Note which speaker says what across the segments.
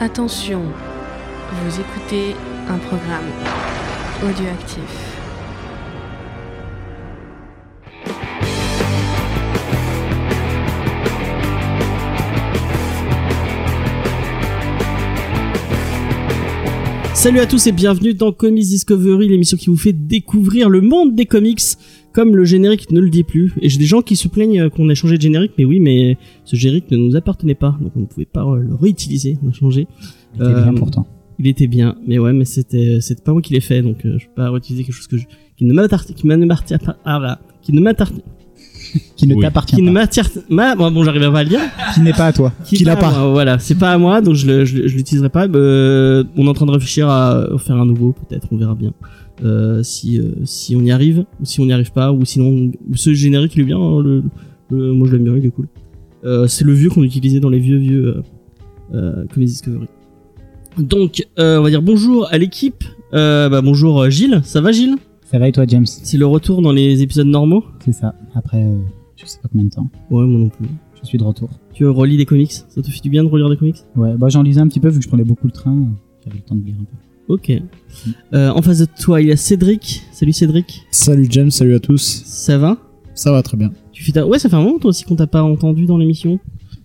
Speaker 1: Attention, vous écoutez un programme audioactif.
Speaker 2: Salut à tous et bienvenue dans Comics Discovery, l'émission qui vous fait découvrir le monde des comics, comme le générique ne le dit plus. Et j'ai des gens qui se plaignent euh, qu'on a changé de générique, mais oui, mais ce générique ne nous appartenait pas, donc on ne pouvait pas euh, le réutiliser, on a changé.
Speaker 3: C'était
Speaker 2: Euh,
Speaker 3: bien pourtant.
Speaker 2: Il était bien, mais ouais, mais c'était c'était pas moi qui l'ai fait, donc euh, je peux pas réutiliser quelque chose que je- qui ne m'appartient qui m'appartient pas- ah, voilà. qui ne m'appartient
Speaker 3: Qui ne
Speaker 4: oui.
Speaker 3: t'appartient
Speaker 2: qui ne
Speaker 3: pas.
Speaker 2: m'attire ma bon, bon, j'arrive pas à le dire
Speaker 3: Qui n'est pas à toi. Qui l'a
Speaker 2: n'est à
Speaker 3: pas.
Speaker 2: moi, voilà c'est pas à moi donc je le- je le- je l'utiliserai pas Euh, on est en train de réfléchir à en faire un nouveau peut-être on verra bien Euh, si euh, si on y arrive ou si on n'y arrive pas ou sinon ce générique il est bien hein, le, le- moi je l'aime bien il est cool Euh, c'est le vieux qu'on utilisait dans les vieux vieux euh, euh, Comedy Discovery donc euh, on va dire bonjour à l'équipe Euh, bah, bonjour euh, Gilles ça va Gilles
Speaker 3: Ça va et toi, James
Speaker 2: c'est le retour dans les épisodes normaux
Speaker 3: C'est ça. Après, euh, je sais pas combien de temps.
Speaker 2: ouais moi non plus
Speaker 3: Je suis de retour.
Speaker 2: tu relis des comics ça te fait du bien de relire des comics
Speaker 3: Ouais, bah j'en lisais un petit peu vu que je prenais beaucoup le train. euh, J'avais le temps de lire un peu.
Speaker 2: Ok. Euh, en face de toi, il y a Cédric. Salut Cédric.
Speaker 5: Salut James, salut à tous.
Speaker 2: Ça va
Speaker 5: Ça va très bien.
Speaker 2: Tu fais ta... Ouais, ça fait un moment toi aussi qu'on t'a pas entendu dans l'émission.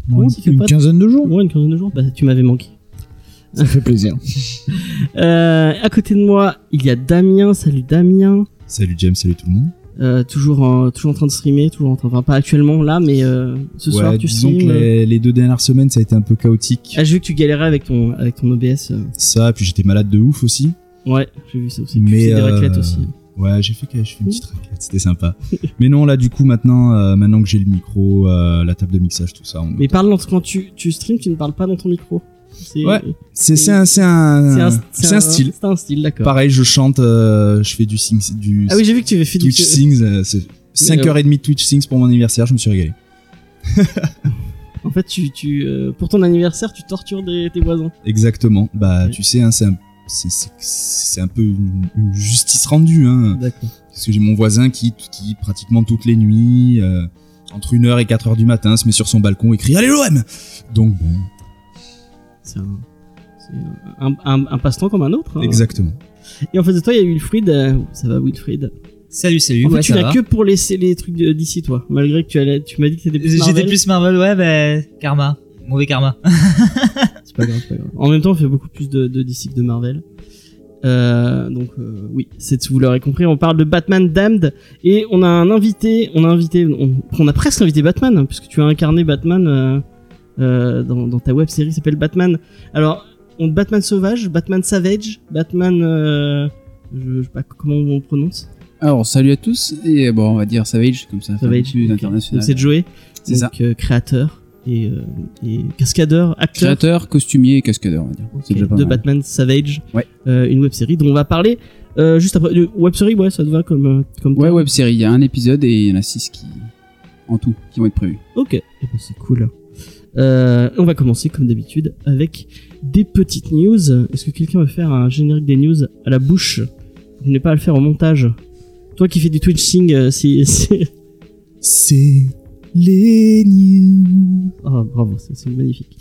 Speaker 5: Bon,
Speaker 2: Non,
Speaker 5: une-
Speaker 2: ça fait
Speaker 5: une
Speaker 2: pas-
Speaker 5: quinzaine de jours,
Speaker 2: Ouais, une quinzaine de jours. Bah, tu m'avais manqué.
Speaker 5: ça fait plaisir.
Speaker 2: Euh, à côté de moi, il y a Damien. Salut Damien.
Speaker 4: Salut James, salut tout le monde.
Speaker 2: Euh, toujours, en, toujours en train de streamer, toujours en train. Enfin, pas actuellement là, mais euh, ce
Speaker 4: ouais,
Speaker 2: soir tu
Speaker 4: disons que
Speaker 2: streams. euh.
Speaker 4: les, les deux dernières semaines ça a été un peu chaotique.
Speaker 2: Ah, j'ai vu que tu galérais avec ton, avec ton OBS. euh.
Speaker 4: Ça, puis j'étais malade de ouf aussi.
Speaker 2: Ouais, j'ai vu ça aussi.
Speaker 4: Mais,
Speaker 2: tu faisais des
Speaker 4: euh,
Speaker 2: raclettes aussi.
Speaker 4: Ouais, j'ai fait, j'ai fait une petite raclette, c'était sympa. Mais non, là du coup maintenant, euh, maintenant que j'ai le micro, euh, la table de mixage, tout ça, on...
Speaker 2: Mais parle dans- quand tu, tu streams, tu ne parles pas dans ton micro. C'est-
Speaker 4: Ouais, c'est c'est un, c'est
Speaker 2: c'est
Speaker 4: un,
Speaker 2: un,
Speaker 4: c'est un style.
Speaker 2: C'est un style, d'accord.
Speaker 4: Pareil, je chante, euh, je fais du sing, du
Speaker 2: Ah oui, j'ai vu que tu avais fait
Speaker 4: Twitch
Speaker 2: du.
Speaker 4: sings. euh, c'est 5h30 Twitch sings pour mon anniversaire, je me suis régalé.
Speaker 2: En fait, tu, tu, euh, pour ton anniversaire, tu tortures des, tes voisins.
Speaker 4: Exactement. Bah
Speaker 2: Ouais.
Speaker 4: tu sais, hein, c'est un, c'est- c'est- c'est un peu une, une justice rendue. Hein.
Speaker 2: D'accord.
Speaker 4: Parce que j'ai mon voisin qui, qui pratiquement toutes les nuits, euh, entre 1h et 4h du matin, se met sur son balcon et crie Allez l'OM Donc bon,
Speaker 2: C'est un, c'est un, un- un passe-temps comme un autre. hein.
Speaker 4: exactement.
Speaker 2: Et en face de toi, il y a Wilfried. euh, ça va, Wilfried.
Speaker 6: Salut, salut.
Speaker 2: En fait,
Speaker 6: ouais,
Speaker 2: tu
Speaker 6: ça
Speaker 2: n'as
Speaker 6: va.
Speaker 2: que pour laisser les trucs de- d'ici, toi. Malgré que tu, allais- tu m'as dit que t'étais plus
Speaker 6: J'étais
Speaker 2: Marvel.
Speaker 6: plus Marvel, ouais, bah, karma. Mauvais karma.
Speaker 2: C'est pas grave, c'est pas grave. En même temps, on fait beaucoup plus de, de DC que de Marvel. Euh, donc euh, oui, c'est vous l'aurez compris, on parle de Batman Damned et on a un invité, on a invité, on, on a presque invité Batman hein, puisque tu as incarné Batman euh, euh, dans, dans ta web série qui s'appelle Batman. Alors on Batman sauvage, Batman savage, Batman, euh, je, je sais pas comment on prononce,
Speaker 7: Alors, salut à tous, et euh, bon, on va dire Savage, comme ça,
Speaker 2: savage,
Speaker 7: plus
Speaker 2: ok. Donc,
Speaker 7: international.
Speaker 2: c'est Joey,
Speaker 7: C'est
Speaker 2: donc,
Speaker 7: ça.
Speaker 2: euh, créateur et, euh, et cascadeur, acteur.
Speaker 7: Créateur, costumier et cascadeur, on va dire. C'est déjà pas
Speaker 2: de
Speaker 7: mal.
Speaker 2: Batman Savage,
Speaker 7: Ouais.
Speaker 2: Euh, une web série dont on va parler euh, juste après. Euh, web série, ouais, ça te va comme euh, comme
Speaker 7: Ouais,
Speaker 2: terme
Speaker 7: web série, il y a un épisode et il y en a six qui, en tout, qui vont être prévus.
Speaker 2: Ok, Eh ben, c'est cool. Euh, on va commencer comme d'habitude avec des petites news. Est-ce que quelqu'un veut faire un générique des news à la bouche Vous n'avez pas à le faire au montage. Toi qui fais du twitching, euh, si, si-
Speaker 5: C'est les news.
Speaker 2: Ah, bravo, ça, c'est magnifique.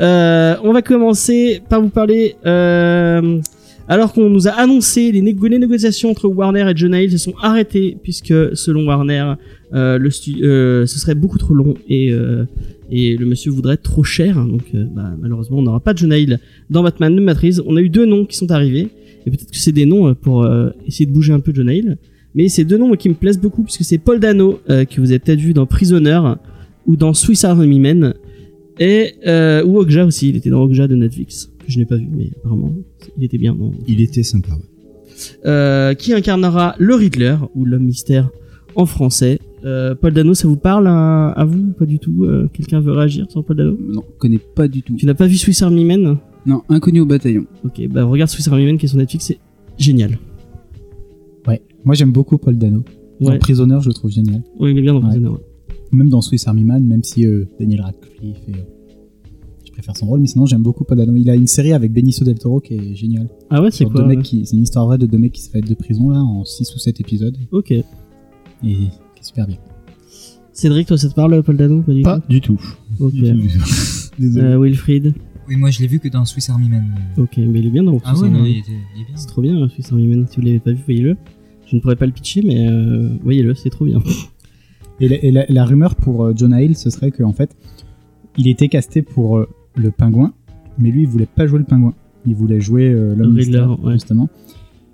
Speaker 2: Euh, on va commencer par vous parler. euh, alors qu'on nous a annoncé les, négo- les négociations entre Warner et John Hill se sont arrêtées puisque selon Warner, euh, le stu- euh, ce serait beaucoup trop long et euh, et le monsieur voudrait être trop cher. Donc euh, bah, malheureusement, on n'aura pas de John Hill dans Batman de Matrice. On a eu deux noms qui sont arrivés et peut-être que c'est des noms euh, pour euh, essayer de bouger un peu John Hill. Mais c'est deux noms moi, qui me plaisent beaucoup puisque c'est Paul Dano euh, que vous avez peut-être vu dans Prisoner ou dans Swiss Army Men et euh, ou Okja aussi, il était dans Okja de Netflix, que je n'ai pas vu, mais apparemment, il était bien. dans-
Speaker 4: Il était sympa. ouais.
Speaker 2: Euh, qui incarnera le Riddler, ou l'homme mystère en français. Euh, Paul Dano, ça vous parle hein, à, à vous ou Pas du tout euh, Quelqu'un veut réagir sur Paul Dano
Speaker 7: Non, connais pas du tout.
Speaker 2: Tu n'as pas vu Swiss Army Men
Speaker 7: Non, inconnu au bataillon.
Speaker 2: Ok, bah regarde Swiss Army Men qui est sur Netflix, c'est génial.
Speaker 3: Moi j'aime beaucoup Paul Dano.
Speaker 2: Ouais,
Speaker 3: Dans Prisoner, je le trouve génial.
Speaker 2: ouais, il est bien dans Paul
Speaker 3: Ouais.
Speaker 2: Dano, ouais.
Speaker 3: Même dans Swiss Army Man, même si euh, Daniel Radcliffe est, euh, je préfère son rôle, mais sinon j'aime beaucoup Paul Dano. Il a une série avec Benicio del Toro qui est géniale.
Speaker 2: Ah ouais, c'est
Speaker 3: Sur
Speaker 2: quoi
Speaker 3: deux mecs
Speaker 2: euh,
Speaker 3: qui- C'est une histoire vraie de deux mecs qui se fait de prison là en 6 ou 7 épisodes
Speaker 2: euh, Ok.
Speaker 3: et qui est super bien.
Speaker 2: Cédric, toi ça te parle Paul Dano Pas du
Speaker 5: Pas
Speaker 2: tout
Speaker 5: du tout.
Speaker 2: Ok.
Speaker 5: Désolé.
Speaker 2: Euh, Wilfried
Speaker 6: Oui, moi je l'ai vu que dans Swiss Army Man.
Speaker 2: Ok, mais il est bien dans
Speaker 6: Ah
Speaker 2: Swiss
Speaker 6: oui,
Speaker 2: Army
Speaker 6: non,
Speaker 2: Man.
Speaker 6: il était, il est bien.
Speaker 2: C'est trop bien, hein, Swiss Army Man. Si vous l'avez pas vu, voyez-le. Je ne pourrais pas le pitcher, mais euh, voyez-le, c'est trop bien.
Speaker 3: Et, la, et la- la rumeur pour euh, Jonah Hill, ce serait qu'en fait, il était casté pour euh, le pingouin, mais lui, il voulait pas jouer le pingouin. Il voulait jouer euh, l'homme
Speaker 2: Le Riddler,
Speaker 3: mystère,
Speaker 2: ouais.
Speaker 3: justement.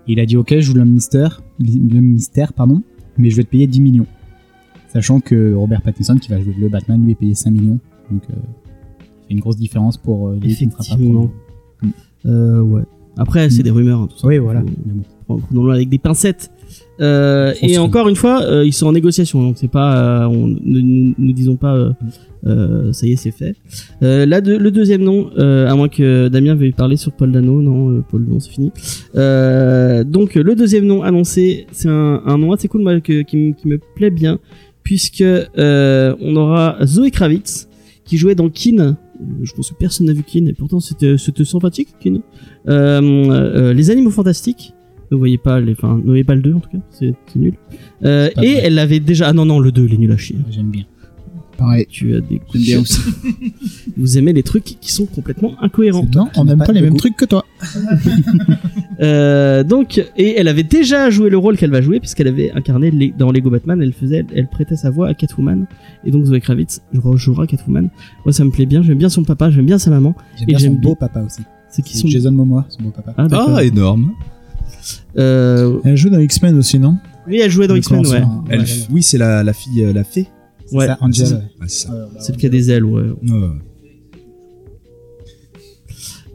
Speaker 3: Et il a dit, ok, je joue l'homme mystère, l'homme mystère, pardon, mais je vais te payer 10 millions. Sachant que Robert Pattinson, qui va jouer le Batman, lui est payé 5 millions. Donc, euh, fait une grosse différence pour euh, lui, qui ne sera pas
Speaker 2: Effectivement. Euh, ouais. Après, c'est
Speaker 3: Mm.
Speaker 2: des rumeurs, hein, tout
Speaker 3: pour-
Speaker 2: ça.
Speaker 3: Oui, voilà.
Speaker 2: Prenons- Prenons-le avec des pincettes. Euh,
Speaker 3: On
Speaker 2: et
Speaker 3: se-
Speaker 2: encore une fois, euh, ils sont en négociation, donc c'est pas, euh, on, ne nous, nous disons pas, euh, euh, ça y est, c'est fait. Euh, là, de- le deuxième nom, euh, à moins que Damien veuille parler sur Paul Dano, non, euh, Paul, non, c'est fini. Euh, donc le deuxième nom annoncé, c'est un, un nom assez cool, moi, que- qui, me- qui me plaît bien, puisque euh, on aura Zoé Kravitz qui jouait dans Kin. Euh, Je pense que personne n'a vu Kin, et pourtant c'était c'était sympathique Kin. Euh, euh, les animaux fantastiques ne voyez pas les enfin ne voyez pas le 2 en tout cas c'est c'est nul Euh,
Speaker 3: pas
Speaker 2: et
Speaker 3: vrai.
Speaker 2: elle l'avait déjà ah non non le 2 il est nul à chier
Speaker 3: J'aime bien.
Speaker 5: Pareil.
Speaker 2: tu as des
Speaker 7: J'aime bien aussi.
Speaker 2: vous aimez les trucs qui sont complètement incohérents
Speaker 5: Non, on n'aime
Speaker 3: n'a pas
Speaker 5: pas, les
Speaker 3: de
Speaker 5: mêmes
Speaker 3: goût.
Speaker 5: trucs que toi.
Speaker 2: Euh, donc et elle avait déjà joué le rôle qu'elle va jouer puisqu'elle avait incarné les- dans Lego Batman elle faisait elle prêtait sa voix à Catwoman et donc Zoé Kravitz rejouera Catwoman moi ça me plaît bien j'aime bien son papa j'aime bien sa maman
Speaker 3: J'aime
Speaker 2: Et
Speaker 3: bien son
Speaker 2: j'aime
Speaker 3: beau papa aussi.
Speaker 2: c'est qui
Speaker 3: Qui
Speaker 2: sont
Speaker 3: Jason Momoa, son beau papa.
Speaker 2: ah d'accord
Speaker 4: Ah, énorme.
Speaker 2: Euh,
Speaker 5: Elle joue dans X-Men aussi, non
Speaker 2: oui elle jouait dans
Speaker 3: Le
Speaker 2: X-Men ouais
Speaker 3: commencement,
Speaker 4: Elle-
Speaker 3: voilà.
Speaker 4: oui, c'est la, la fille, euh, la fée.
Speaker 3: C'est
Speaker 2: Ouais.
Speaker 3: ça, Angela,
Speaker 4: C'est ça.
Speaker 3: ouais.
Speaker 4: Ah, c'est ça.
Speaker 2: c'est le cas des ailes ouais
Speaker 4: Ouais, ouais.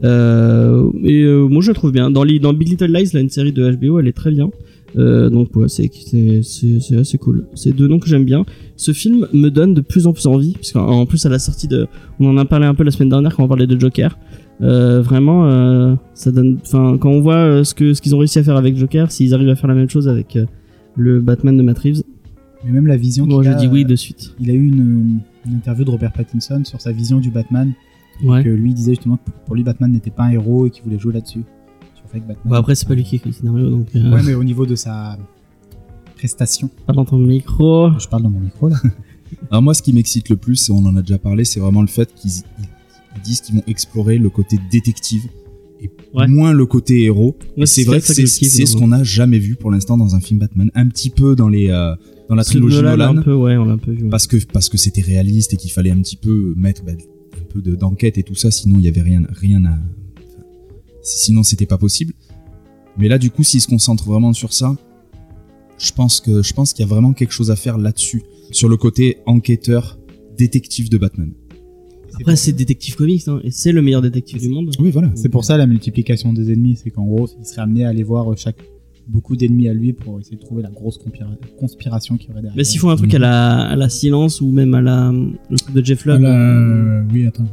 Speaker 2: Euh, et euh, moi je la trouve bien. Dans, les- dans Big Little Lies, là, une série de HBO, elle est très bien. Euh, donc ouais, c'est c'est- c'est- c'est assez cool. C'est deux noms que j'aime bien. Ce film me donne de plus en plus envie, parce qu'en en plus à la sortie de, on en a parlé un peu la semaine dernière quand on parlait de Joker. Euh, vraiment, euh, ça donne, enfin quand on voit euh, ce que ce qu'ils ont réussi à faire avec Joker, s'ils arrivent à faire la même chose avec euh, le Batman de Matt Reeves,
Speaker 3: Mais même la vision
Speaker 2: moi
Speaker 3: qu'il
Speaker 2: je
Speaker 3: a,
Speaker 2: dis oui
Speaker 3: euh,
Speaker 2: de suite.
Speaker 3: Il a eu une, une interview de Robert Pattinson sur sa vision du Batman.
Speaker 2: Ouais.
Speaker 3: Que lui disait justement que pour lui, Batman n'était pas un héros et qu'il voulait jouer là-dessus. Sur le fait que Batman-
Speaker 2: Bon, après c'est pas lui qui écrit le scénario, donc euh,
Speaker 3: Ouais, mais au niveau de sa prestation.
Speaker 2: parle dans ton micro.
Speaker 3: Je parle dans mon micro là.
Speaker 4: Alors moi, ce qui m'excite le plus, et on en a déjà parlé, c'est vraiment le fait qu'ils ils- ils disent qu'ils vont explorer le côté détective et
Speaker 2: Ouais.
Speaker 4: moins le côté héros.
Speaker 2: Ouais,
Speaker 4: Et c'est vrai que
Speaker 2: ça
Speaker 4: c'est
Speaker 2: je kiffe
Speaker 4: c'est ce
Speaker 2: dans-
Speaker 4: qu'on a jamais vu pour l'instant dans un film Batman. Un petit peu dans les euh, dans la
Speaker 2: Parce que
Speaker 4: trilogie Nolan,
Speaker 2: un peu, ouais, on l'a un peu vu. ouais.
Speaker 4: parce que parce que c'était réaliste et qu'il fallait un petit peu mettre bah, un peu de- d'enquête et tout ça. Sinon, il y avait rien rien à. enfin, Sinon, c'était pas possible. Mais là, du coup, s'ils se concentrent vraiment sur ça, je pense que je pense qu'il y a vraiment quelque chose à faire là-dessus, sur le côté enquêteur détective de Batman.
Speaker 2: Après, c'est détective comics, hein, et c'est le meilleur détective du monde.
Speaker 4: Oui, voilà.
Speaker 3: C'est pour ça la multiplication des ennemis. C'est qu'en gros, il serait amené à aller voir euh, chaque beaucoup d'ennemis à lui pour essayer de trouver la grosse conspira- conspiration qu'il y aurait derrière.
Speaker 2: Mais s'ils font un truc à la, à la silence ou même à la le truc de Jeff
Speaker 3: Mm.
Speaker 2: Lubb,
Speaker 5: Ah,
Speaker 3: Euh,
Speaker 5: là, oui, attends.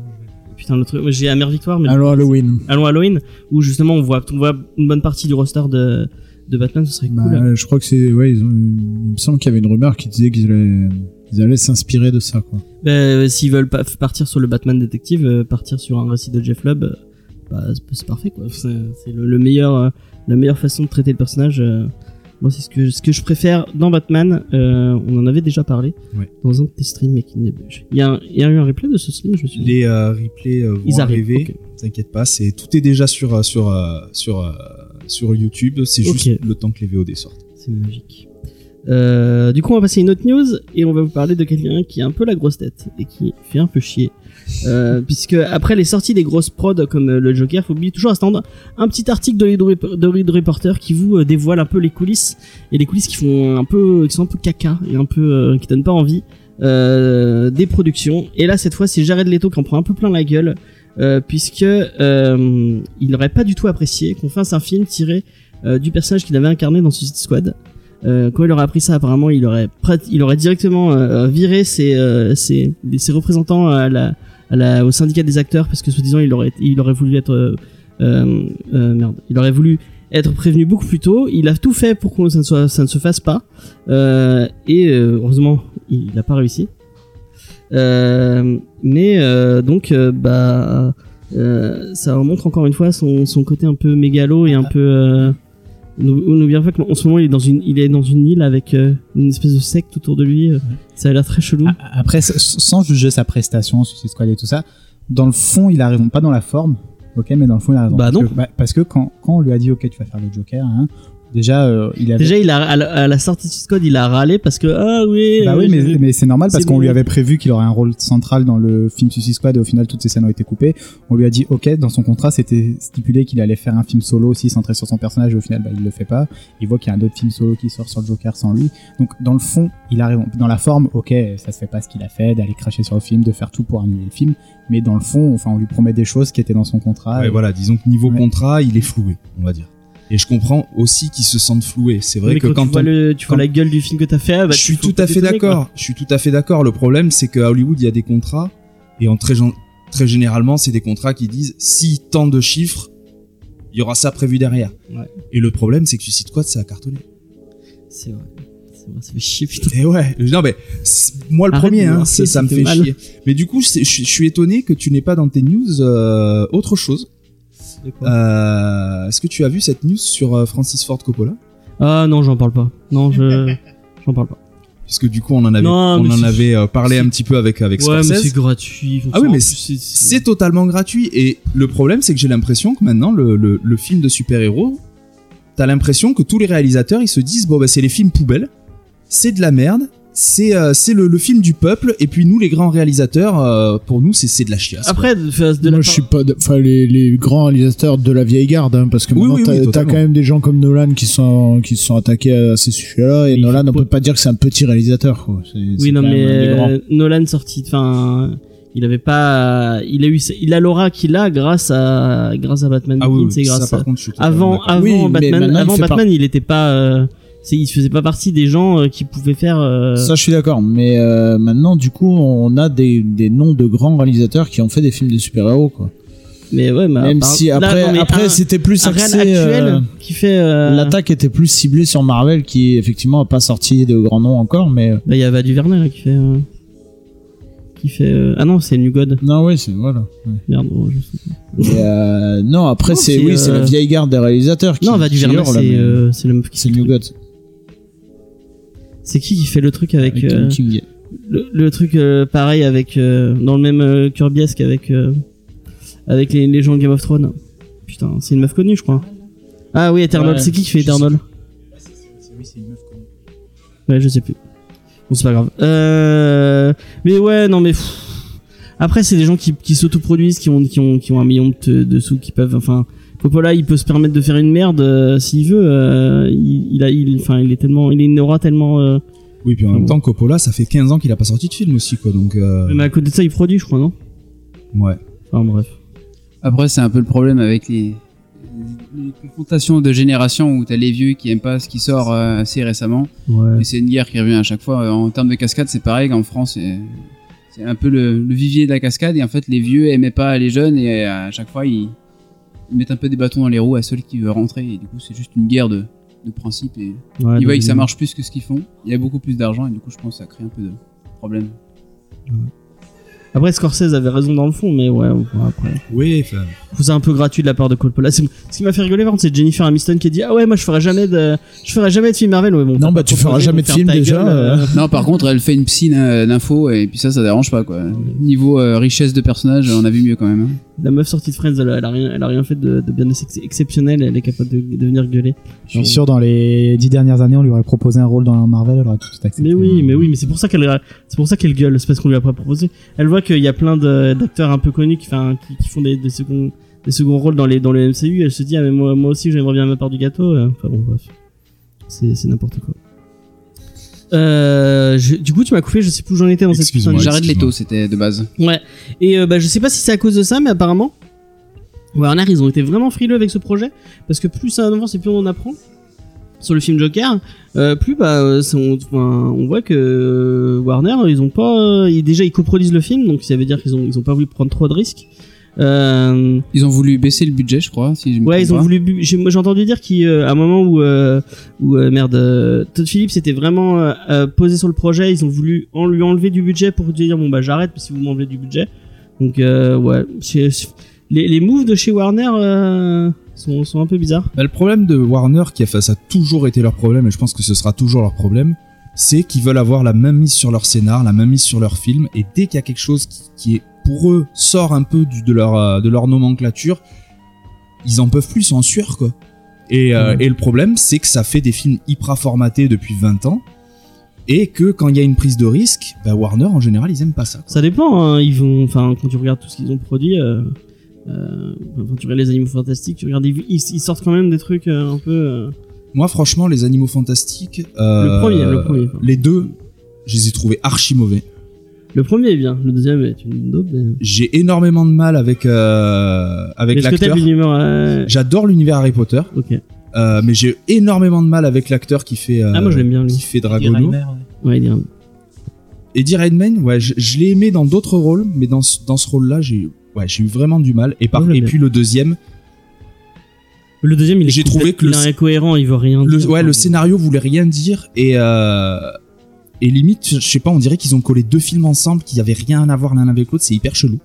Speaker 2: putain le truc, moi, j'ai Amère Victoire, mais
Speaker 5: Alors Halloween.
Speaker 2: allons Halloween où justement on voit on voit une bonne partie du roster de de Batman, ce serait
Speaker 5: Bah,
Speaker 2: cool. hein.
Speaker 5: euh, je crois que c'est. Ouais, ils ont- il me semble qu'il y avait une rumeur qui disait qu'ils allaient, ils allaient s'inspirer de ça, quoi.
Speaker 2: Bah, euh, S'ils veulent pas partir sur le Batman détective, euh, partir sur un récit de Jeff Lubb, euh, bah, c'est- c'est parfait quoi. C'est c'est le, le meilleur, euh, la meilleure façon de traiter le personnage. euh. moi, c'est ce que ce que je préfère dans Batman. euh, on en avait déjà parlé
Speaker 4: Ouais.
Speaker 2: dans un de tes streams, making of. Il y, a un- il y a eu un replay de ce stream, je me suis.
Speaker 4: Les euh, replays euh, vont
Speaker 2: Ils arrivent.
Speaker 4: arriver.
Speaker 2: ok.
Speaker 4: T'inquiète pas, c'est tout est déjà sur euh, sur euh, sur euh, sur YouTube. C'est juste
Speaker 2: Ok.
Speaker 4: le temps que les VOD sortent.
Speaker 2: C'est magique. Euh, du coup, on va passer à une autre news et on va vous parler de quelqu'un qui a un peu la grosse tête et qui fait un peu chier. Euh, puisque après les sorties des grosses prods comme euh, le Joker, faut oublier toujours à attendre un petit article de Read Rep- de Read Reporter qui vous euh, dévoile un peu les coulisses et les coulisses qui font un peu qui sont un peu caca et un peu euh, qui donnent pas envie euh, des productions. Et là cette fois c'est Jared Leto qui en prend un peu plein la gueule euh, puisque euh, il n'aurait pas du tout apprécié qu'on fasse un film tiré euh, du personnage qu'il avait incarné dans Suicide Squad. Euh, quand il aurait appris ça, apparemment, il aurait, prat- il aurait directement euh, viré ses, euh, ses, ses représentants à la, à la, au syndicat des acteurs parce que soi-disant, il aurait, il aurait voulu être euh, euh, euh, merde, il aurait voulu être prévenu beaucoup plus tôt. Il a tout fait pour que ça ne, soit, ça ne se fasse pas, Euh, et euh, heureusement, il n'a pas réussi. Euh, mais euh, donc, euh, bah, euh, ça remontre encore une fois son, son côté un peu mégalo et un peu. Euh, nous- N'oublions pas qu'en ce moment, il est dans une, il est dans une île avec euh, une espèce de
Speaker 3: Ah,
Speaker 2: secte autour de lui. euh, Ça a l'air très chelou.
Speaker 3: A- Après, s- s- sans juger sa prestation, Suicide Squad et tout ça, dans le fond, il a raison, pas dans la forme, ok, mais dans le fond, il a raison.
Speaker 2: Bah
Speaker 3: parce
Speaker 2: non.
Speaker 3: Que, parce que quand, quand on lui a dit, ok, tu vas faire le Joker, hein, déjà, euh, il avait.
Speaker 2: Déjà, il a, à, la, à la sortie de Suicide Squad, il a râlé parce que ah oui.
Speaker 3: bah
Speaker 2: euh,
Speaker 3: oui, mais,
Speaker 2: je-
Speaker 3: mais c'est normal parce
Speaker 2: c'est
Speaker 3: qu'on
Speaker 2: bon.
Speaker 3: lui avait prévu qu'il aurait un rôle central dans le film Suicide Squad et au final toutes ces scènes ont été coupées. On lui a dit ok, dans son contrat c'était stipulé qu'il allait faire un film solo aussi centré sur son personnage et au final bah, il le fait pas. Il voit qu'il y a un autre film solo qui sort sur le Joker sans lui. Donc dans le fond, il arrive dans la forme, ok, ça se fait pas ce qu'il a fait d'aller cracher sur le film, de faire tout pour annuler le film, mais dans le fond, enfin on lui promet des choses qui étaient dans son contrat.
Speaker 4: Ouais,
Speaker 3: Et-
Speaker 4: voilà, disons que niveau
Speaker 3: Ah Ouais.
Speaker 4: contrat, il est floué, on va dire. Et je comprends aussi qu'ils se sentent floués. C'est vrai
Speaker 2: mais
Speaker 4: que
Speaker 2: quand,
Speaker 4: quand
Speaker 2: tu vois,
Speaker 4: on-
Speaker 2: le, tu vois
Speaker 4: quand-
Speaker 2: la gueule du film que t'as fait, ah, bah,
Speaker 4: je suis
Speaker 2: faut
Speaker 4: tout
Speaker 2: pas
Speaker 4: à fait
Speaker 2: t'étonner, quoi.
Speaker 4: d'accord. Je suis tout à fait d'accord. Le problème, c'est qu'à Hollywood, il y a des contrats, et en très, gen- très généralement, c'est des contrats qui disent si tant de chiffres, il y aura ça prévu derrière.
Speaker 2: Ouais.
Speaker 4: Et le problème, c'est que Suicide Squad, ça a cartonné.
Speaker 2: C'est vrai. C'est vrai, ça fait chier, putain.
Speaker 4: Et ouais. Non mais c'est- moi le
Speaker 2: Arrête
Speaker 4: premier,
Speaker 2: de
Speaker 4: hein,
Speaker 2: lancer,
Speaker 4: ça, ça
Speaker 2: ça
Speaker 4: me
Speaker 2: fait
Speaker 4: fait
Speaker 2: mal.
Speaker 4: chier. Mais du coup, c'est- je suis- je suis étonné que tu n'aies pas dans tes news euh, autre chose. Euh, Est-ce que tu as vu cette news sur euh, Francis Ford Coppola
Speaker 2: Ah non, j'en parle pas. Non, je. J'en parle pas.
Speaker 4: Puisque du coup, on en avait,
Speaker 2: Non, mais
Speaker 4: on en
Speaker 2: c'est-
Speaker 4: avait euh, parlé
Speaker 2: c'est-
Speaker 4: un petit peu avec, avec
Speaker 2: ouais, mais
Speaker 4: Scorsese.
Speaker 2: c'est gratuit.
Speaker 4: Ah oui, mais
Speaker 2: En plus, c'est.
Speaker 4: C'est totalement gratuit. Et le problème, c'est que j'ai l'impression que maintenant, le, le- le film de super-héros, t'as l'impression que tous les réalisateurs, ils se disent bon, bah, c'est les films poubelles, c'est de la merde, c'est euh, c'est le, le film du peuple, et puis nous, les grands réalisateurs, euh, pour nous, c'est c'est de la chiasse. quoi.
Speaker 2: Après, de, de la
Speaker 5: Moi, je suis pas. de- Enfin, les, les grands réalisateurs de la vieille garde, hein, parce que
Speaker 4: Oui,
Speaker 5: maintenant,
Speaker 4: oui, oui,
Speaker 5: t'as- t'as
Speaker 4: totalement.
Speaker 5: quand même des gens comme Nolan qui sont qui se sont attaqués à ces sujets-là, et
Speaker 2: Mais il
Speaker 5: Nolan,
Speaker 2: faut
Speaker 5: on
Speaker 2: pas-
Speaker 5: peut pas dire que c'est un petit réalisateur. Quoi. C'est- c'est
Speaker 2: Oui, non,
Speaker 5: quand même
Speaker 2: mais
Speaker 5: un des grands.
Speaker 2: euh, Nolan sorti, enfin, il avait pas, il a eu, il a l'aura qu'il a grâce à, grâce à Batman
Speaker 4: ah oui,
Speaker 2: Begins
Speaker 4: oui,
Speaker 2: et
Speaker 4: ça,
Speaker 2: grâce
Speaker 4: par
Speaker 2: à-
Speaker 4: contre, je suis totalement
Speaker 2: avant,
Speaker 4: d'accord.
Speaker 2: avant
Speaker 5: Oui, mais
Speaker 2: Batman,
Speaker 5: maintenant, il
Speaker 2: avant
Speaker 5: fait
Speaker 2: Batman, il était pas, euh, c'est- il faisait pas partie des gens euh, qui pouvaient faire, euh,
Speaker 5: Ça, je suis d'accord. Mais euh, maintenant, du coup, on a des, des noms de grands réalisateurs qui ont fait des films de super-héros. quoi.
Speaker 2: mais ouais, mais
Speaker 5: Même
Speaker 2: par-
Speaker 5: si
Speaker 2: Ah, bah, là,
Speaker 5: après,
Speaker 2: non, mais
Speaker 5: après
Speaker 2: un-
Speaker 5: c'était plus
Speaker 2: un réel
Speaker 5: axé.
Speaker 2: actuel
Speaker 5: euh,
Speaker 2: qui fait, euh,
Speaker 5: L'attaque était plus ciblée sur Marvel, qui effectivement a pas sorti de grands noms encore, mais euh,
Speaker 2: bah, il y a Val DuVernay, là, qui fait, euh, qui fait, euh, ah non, c'est New God,
Speaker 5: non, oui, c'est voilà.
Speaker 2: merde, oh, je sais.
Speaker 5: Et, euh, non, après
Speaker 2: Non,
Speaker 5: c'est
Speaker 2: c'est,
Speaker 5: oui,
Speaker 2: euh,
Speaker 5: c'est la vieille garde des réalisateurs. Qui,
Speaker 2: Non, Val
Speaker 5: qui
Speaker 2: DuVernay,
Speaker 5: hurle,
Speaker 2: c'est,
Speaker 5: mais,
Speaker 2: euh, c'est le meuf qui,
Speaker 5: c'est New God
Speaker 2: c'est qui qui fait le truc avec,
Speaker 5: avec
Speaker 2: euh,
Speaker 5: Tom King.
Speaker 2: le, le truc euh, pareil avec euh, dans le même euh, curbiesque avec euh, avec les, les gens de Game of Thrones. Putain, c'est une meuf connue, je crois. Ah oui, Eternal.
Speaker 5: Ouais,
Speaker 2: c'est qui qui fait
Speaker 5: je
Speaker 2: Eternal Ouais, je sais plus. Bon, c'est pas grave. Euh... Mais ouais, non, mais. pff. Après, c'est des gens qui, qui s'autoproduisent, qui ont, qui, ont, qui ont un million de, de sous, qui peuvent. Enfin, Coppola, il peut se permettre de faire une merde euh, s'il veut. euh, il, il a, il, enfin, il est tellement, il a une aura tellement. euh,
Speaker 4: Oui, puis en même temps, Coppola, ça fait 15 ans qu'il a pas sorti de film aussi, quoi. Donc, euh,
Speaker 2: Mais à côté de ça, il produit, je crois, non
Speaker 4: ouais.
Speaker 2: Enfin, bref.
Speaker 7: Après, c'est un peu le problème avec les, les confrontations de génération où t'as les vieux qui aiment pas ce qui sort euh, assez récemment.
Speaker 2: Ouais.
Speaker 7: Et c'est une guerre qui revient à chaque fois. Euh, En termes de cascade, c'est pareil. En France, c'est- c'est un peu le, le vivier de la cascade. Et en fait, les vieux aimaient pas les jeunes. Et à chaque fois, ils, ils mettent un peu des bâtons dans les roues à celui qui veut rentrer. Et du coup, c'est juste une guerre de, de principe.
Speaker 2: Ouais,
Speaker 7: Et ils voient
Speaker 2: donc, euh,
Speaker 7: que ça marche plus que ce qu'ils font. Il y a beaucoup plus d'argent. Et du coup, je pense que ça crée un peu de problème.
Speaker 2: Après, Scorsese avait raison dans le fond, mais ouais, on verra après.
Speaker 4: Oui, enfin,
Speaker 2: Je trouve ça un peu gratuit de la part de Coppola. C'est- Ce qui m'a fait rigoler, par contre, c'est Jennifer Aniston qui a dit Ah ouais, moi je ferai jamais de, je ferai jamais de film Marvel. Ouais, bon,
Speaker 5: Non,
Speaker 2: t'as
Speaker 5: bah,
Speaker 2: pas
Speaker 5: tu
Speaker 2: proposé,
Speaker 5: feras jamais
Speaker 2: donc
Speaker 5: de
Speaker 2: ferme
Speaker 5: film,
Speaker 2: ta
Speaker 5: déjà,
Speaker 2: gueule, euh.
Speaker 7: Non, par contre, elle fait une psy d'in- d'infos et puis ça, ça dérange pas quoi. Niveau euh, richesse de personnage, on a vu mieux quand même. hein.
Speaker 2: La meuf sortie de Friends, elle, a- elle a, rien, elle a rien fait de, de bien ex- exceptionnel. Elle est capable de, de venir gueuler.
Speaker 3: Je suis sûr, dans les dix dernières années, on lui aurait proposé un rôle dans un Marvel, elle aurait tout de suite accepté.
Speaker 2: Mais oui, mais oui, mais c'est pour ça qu'elle, c'est pour ça qu'elle gueule. C'est parce qu'on lui a pas proposé. Elle voit qu'il y a plein de- d'acteurs un peu connus qui, enfin, qui, qui font des, des seconds, des seconds rôles dans les, dans les MCU. Elle se dit Ah mais moi, moi aussi j'aimerais bien ma part du gâteau. Euh, Enfin bon, bref. C'est, c'est n'importe quoi. Euh, je- du coup, tu m'as coupé. Je sais plus où j'en étais dans cette putain
Speaker 4: Excuse-moi,
Speaker 2: de
Speaker 7: Jared
Speaker 4: excuse-moi.
Speaker 7: Leto, c'était de base.
Speaker 2: Ouais. Et euh, bah, je sais pas si c'est à cause de ça, mais apparemment, Warner, ils ont été vraiment frileux avec ce projet. Parce que plus ça avance et plus on en apprend sur le film Joker, euh, plus bah, euh, c'est- on, enfin, on voit que euh, Warner, ils ont pas. euh, ils- déjà, ils coproduisent le film, donc ça veut dire qu'ils ont, ils ont pas voulu prendre trop de risques. Euh,
Speaker 7: Ils ont voulu baisser le budget, je crois. Si je me
Speaker 2: ouais,
Speaker 7: trompe
Speaker 2: ils ont
Speaker 7: pas.
Speaker 2: voulu. bu- J'ai moi, j'ai entendu dire qu'à un moment où, euh, où euh, merde, euh, Todd Phillips était vraiment euh, euh, posé sur le projet, ils ont voulu en, lui enlever du budget pour dire bon bah j'arrête parce que vous m'enlevez du budget. Donc euh, ouais, c'est- c'est- les, les moves de chez Warner euh, sont, sont un peu bizarres.
Speaker 4: Bah, le problème de Warner, qui a, enfin, ça a toujours été leur problème, et je pense que ce sera toujours leur problème, c'est qu'ils veulent avoir la main mise sur leur scénar, la main mise sur leur film, et dès qu'il y a quelque chose qui, qui est pour eux sort un peu du- de, leur, euh, de leur nomenclature, ils en peuvent plus, ils sont en sueur quoi. Et, euh, et le problème, c'est que ça fait des films hyper formatés depuis 20 ans, et que quand il y a une prise de risque, bah, Warner en général ils aiment pas ça. quoi.
Speaker 2: Ça dépend, hein, ils vont, enfin, quand tu regardes tout ce qu'ils ont produit, euh, euh, enfin, tu regardes les animaux fantastiques, tu regardes, les- ils, ils sortent quand même des trucs euh, un peu. euh,
Speaker 4: Moi, franchement, les Animaux Fantastiques. euh,
Speaker 2: Le premier, le premier, pardon.
Speaker 4: Les deux, je les ai trouvés archi mauvais.
Speaker 2: Le premier est bien, le deuxième est une daube. Mais...
Speaker 4: J'ai énormément de mal avec, euh, avec
Speaker 2: Mais Est-ce que t'as
Speaker 4: l'acteur.
Speaker 2: vu l'humeur euh,
Speaker 4: J'adore l'univers Harry Potter,
Speaker 2: Ok.
Speaker 4: euh, mais j'ai énormément de mal avec l'acteur qui fait. euh,
Speaker 2: Ah, moi je l'aime bien
Speaker 4: Qui
Speaker 2: lui.
Speaker 4: fait Dragono.
Speaker 2: Ouais, il est un-
Speaker 4: Eddie Redmayne, ouais, je, je l'ai aimé dans d'autres rôles, mais dans, ce- dans ce rôle-là, j'ai eu- ouais, j'ai eu vraiment du mal. Et, par,
Speaker 2: Moi, je
Speaker 4: et
Speaker 2: l'aime
Speaker 4: puis le deuxième,
Speaker 2: Le deuxième, il est
Speaker 4: J'ai
Speaker 2: complètement-
Speaker 4: trouvé que le
Speaker 2: il est incohérent, il veut rien
Speaker 4: le,
Speaker 2: dire.
Speaker 4: ouais, le scénario voulait rien dire et euh, et limite, je sais pas, on dirait qu'ils ont collé deux films ensemble qui avaient rien à voir l'un avec l'autre, c'est hyper chelou.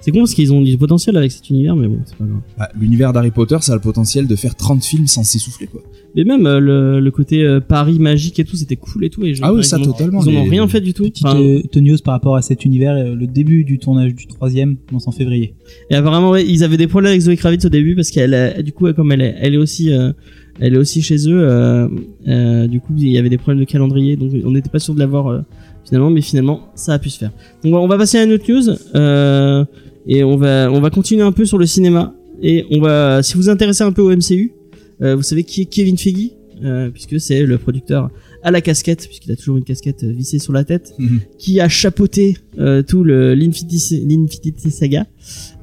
Speaker 2: C'est con parce qu'ils ont du potentiel avec cet univers, mais bon, c'est pas grave.
Speaker 4: Bah, L'univers d'Harry Potter, ça a le potentiel de faire 30 films sans s'essouffler, quoi.
Speaker 2: Mais même euh, le, le côté euh, Paris magique et tout, c'était cool et tout. Et je-
Speaker 4: Ah oui, ça,
Speaker 2: ils ont-
Speaker 4: totalement,
Speaker 2: Ils en ont
Speaker 4: les-
Speaker 2: rien fait du tout.
Speaker 8: Petite
Speaker 2: Enfin,
Speaker 8: euh, teneuse par rapport à cet univers, euh, le début du tournage du troisième commence en février.
Speaker 2: Et apparemment, ouais, ils avaient des problèmes avec Zoé Kravitz au début parce qu'elle, euh, du coup, comme elle est, elle est aussi, euh, elle est aussi chez eux, euh, euh, du coup, il y avait des problèmes de calendrier, donc on n'était pas sûr de l'avoir euh, finalement, mais finalement, ça a pu se faire. Donc, on va passer à une autre news euh, et on va, on va continuer un peu sur le cinéma et on va, si vous vous intéressez un peu au MCU, euh, vous savez qui est Kevin Feige, euh, puisque c'est le producteur à la casquette, puisqu'il a toujours une casquette euh, vissée sur la tête,
Speaker 4: Mhm.
Speaker 2: qui a chapeauté euh, tout le l'Infinity l'Infinity Saga.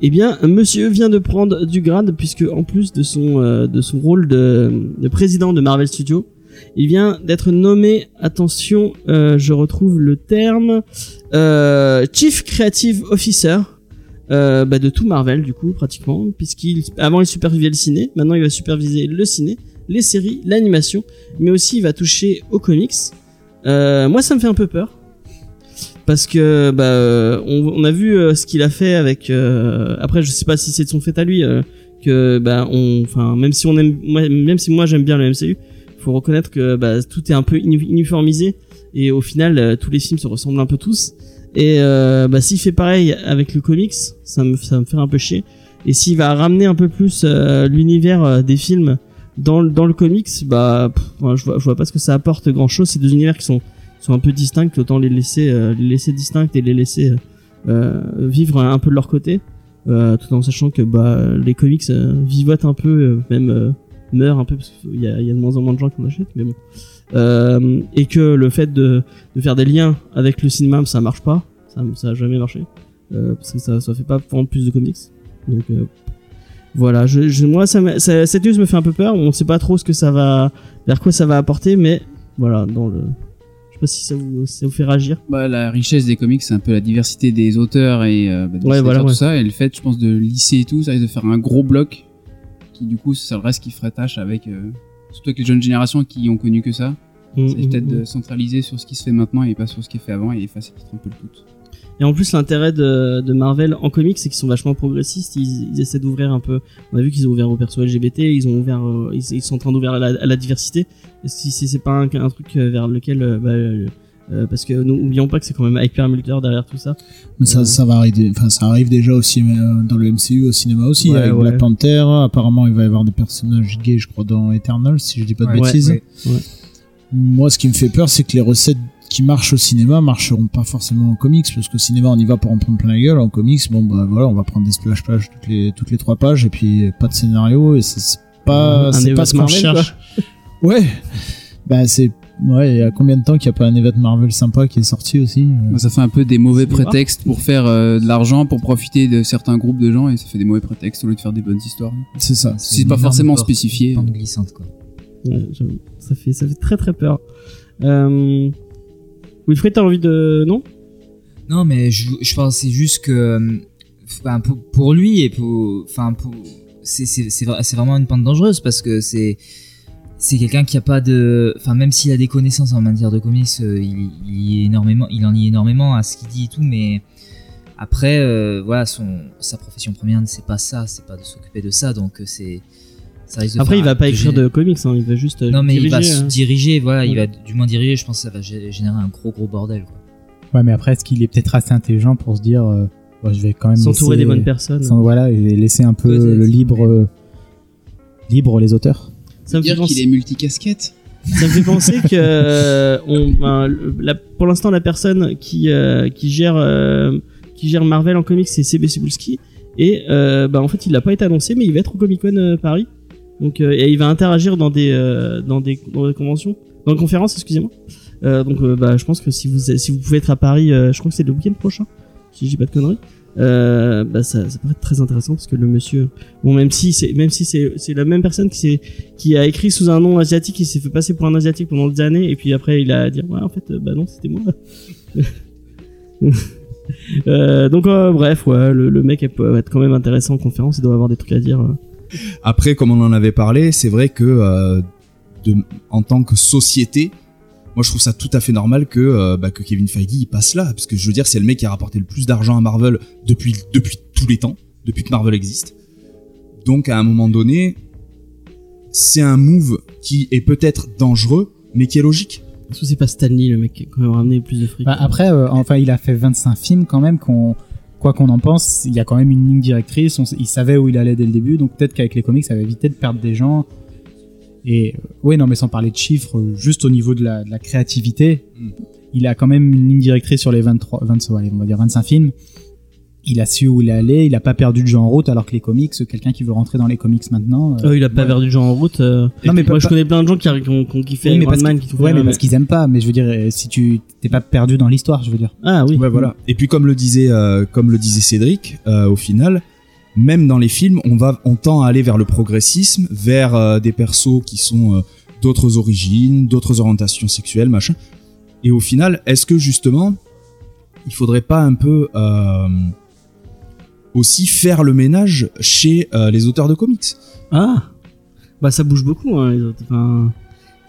Speaker 2: Eh bien, monsieur vient de prendre du grade puisque en plus de son euh, de son rôle de, de président de Marvel Studios, il vient d'être nommé. Attention, euh, je retrouve le terme euh, Chief Creative Officer. euh, bah, de tout Marvel du coup pratiquement puisqu'il avant il supervisait le ciné maintenant il va superviser le ciné les séries l'animation mais aussi il va toucher aux comics Euh, moi ça me fait un peu peur parce que bah euh, on, on a vu euh, ce qu'il a fait avec euh, après je sais pas si c'est de son fait à lui euh, que bah on enfin même si on aime moi- même si moi j'aime bien le MCU faut reconnaître que bah, tout est un peu inu- uniformisé et au final euh, tous les films se ressemblent un peu tous et euh, bah s'il fait pareil avec le comics ça me ça me fait un peu chier et s'il va ramener un peu plus euh, l'univers euh, des films dans le- dans le comics bah pff, moi, je vois je vois pas ce que ça apporte grand chose c'est deux univers qui sont sont un peu distinctes, autant les laisser, euh, les laisser distinctes et les laisser euh, euh, vivre un peu de leur côté, euh, tout en sachant que bah, les comics euh, vivotent un peu, euh, même euh, meurent un peu, parce qu'il y a, il y a de moins en moins de gens qui en achètent, mais bon. Euh, et que le fait de, de faire des liens avec le cinéma, ça marche pas, ça, ça a jamais marché, euh, parce que ça, ça fait pas vendre plus de comics. Donc euh, voilà, je, je- moi, ça, m'a- ça- cette news me fait un peu peur, on sait pas trop ce que ça va, vers quoi ça va apporter, mais voilà, dans le, je sais pas si ça vous, ça vous fait réagir.
Speaker 7: Bah, la richesse des comics, c'est un peu la diversité des auteurs et euh, bah, des
Speaker 2: Ouais,
Speaker 7: dessinateurs,
Speaker 2: voilà,
Speaker 7: tout
Speaker 2: ouais.
Speaker 7: ça. Et le fait, je pense, de lisser et tout, ça risque de faire un gros bloc qui, du coup, c'est le reste qui ferait tâche avec. euh, surtout avec les jeunes générations qui ont connu que
Speaker 2: Mm,
Speaker 7: ça. C'est peut-être de centraliser sur ce qui se fait maintenant et pas sur ce qui est fait avant et effacer peut-être un peu le tout.
Speaker 2: Et en plus, l'intérêt de, de Marvel en comics, c'est qu'ils sont vachement progressistes. Ils, ils essaient d'ouvrir un peu. On a vu qu'ils ont ouvert aux perso LGBT. Ils ont ouvert. euh, ils, ils sont en train d'ouvrir à la, à la diversité. Si si c'est pas un, un truc euh, vers lequel, euh, bah, euh, euh, parce que nous oublions pas que c'est quand même Hyper Mulder derrière tout ça.
Speaker 5: Mais ça,
Speaker 2: Ouais.
Speaker 5: ça va arriver. Enfin, ça arrive déjà aussi euh, dans le MCU, au cinéma aussi,
Speaker 2: Ouais,
Speaker 5: avec
Speaker 2: ouais.
Speaker 5: Black Panther. Apparemment, il va y avoir des personnages gays, je crois, dans Eternal, si je dis pas de
Speaker 2: Ouais,
Speaker 5: bêtises.
Speaker 2: ouais, ouais.
Speaker 5: Moi, ce qui me fait peur, c'est que les recettes qui marchent au cinéma marcheront pas forcément en comics, parce qu'au cinéma, on y va pour en prendre plein la gueule. En comics, bon, bah voilà, on va prendre des splash pages toutes les toutes les trois pages, et puis euh, pas de scénario, et c'est c'est
Speaker 2: Un
Speaker 5: pas c'est
Speaker 2: événement
Speaker 5: pas ce qu'on
Speaker 2: Marvel, quoi.
Speaker 5: cherche. Ouais. Bah c'est ouais. Il y a combien de temps qu'il n'y a pas un événement Marvel sympa qui est sorti aussi euh,
Speaker 7: Bah, ça fait un peu des mauvais
Speaker 2: C'est vrai.
Speaker 7: prétextes pour faire euh, de l'argent, pour profiter de certains groupes de gens et ça fait des mauvais prétextes au lieu de faire des bonnes histoires.
Speaker 5: C'est ça.
Speaker 7: C'est pas forcément spécifié.
Speaker 6: Pente glissante, quoi.
Speaker 2: Ouais, Euh, j'avoue. ça fait ça fait très très peur. Euh... Wilfried, t'as envie de non
Speaker 6: Non, mais je, je pensais juste que. euh, ben, pour, pour lui et pour. Enfin, pour. C'est c'est- c'est vra- c'est vraiment une pente dangereuse parce que c'est. C'est quelqu'un qui a pas de. Enfin, même s'il a des connaissances en matière de comics, euh, il, il y est énormément, il en y est énormément à ce qu'il dit et tout, mais. Après, euh, voilà, son, sa profession première, c'est pas ça, c'est pas de s'occuper de ça, donc euh, c'est. Ça risque de
Speaker 2: Après,
Speaker 6: faire-
Speaker 2: il va pas écrire
Speaker 6: gérer-
Speaker 2: de comics. Hein, il va juste. euh,
Speaker 6: Non, mais il va
Speaker 2: diriger,
Speaker 6: se
Speaker 2: hein.
Speaker 6: diriger, voilà, il
Speaker 2: Ouais.
Speaker 6: va du moins diriger, je pense que ça va gé- générer un gros gros bordel, quoi.
Speaker 3: Ouais, mais après, est-ce qu'il est peut-être assez intelligent pour se dire, euh, ouais, je vais quand même
Speaker 2: S'entourer des
Speaker 3: laisser-
Speaker 2: bonnes personnes.
Speaker 3: sans- voilà, et laisser un peu
Speaker 6: Peut-être.
Speaker 3: le libre, euh, libre les auteurs.
Speaker 2: Ça me fait
Speaker 7: Dire
Speaker 2: penser-
Speaker 7: qu'il est multicasquette.
Speaker 2: Ça me fait penser que euh, on- ben, le- la- pour l'instant la personne qui euh, qui gère euh, qui gère Marvel en comics c'est CB Cebulski et euh, ben, en fait il n'a pas été annoncé mais il va être au Comic Con euh, Paris donc euh, et il va interagir dans des euh, dans des dans des conventions dans des conférences excusez-moi Euh, donc euh, bah, je pense que si vous si vous pouvez être à Paris euh, je crois que c'est le week-end prochain si je dis pas de conneries euh, bah, ça, ça peut être très intéressant parce que le monsieur bon même si c'est même si c'est c'est la même personne qui s'est qui a écrit sous un nom asiatique, il s'est fait passer pour un asiatique pendant des années, et puis après il a dit ouais en fait euh, bah non c'était moi. Euh, donc euh, bref ouais le, le mec il peut être quand même intéressant en conférence, il doit avoir des trucs à dire. euh.
Speaker 4: Après, comme on en avait parlé, c'est vrai que euh, de, en tant que société, moi je trouve ça tout à fait normal que, euh, bah, que Kevin Feige il passe là, parce que je veux dire c'est le mec qui a rapporté le plus d'argent à Marvel depuis depuis tous les temps, depuis que Marvel existe. Donc à un moment donné, c'est un move qui est peut-être dangereux, mais qui est logique.
Speaker 2: Est-ce que c'est pas Stanley le mec qui a quand même ramené le plus de fric
Speaker 3: Bah, après, euh, enfin, il a fait 25 films quand même, qu'on, quoi qu'on en pense, il y a quand même une ligne directrice, on s- il savait où il allait dès le début, donc peut-être qu'avec les comics, ça va éviter de perdre des gens. Et euh, ouais, non, mais sans parler de chiffres, euh, juste au niveau de la, de la créativité,
Speaker 4: Mm.
Speaker 3: il a quand même une ligne directrice sur les 23, 25, allez, on va dire 25 films. Il a su où il allait, il a pas perdu de gens en route, alors que les comics, euh, quelqu'un qui veut rentrer dans les comics maintenant. euh,
Speaker 2: Oh, il a pas
Speaker 3: ouais.
Speaker 2: perdu de gens en route. euh.
Speaker 3: Non, mais
Speaker 2: moi
Speaker 3: pas-
Speaker 2: je connais plein de gens qui, arri- qui ont, qui ont kiffé
Speaker 3: Oui, mais
Speaker 2: Iron
Speaker 3: parce
Speaker 2: Man,
Speaker 3: que-
Speaker 2: qui trouvent
Speaker 3: ouais,
Speaker 2: pas
Speaker 3: mais
Speaker 2: mal.
Speaker 3: parce qu'ils aiment pas, mais je veux dire, euh, si tu t'es pas perdu dans l'histoire, je veux dire.
Speaker 2: Ah oui.
Speaker 4: Ouais, voilà. Et puis comme le disait, euh, comme le disait Cédric, euh, au final, même dans les films, on va, on tend à aller vers le progressisme, vers euh, des persos qui sont euh, d'autres origines, d'autres orientations sexuelles, machin. Et au final, est-ce que justement, il faudrait pas un peu euh, aussi faire le ménage chez euh, les auteurs de comics
Speaker 2: Ah Bah ça bouge beaucoup hein, les autres. Enfin,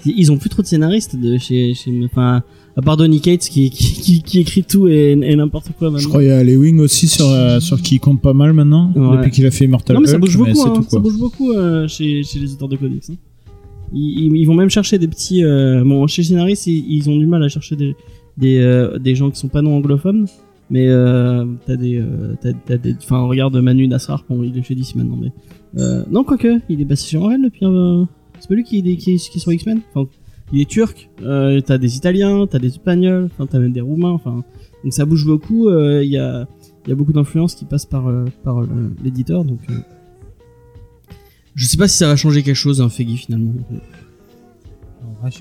Speaker 2: ils ont plus trop de scénaristes de chez, chez enfin à part Donny Cates qui, qui, qui, qui écrit tout et, et n'importe quoi
Speaker 5: Je
Speaker 2: maintenant.
Speaker 5: crois qu'il y a les Wing aussi sur, euh, sur qui compte pas mal maintenant,
Speaker 2: Ouais.
Speaker 5: depuis qu'il a fait Immortal
Speaker 2: non mais ça
Speaker 5: Hulk,
Speaker 2: bouge
Speaker 5: mais
Speaker 2: beaucoup,
Speaker 5: c'est
Speaker 2: hein,
Speaker 5: tout, quoi.
Speaker 2: ça bouge beaucoup euh, chez, chez les auteurs de comics. hein. Ils, ils- ils vont même chercher des petits. euh, bon, chez les scénaristes, ils, ils ont du mal à chercher des des, euh, des gens qui sont pas non anglophones, mais euh, t'as des euh, t'as, t'as des. Enfin, regarde Manu Nassar, bon, il est chez DC maintenant, mais euh, non quoique, il est passé chez Marvel le pire. euh, c'est pas lui qui, est- qui, est- qui est sur X-Men. Enfin, il est turc. Euh, t'as des Italiens, t'as des Espagnols, enfin t'as même des Roumains. Enfin, donc ça bouge beaucoup. euh, Il y a il y a beaucoup d'influences qui passent par euh, par euh, l'éditeur, donc. euh, je sais pas si ça va changer quelque chose, un Feggy finalement.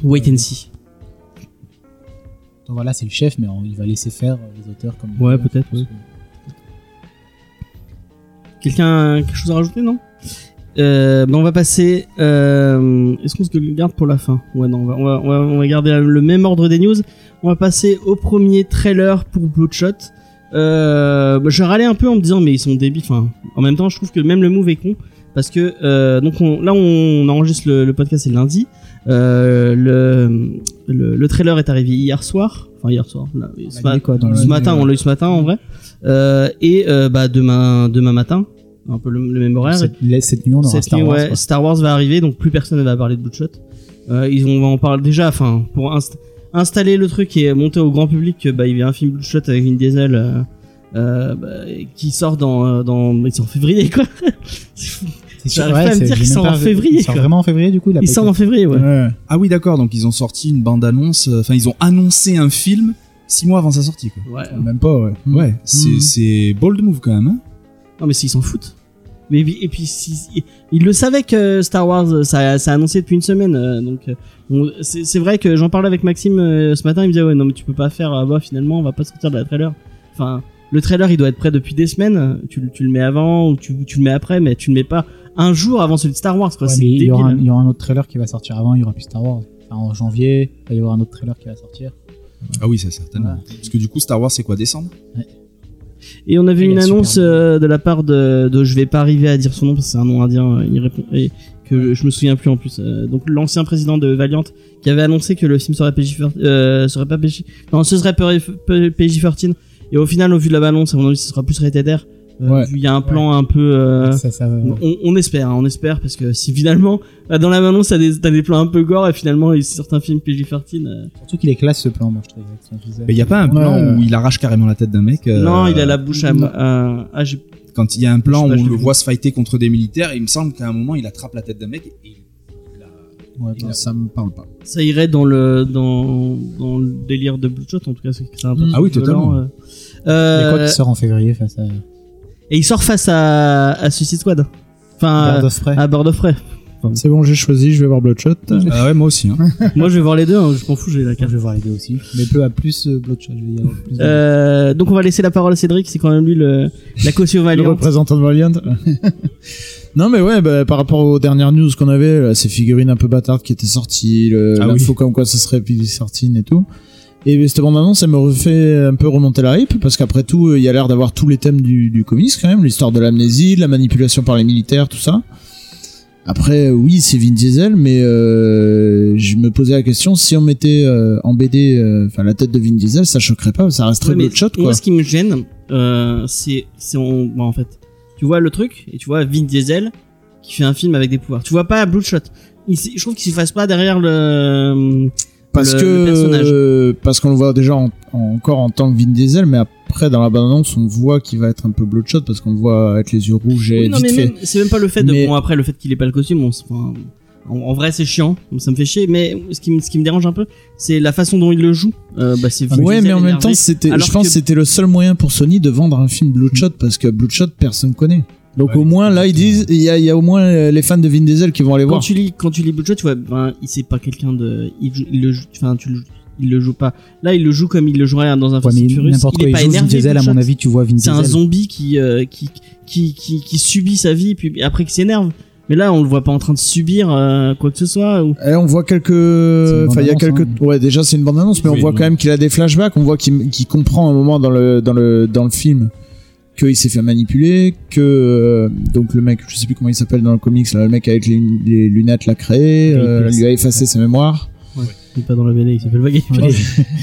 Speaker 2: Wait and see.
Speaker 3: Donc voilà, c'est le chef, mais on- il va laisser faire euh, les auteurs comme. ils
Speaker 2: Ouais,
Speaker 3: veulent,
Speaker 2: peut-être,
Speaker 3: je pense
Speaker 2: ouais. Quelqu'un a quelque chose à rajouter, non euh, ben on va passer. euh, Est-ce qu'on se le garde pour la fin Ouais, non, on va, on va, on va- on va garder le même ordre des news. On va passer au premier trailer pour Bloodshot. Euh, bah, je râlais un peu en me disant mais ils sont débiles. Enfin, en même temps, je trouve que même le move est con parce que euh, donc on- là on enregistre le, le podcast c'est le lundi. Euh, le, le le trailer est arrivé hier soir. Enfin hier soir. Là, ce
Speaker 3: que-
Speaker 2: ma-
Speaker 3: L'année, quoi, dans
Speaker 2: ce
Speaker 3: l'année,
Speaker 2: matin,
Speaker 3: ouais.
Speaker 2: on l'a eu ce matin en vrai. Euh, et euh, bah demain, demain matin, un peu le, le même horaire.
Speaker 3: Cette, la- cette nuit, on aura
Speaker 2: Cette
Speaker 3: Star
Speaker 2: nuit,
Speaker 3: Wars.
Speaker 2: ouais,
Speaker 3: quoi.
Speaker 2: Star Wars va arriver, donc plus personne ne va parler de Bloodshot. Euh, ils ont, on en parle déjà, enfin, pour inst- installer le truc et monter au grand public, que, bah, il y a un film Bloodshot avec une Diesel euh, euh, bah, qui sort dans, euh, dans, il sort en février quoi. C'est fou.
Speaker 3: C'est
Speaker 2: J'arrive pas à me
Speaker 3: c'est-
Speaker 2: dire
Speaker 3: j'ai
Speaker 2: qu'il
Speaker 3: même
Speaker 2: sort en
Speaker 3: pas-
Speaker 2: février,
Speaker 3: Il sort
Speaker 2: quoi.
Speaker 3: vraiment en février, du coup. Il, a
Speaker 2: Il
Speaker 3: pas
Speaker 2: sort
Speaker 3: été-
Speaker 2: en février, ouais.
Speaker 5: Ouais.
Speaker 4: Ah oui, d'accord. Donc ils ont sorti une bande-annonce. euh, Enfin, ils ont annoncé un film six mois avant sa sortie. Quoi.
Speaker 2: Ouais.
Speaker 5: Même pas, ouais. Mmh.
Speaker 4: Ouais, c'est c'est bold move quand même. hein.
Speaker 2: Non mais s'ils s'en foutent. Mais et puis- et puis si, ils le savaient que Star Wars euh, ça, ça a annoncé depuis une semaine euh, donc euh, on- c'est c'est vrai que j'en parlais avec Maxime euh, ce matin il me disait ouais non mais tu peux pas faire ah bah finalement on va pas sortir de la trailer. Enfin le trailer il doit être prêt depuis des semaines tu, le- tu le mets avant ou tu, tu le mets après mais tu le mets pas un jour avant celui de Star Wars quoi
Speaker 3: Ouais,
Speaker 2: c'est
Speaker 3: mais il,
Speaker 2: débile. hein.
Speaker 3: y aura un, il y aura un autre trailer qui va sortir avant, il y aura plus Star Wars. Enfin, en janvier, il va y avoir un autre trailer qui va sortir.
Speaker 4: Ah oui, ça certainement. Parce que du coup, Star Wars, c'est quoi décembre
Speaker 2: Et on avait
Speaker 3: Il
Speaker 2: une
Speaker 3: est
Speaker 2: annonce
Speaker 3: super
Speaker 2: euh, de la part de, de je vais pas arriver à dire son nom parce que c'est un nom indien euh, il répond et que je, je me souviens plus en plus euh, donc l'ancien président de Valiant qui avait annoncé que le film serait PG euh, serait pas PG non ce serait PG-13 et au final au vu de la balance à mon avis ce sera plus rated R Euh,
Speaker 5: Ouais.
Speaker 2: vu Il y a un plan un peu. euh,
Speaker 3: Ça, ça, va.
Speaker 2: on, on espère, hein, on espère, parce que si finalement, bah, dans la balance, t'as des, t'as des plans un peu gore, et finalement, il- certains films PG-13. euh,
Speaker 3: Surtout qu'il est classe ce plan, moi je trouve. avec son visage.
Speaker 4: Mais il y a pas un plan
Speaker 5: Ouais.
Speaker 4: où il arrache carrément la tête d'un mec. euh,
Speaker 2: non, il a la bouche à.
Speaker 5: non.
Speaker 2: à- à- j'ai-
Speaker 4: Quand il y a un plan
Speaker 2: Je sais
Speaker 4: où
Speaker 2: pas,
Speaker 4: on
Speaker 2: je
Speaker 4: le
Speaker 2: l'ai
Speaker 4: voit se fighter contre des militaires, il me semble qu'à un moment il attrape la tête d'un mec et il- il a-
Speaker 5: Ouais, non, ça me parle pas.
Speaker 2: ça irait dans le, dans, dans le délire de Bloodshot, en tout cas, c'est que c'est un peu.
Speaker 5: Mm.
Speaker 4: Ah oui,
Speaker 2: violent,
Speaker 4: totalement.
Speaker 2: euh.
Speaker 3: Il y a quoi
Speaker 2: Euh,
Speaker 3: qui sort en février face à
Speaker 2: et il sort face à, à Suicide Squad. Enfin,
Speaker 3: Bird of Prey
Speaker 2: à Bird of Prey.
Speaker 5: C'est bon, j'ai choisi, je vais voir Bloodshot.
Speaker 4: Ah ouais, moi aussi. hein.
Speaker 2: Moi, je vais voir les deux, hein, je m'en fous, j'ai la
Speaker 3: Je
Speaker 2: carte.
Speaker 3: vais voir les deux aussi. Mais peu à plus euh, Bloodshot, je vais y aller. Plus de-
Speaker 2: Euh, donc on va laisser la parole à Cédric, c'est quand même lui le, la caution
Speaker 5: Le
Speaker 2: valiante.
Speaker 5: représentant de Valiant. non, mais ouais, bah, par rapport aux dernières news qu'on avait, là, ces figurines un peu bâtardes qui étaient sorties, le-
Speaker 4: Ah
Speaker 5: l'info comme quoi ce serait Pili Sartine et tout. Et ben, cette bande-annonce, elle me refait un peu remonter la hype, parce qu'après tout, euh, il y a l'air d'avoir tous les thèmes du, du comics quand même, l'histoire de l'amnésie, de la manipulation par les militaires, tout ça. Après, euh, oui, c'est Vin Diesel, mais euh, je me posais la question, si on mettait euh, en BD euh, enfin la tête de Vin Diesel, ça choquerait pas, ça resterait
Speaker 2: Ouais, mais
Speaker 5: Bloodshot, quoi.
Speaker 2: Moi, ce qui me gêne, euh, c'est, c'est on, bon, en fait, tu vois le truc et tu vois Vin Diesel qui fait un film avec des pouvoirs. Tu vois pas Bloodshot. Il s- je trouve qu'il se fasse pas derrière le.
Speaker 5: parce
Speaker 2: le-
Speaker 5: que
Speaker 2: le personnage.
Speaker 5: euh, parce qu'on le voit déjà en- en- encore en tant que Vin Diesel mais après dans la bande annonce on voit qu'il va être un peu bloodshot parce qu'on le voit avec les yeux rouges et
Speaker 2: Oui, non,
Speaker 5: vite
Speaker 2: mais
Speaker 5: fait
Speaker 2: même- c'est même pas le fait de.
Speaker 5: Mais-
Speaker 2: Bon, après, le fait qu'il ait pas le costume, on s- enfin, en, en vrai, c'est chiant, ça me fait chier, mais ce qui, me- ce qui me dérange un peu, c'est la façon dont il le joue. Euh, bah,
Speaker 3: Ah,
Speaker 2: c'est Vin
Speaker 5: ouais
Speaker 2: Diesel
Speaker 5: mais en même
Speaker 2: énervé.
Speaker 5: temps c'était
Speaker 2: Alors
Speaker 5: je pense
Speaker 2: que-
Speaker 5: que c'était le seul moyen pour Sony de vendre un film bloodshot parce que bloodshot personne connaît donc
Speaker 4: Ouais,
Speaker 5: au moins là ils disent il y a, il y a au moins euh, les fans de Vin Diesel qui vont aller
Speaker 2: quand
Speaker 5: voir
Speaker 2: tu lis quand tu lis Bloodshot tu vois ben il c'est pas quelqu'un de il, joue- il le joue enfin tu le il le joue pas là il le joue comme il le jouerait dans un
Speaker 3: Ouais,
Speaker 2: Fast and
Speaker 3: mais
Speaker 2: Furious
Speaker 3: n'importe
Speaker 2: il
Speaker 3: quoi,
Speaker 2: est
Speaker 3: il
Speaker 2: pas
Speaker 3: joue Vin
Speaker 2: énervé
Speaker 3: Diesel, à mon
Speaker 2: Bloodshot.
Speaker 3: avis, tu vois Vin
Speaker 2: c'est
Speaker 3: Diesel.
Speaker 2: un zombie qui, euh, qui, qui qui qui subit sa vie puis après qui s'énerve mais là on le voit pas en train de subir euh, quoi que ce soit ou
Speaker 5: Eh, on voit quelques
Speaker 3: une
Speaker 5: enfin il y a
Speaker 3: bande-annonce,
Speaker 5: quelques ouais déjà c'est une bande annonce mais
Speaker 4: Oui,
Speaker 5: on voit
Speaker 4: non.
Speaker 5: quand même qu'il a des flashbacks on voit qu'il qu'il comprend un moment dans le dans le dans le film qu'il s'est fait manipuler que euh, donc le mec je sais plus comment il s'appelle dans le comics là, le mec avec les, les lunettes l'a créé euh, lui a effacé sa mémoire
Speaker 2: il est pas dans la BD il s'appelle Vagabond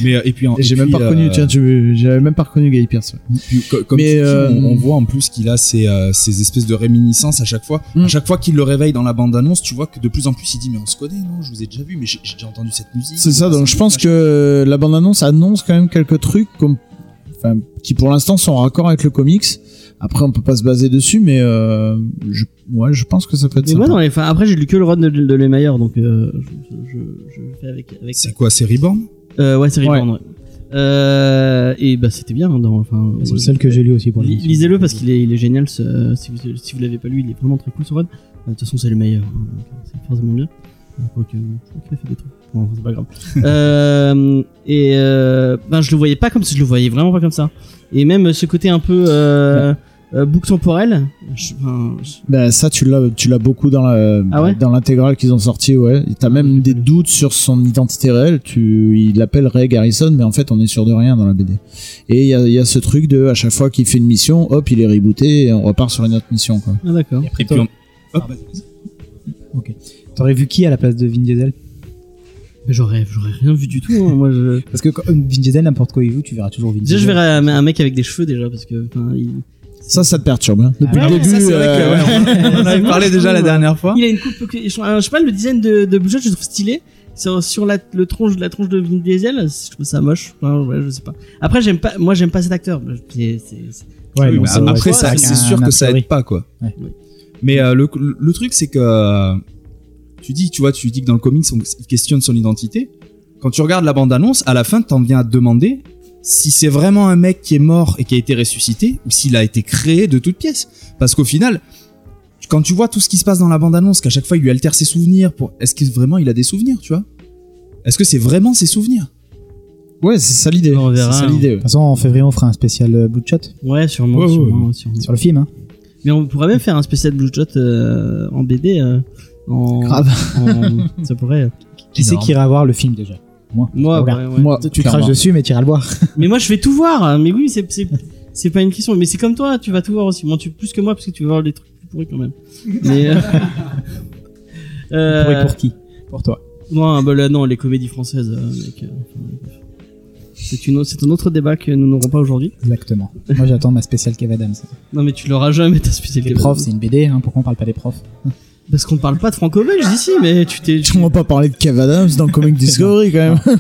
Speaker 4: Mais euh, et puis en-
Speaker 5: Et j'ai
Speaker 4: et
Speaker 5: même
Speaker 4: puis,
Speaker 5: pas reconnu
Speaker 4: euh,
Speaker 5: tiens tu- j'avais même pas reconnu Guy Pierce ouais.
Speaker 4: Puis, co- comme
Speaker 5: Mais,
Speaker 4: tu dis,
Speaker 5: euh,
Speaker 4: on, on voit en plus qu'il a ces, euh, ces espèces de réminiscences à chaque fois.
Speaker 5: Mm.
Speaker 4: À chaque fois qu'il le réveille dans la bande-annonce, tu vois que de plus en plus il dit mais on se connaît, non Je vous ai déjà vu, mais j'ai j'ai déjà entendu cette musique.
Speaker 5: c'est ça donc je pense que la bande annonce annonce quand même quelques trucs comme enfin qui pour l'instant sont en raccord avec le comics après on peut pas se baser dessus mais euh, je ouais je pense que ça peut être
Speaker 2: mais
Speaker 5: sympa.
Speaker 2: moi dans les enfin, après j'ai lu que le run de, de Lemaire donc euh, je, je, je fais avec avec
Speaker 4: C'est quoi C'est Reborn
Speaker 2: euh, ouais c'est Reborn ouais, Euh, et bah c'était bien hein, dans, enfin
Speaker 3: C'est le
Speaker 2: euh,
Speaker 3: seul que j'ai lu aussi pour
Speaker 2: Li-
Speaker 3: l'instant.
Speaker 2: Lisez-le parce qu'il est, il est génial. ce- euh, si vous, si vous l'avez pas lu, il est vraiment très cool ce run. Euh, De toute façon, c'est le meilleur. hein, donc, euh, c'est forcément bien. Euh, quoique, euh, je crois qu'il a fait des trucs. Bon, c'est pas grave. Euh, et euh, ben, je le voyais pas comme ça. Je le voyais vraiment pas comme ça. Et même ce côté un peu euh, euh, boucle temporelle. je- enfin, je-
Speaker 5: Ben ça tu l'as tu l'as beaucoup dans la
Speaker 2: Ah ouais
Speaker 5: dans l'intégrale qu'ils ont sorti ouais. Et T'as même des doutes sur son identité réelle. Tu il l'appelle Ray Garrison mais en fait on est sûr de rien dans la BD. Et il y a, il y a ce truc de à chaque fois qu'il fait une mission hop il est rebooté et on repart sur une autre mission quoi.
Speaker 2: Ah d'accord.
Speaker 4: Et puis on-
Speaker 3: T'aurais vu qui à la place de Vin Diesel
Speaker 2: Mais J'aurais, j'aurais rien vu du tout. hein, moi, je...
Speaker 3: Parce que quand- Vin Diesel, n'importe quoi il joue, tu verras toujours Vin
Speaker 2: déjà,
Speaker 3: Diesel.
Speaker 2: je verrais un, un mec avec des cheveux déjà parce que. enfin, Il...
Speaker 5: Ça ça te perturbe. Hein.
Speaker 3: Depuis
Speaker 2: Ah
Speaker 5: le
Speaker 2: ouais,
Speaker 5: début,
Speaker 4: Ça, c'est vrai que,
Speaker 5: euh,
Speaker 4: ouais, on en avait parlé déjà la dernière fois.
Speaker 2: Il a une coupe. que- Je je sais pas, le design de, de Blue Shot, je le trouve stylé. Sur, sur la, le tronche, la tronche de Vin Diesel, je trouve ça moche. Enfin, ouais, je sais pas. Après, j'aime pas, moi, j'aime pas cet acteur. C'est- c'est- c'est-
Speaker 3: Ouais,
Speaker 4: Oui,
Speaker 3: non,
Speaker 4: mais
Speaker 3: c'est-
Speaker 4: Bah, après,
Speaker 3: ouais,
Speaker 4: ça-
Speaker 3: avec
Speaker 4: c'est
Speaker 3: un
Speaker 4: sûr que ça
Speaker 3: a priori.
Speaker 4: aide pas, quoi.
Speaker 3: Ouais.
Speaker 4: Mais euh, le, le truc, c'est que euh, tu dis, tu vois, tu dis que dans le comics, on, il questionne son identité. Quand tu regardes la bande-annonce, à la fin, t'en viens à te demander si c'est vraiment un mec qui est mort et qui a été ressuscité ou s'il a été créé de toutes pièces. Parce qu'au final, quand tu vois tout ce qui se passe dans la bande-annonce, qu'à chaque fois, il lui altère ses souvenirs, pour... est-ce que vraiment il a des souvenirs, tu vois Est-ce que c'est vraiment ses souvenirs
Speaker 5: Ouais c'est ça l'idée.
Speaker 2: On
Speaker 5: C'est
Speaker 2: verra,
Speaker 5: ça
Speaker 2: hein.
Speaker 5: l'idée.
Speaker 3: De toute façon, en février, on fera un spécial euh, Bloodshot
Speaker 2: Ouais, sûrement,
Speaker 4: Ouais, ouais,
Speaker 2: sûrement, sûrement.
Speaker 3: sur le film. Hein.
Speaker 2: Mais on pourrait même faire un spécial Blue Shot euh, en BD. euh, en,
Speaker 5: Grave.
Speaker 2: en- ça pourrait. euh,
Speaker 3: Qui c'est qui ira voir le film déjà Moi.
Speaker 2: Moi,
Speaker 3: Regarde.
Speaker 2: ouais, ouais.
Speaker 5: Moi
Speaker 3: Tu
Speaker 5: clairement.
Speaker 3: craches dessus, mais tu iras le voir.
Speaker 2: Mais moi, je vais tout voir. hein. Mais oui, c'est, c'est, c'est pas une question. Mais c'est comme toi, tu vas tout voir aussi. Moi, tu plus que moi parce que tu vas voir des trucs plus pourris quand même. Mais. euh,
Speaker 3: Pour,
Speaker 2: euh,
Speaker 3: et pour qui Pour toi.
Speaker 2: Non, bah là, non, les comédies françaises, euh, mec. euh, enfin, bref. C'est une autre- c'est un autre débat que nous n'aurons pas aujourd'hui.
Speaker 3: Exactement. Moi, j'attends ma spéciale Kev Adams.
Speaker 2: Non, mais tu l'auras jamais, ta spécialité.
Speaker 3: Les profs, c'est une BD, hein, pourquoi on parle pas des profs
Speaker 2: Parce qu'on ne parle pas de franco-belge ici, mais tu t'es.
Speaker 5: On va pas parler de Kev Adams dans Comic Discovery quand même.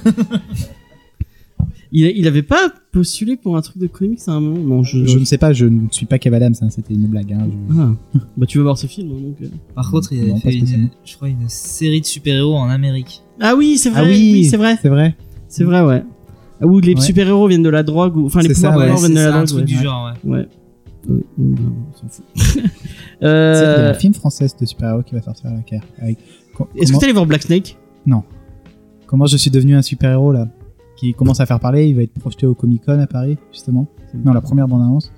Speaker 2: Il, il avait pas postulé pour un truc de comics à un moment Non, je.
Speaker 3: Je ne sais pas, je ne suis pas Kev Adams, hein, c'était une blague. hein, je-
Speaker 2: Ah. Bah, tu veux voir ce film, hein, donc. euh.
Speaker 6: Par contre, il
Speaker 3: Non,
Speaker 6: avait
Speaker 3: pas
Speaker 6: fait une,
Speaker 3: spécialement.
Speaker 6: je crois une série de super-héros en Amérique.
Speaker 2: Ah oui, c'est vrai.
Speaker 3: Ah oui.
Speaker 2: oui, c'est vrai.
Speaker 3: C'est vrai
Speaker 2: C'est vrai, ouais. Ah, Où les
Speaker 3: Ouais.
Speaker 2: super-héros viennent de la drogue, ou enfin les
Speaker 3: C'est ça,
Speaker 2: pouvoirs de
Speaker 3: ouais,
Speaker 2: l'or
Speaker 6: c'est
Speaker 2: viennent de
Speaker 6: ça,
Speaker 2: la
Speaker 6: un
Speaker 2: drogue.
Speaker 6: truc
Speaker 2: ouais.
Speaker 6: du genre, ouais.
Speaker 2: Ouais. Oui, bon, bah, on s'en fout.
Speaker 3: C'est qu'il y a
Speaker 2: euh,
Speaker 3: un film français de super-héros qui va sortir à la guerre. Avec... co-
Speaker 2: Est-ce que
Speaker 3: comment...
Speaker 2: t'es allé voir Black Snake
Speaker 3: comment je suis devenu un super-héros là Qui commence à faire parler, il va être projeté au Comic-Con à Paris, justement. Non, la première bande-annonce.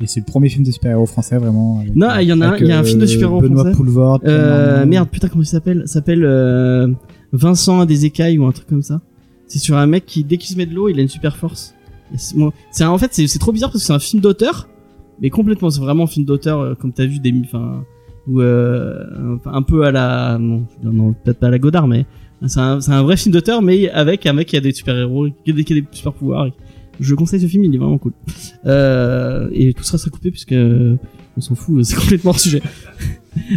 Speaker 3: Et c'est le premier film de super-héros français, vraiment. avec-
Speaker 2: Non, ah, il y en a
Speaker 3: avec,
Speaker 2: un- il y a un
Speaker 3: euh,
Speaker 2: film de super-héros
Speaker 3: Benoît
Speaker 2: français.
Speaker 3: Poulvord. Pierre
Speaker 2: Euh,
Speaker 3: Norman.
Speaker 2: merde, putain, comment il s'appelle Il s'appelle euh, Vincent à des écailles ou un truc comme ça. C'est sur un mec qui, dès qu'il se met de l'eau, il a une super force. Et c'est- moi, C'est un- en fait, c'est c'est trop bizarre parce que c'est un film d'auteur, mais complètement, c'est vraiment un film d'auteur euh, comme t'as vu des, mi- enfin, ou euh, un un peu à la, non, je veux dire, non, peut-être pas à la Godard, mais c'est un, c'est un vrai film d'auteur, mais avec un mec qui a des super héros, qui a des, qui a des super pouvoirs. Je conseille ce film, il est vraiment cool. Euh, et tout ça sera coupé puisque euh, on s'en fout, c'est complètement hors sujet.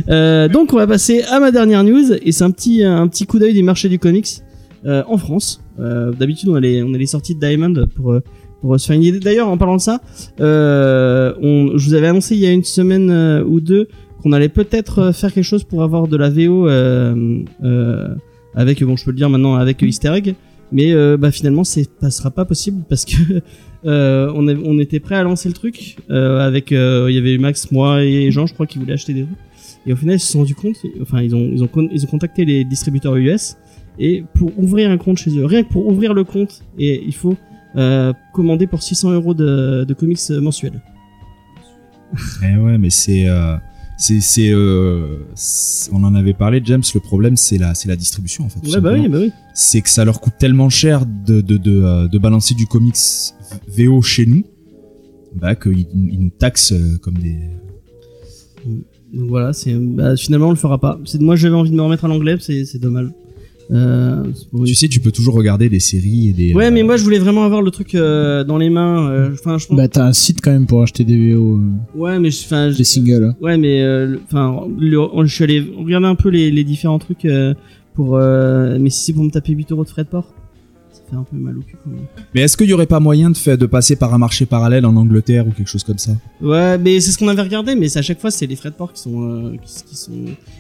Speaker 2: Euh, donc on va passer à ma dernière news et c'est un petit un petit coup d'œil des marchés du comics euh, en France. Euh, D'habitude on a les on a les sorties de Diamond pour euh, pour se faire une idée. D'ailleurs en parlant de ça, euh, on, je vous avais annoncé il y a une semaine euh, ou deux qu'on allait peut-être euh, faire quelque chose pour avoir de la VO euh, euh, avec bon je peux le dire maintenant avec Easter Egg, mais euh, bah finalement c'est ça sera pas possible parce que euh, on, est- on était prêt à lancer le truc euh, avec euh, il y avait eu Max, moi et Jean je crois qui voulaient acheter des trucs. Et au final, ils se sont rendus compte, enfin, ils ont, ils ont, con- ils ont contacté les distributeurs US. Et pour ouvrir un compte chez eux, rien que pour ouvrir le compte, et il faut euh, commander pour 600 euros de, de comics euh, mensuels.
Speaker 4: Eh ouais, mais c'est. euh, c'est, c'est, euh, c'est- on en avait parlé, James. Le problème, c'est la, c'est la distribution, en fait. tout
Speaker 2: Ouais, bah
Speaker 4: simplement.
Speaker 2: oui, bah oui.
Speaker 4: c'est que ça leur coûte tellement cher de, de, de, euh, de balancer du comics VO chez nous, bah, qu'ils ils nous taxent euh, comme des.
Speaker 2: Donc voilà, c'est, bah, finalement, on le fera pas. C'est, moi, j'avais envie de me remettre à l'anglais, c'est, c'est dommage. Euh, c'est pour une-
Speaker 4: Tu sais, tu peux toujours regarder des séries et des.
Speaker 2: Ouais, mais
Speaker 4: euh,
Speaker 2: moi, je voulais vraiment avoir le truc euh, dans les mains. euh, Enfin, je pense.
Speaker 5: Bah t'as un site quand même pour acheter des VO, euh,
Speaker 2: ouais, mais je- enfin, je-
Speaker 5: des singles.
Speaker 2: Ouais, mais euh, le- enfin, le- on- je suis allé regarder un peu les, les différents trucs euh, pour. euh, mais si c'est pour me taper 8 euros de frais de port, ça fait un peu mal au cul quand même.
Speaker 4: Mais est-ce qu'il y aurait pas moyen de, faire, de passer par un marché parallèle en Angleterre ou quelque chose comme ça
Speaker 2: Ouais, mais c'est ce qu'on avait regardé, mais c'est à chaque fois c'est les frais de port qui sont, euh, qui, qui sont.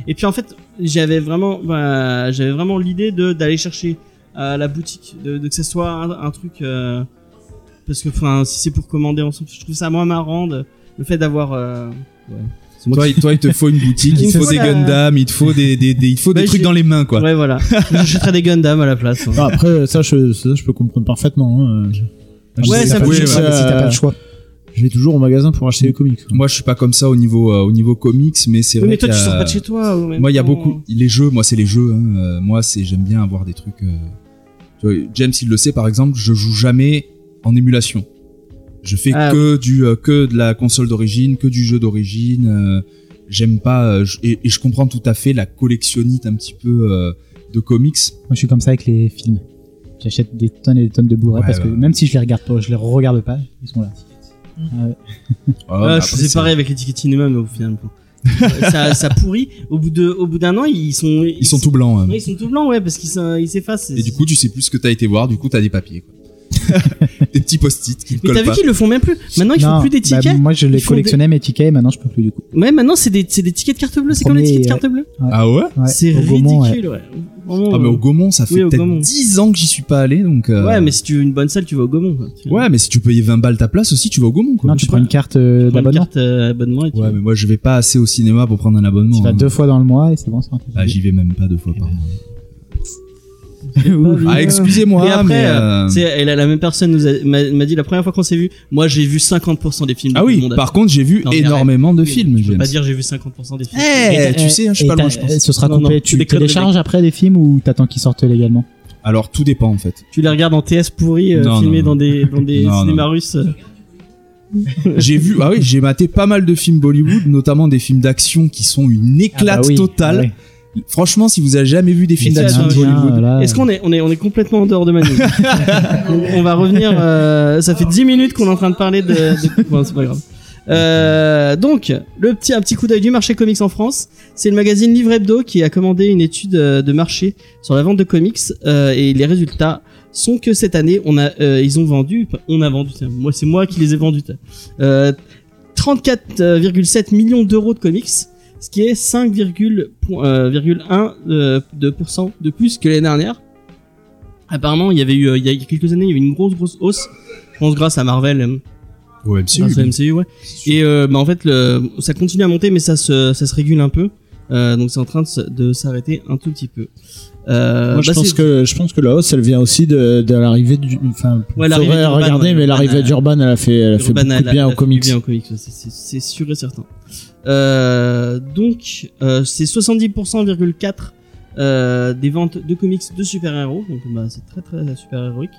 Speaker 2: Et puis en fait, j'avais vraiment, bah, j'avais vraiment l'idée de d'aller chercher à la boutique, de, de que ça soit un, un truc, euh, parce que enfin, si c'est pour commander ensemble, je trouve ça moins marrant de- le fait d'avoir. euh, ouais. C'est moi
Speaker 4: toi,
Speaker 2: qui-
Speaker 4: il- toi, il te faut une boutique, il
Speaker 2: Il
Speaker 4: te
Speaker 2: me
Speaker 4: faut
Speaker 2: faut
Speaker 4: des
Speaker 2: la-
Speaker 4: Gundam, il te faut des, des, des- il te faut
Speaker 2: Bah,
Speaker 4: des trucs
Speaker 2: j'ai-
Speaker 4: dans les mains, quoi.
Speaker 2: Ouais, voilà. J'achèterais des Gundam à la place. hein.
Speaker 5: Ah, après ça je, ça, je peux comprendre parfaitement. hein. Je-
Speaker 2: Ouais,
Speaker 5: si
Speaker 2: ça
Speaker 5: t'as
Speaker 2: me
Speaker 5: pas-
Speaker 4: fait
Speaker 5: si
Speaker 4: chier,
Speaker 5: t'as-
Speaker 3: Ouais, mais si t'as pas le choix.
Speaker 5: Je vais toujours au magasin pour acheter les comics. quoi.
Speaker 4: Moi, je suis pas comme ça au niveau, euh, au niveau comics, mais c'est
Speaker 2: Oui,
Speaker 4: vrai.
Speaker 2: mais toi,
Speaker 4: qu'il
Speaker 2: tu
Speaker 4: y a-
Speaker 2: sors pas de chez toi. au même
Speaker 4: Moi, il y a
Speaker 2: temps.
Speaker 4: beaucoup les jeux. Moi, c'est les jeux. hein. Euh, Moi, c'est j'aime bien avoir des trucs. euh, tu vois, James, il le sait par exemple, je joue jamais en émulation. Je fais
Speaker 2: Ah.
Speaker 4: que du euh, que de la console d'origine, que du jeu d'origine. euh, j'aime pas euh, je- et, et je comprends tout à fait la collectionnite un petit peu euh, de comics.
Speaker 3: Moi, je suis comme ça avec les films. J'achète des tonnes et des tonnes de Blu-ray
Speaker 4: Ouais,
Speaker 3: parce que
Speaker 4: ouais.
Speaker 3: même si je les regarde pas, je les regarde pas, ils sont là.
Speaker 2: Ah, je
Speaker 4: Ah, bah, après,
Speaker 2: faisais
Speaker 4: c'est-
Speaker 2: pareil avec les ticketing même au final. ça, ça pourrit. Au bout de, au bout d'un an, ils sont,
Speaker 4: Ils sont tout blancs. hein.
Speaker 2: Ouais, ils sont tout blancs, ouais, parce qu'ils s'en- ils s'effacent.
Speaker 4: Et du coup, tu sais plus ce que t'as été voir. Du coup, t'as des papiers, quoi. des petits post-it qui ne
Speaker 2: mais t'as
Speaker 4: collent
Speaker 2: vu
Speaker 4: pas.
Speaker 2: qu'ils le font même plus. Maintenant, ils font
Speaker 3: Non,
Speaker 2: Ah, plus des
Speaker 3: bah,
Speaker 2: tickets.
Speaker 3: moi, je les
Speaker 2: Ils font
Speaker 3: collectionnais mes tickets et maintenant je peux plus du coup.
Speaker 2: Ouais, maintenant, c'est des, c'est des tickets de carte bleue. C'est comme les
Speaker 3: Premier,
Speaker 2: tickets de carte bleue.
Speaker 4: Ah ouais.
Speaker 3: Ouais,
Speaker 2: c'est
Speaker 3: au Gaumont, ouais.
Speaker 2: ridicule, ouais. Vraiment, euh,
Speaker 4: Ah mais au Gaumont, ça fait
Speaker 2: Oh. Oui, au Gaumont.
Speaker 4: peut-être 10 ans que j'y suis pas allé, donc. euh,
Speaker 2: Ouais, mais si tu veux une bonne salle, tu vas au Gaumont. quoi. Tu-
Speaker 4: Ouais, mais si tu payais 20 balles ta place aussi, tu vas au Gaumont, quoi.
Speaker 3: Non, tu prends une carte
Speaker 2: tu
Speaker 3: euh,
Speaker 2: prends
Speaker 5: Bah,
Speaker 2: une
Speaker 3: d'abonnement.
Speaker 2: carte euh, abonnement et tu-
Speaker 4: Ouais, mais moi je vais pas assez au cinéma pour prendre un abonnement.
Speaker 3: Tu vas
Speaker 4: hein.
Speaker 3: deux fois dans le mois et c'est bon, c'est un
Speaker 4: Ah, j'y vais même pas deux fois par mois.
Speaker 2: bien.
Speaker 4: Ah, excusez-moi,
Speaker 2: Et après,
Speaker 4: mais.
Speaker 2: euh,
Speaker 4: euh,
Speaker 2: tu sais, et la, la même personne nous a- m'a m'a dit la première fois qu'on s'est vu, moi j'ai vu 50% des films. de
Speaker 4: Ah
Speaker 2: tout le
Speaker 4: oui,
Speaker 2: monde.
Speaker 4: par contre, j'ai vu
Speaker 2: Non, mais
Speaker 4: énormément de
Speaker 2: Oui,
Speaker 4: films,
Speaker 2: Je peux
Speaker 4: James.
Speaker 2: pas dire j'ai vu 50% des films.
Speaker 4: Eh, tu sais, hein, je suis
Speaker 3: et
Speaker 4: pas loin,
Speaker 3: t'as-
Speaker 4: je pense.
Speaker 3: Ce sera
Speaker 2: Non,
Speaker 3: complet.
Speaker 2: non, tu
Speaker 3: tu
Speaker 2: déconnes,
Speaker 3: télécharges après des films ou t'attends qu'ils sortent légalement
Speaker 4: Alors tout dépend en fait.
Speaker 2: Tu les regardes en TS pourri, euh,
Speaker 4: Non,
Speaker 2: filmés
Speaker 4: non,
Speaker 2: dans des, dans des
Speaker 4: Non, non.
Speaker 2: cinémas russes. euh.
Speaker 4: J'ai vu, ah oui, j'ai maté pas mal de films Bollywood, notamment des films d'action qui sont une éclate
Speaker 3: Ah bah oui,
Speaker 4: totale.
Speaker 3: ouais.
Speaker 4: Franchement, si vous avez jamais vu des films
Speaker 2: Mais
Speaker 4: d'action
Speaker 2: attends,
Speaker 4: de Hollywood,
Speaker 2: Est-ce qu'on est, on est, on est complètement en dehors de Manu on, on va revenir. euh, ça fait 10 minutes qu'on est en train de parler de. de- bon, c'est pas grave. Euh, donc, le petit, un petit coup d'œil du marché comics en France. C'est le magazine Livre Hebdo qui a commandé une étude euh, de marché sur la vente de comics euh, et les résultats sont que cette année, on a, euh, ils ont vendu, on a vendu. tiens, Moi, c'est moi qui les ai vendus. tiens. Euh, 34,7 millions d'euros de comics, ce qui est 5,1% euh, de, pourcent de plus que l'année dernière. Apparemment, il y avait eu, euh, il y a quelques années, il y avait une grosse, grosse hausse. Je pense grâce à Marvel, euh,
Speaker 4: ouais,
Speaker 2: grâce à MCU, ouais. Et euh, bah, en fait, le, ça continue à monter, mais ça se, ça se régule un peu. Euh, donc c'est en train de s- de s'arrêter un tout petit peu. Euh,
Speaker 5: Moi, je
Speaker 2: bah,
Speaker 5: pense
Speaker 2: c'est-
Speaker 5: que je pense que la hausse, elle vient aussi de, de l'arrivée du. Enfin,
Speaker 2: Ouais, l'arrivée
Speaker 5: faudrait
Speaker 2: d'Urban,
Speaker 5: regarder,
Speaker 2: ouais,
Speaker 5: mais l'arrivée
Speaker 2: Urban,
Speaker 5: d'Urban, elle a fait, elle a fait
Speaker 2: Urban
Speaker 5: beaucoup de
Speaker 2: a-
Speaker 5: bien
Speaker 2: a
Speaker 5: aux
Speaker 2: fait
Speaker 5: comics.
Speaker 2: du bien aux comics, ouais, c'est- c'est c'est sûr et certain. Euh, donc, euh, c'est 70,4% euh, des ventes de comics de super-héros, donc bah, c'est très très super-héroïque.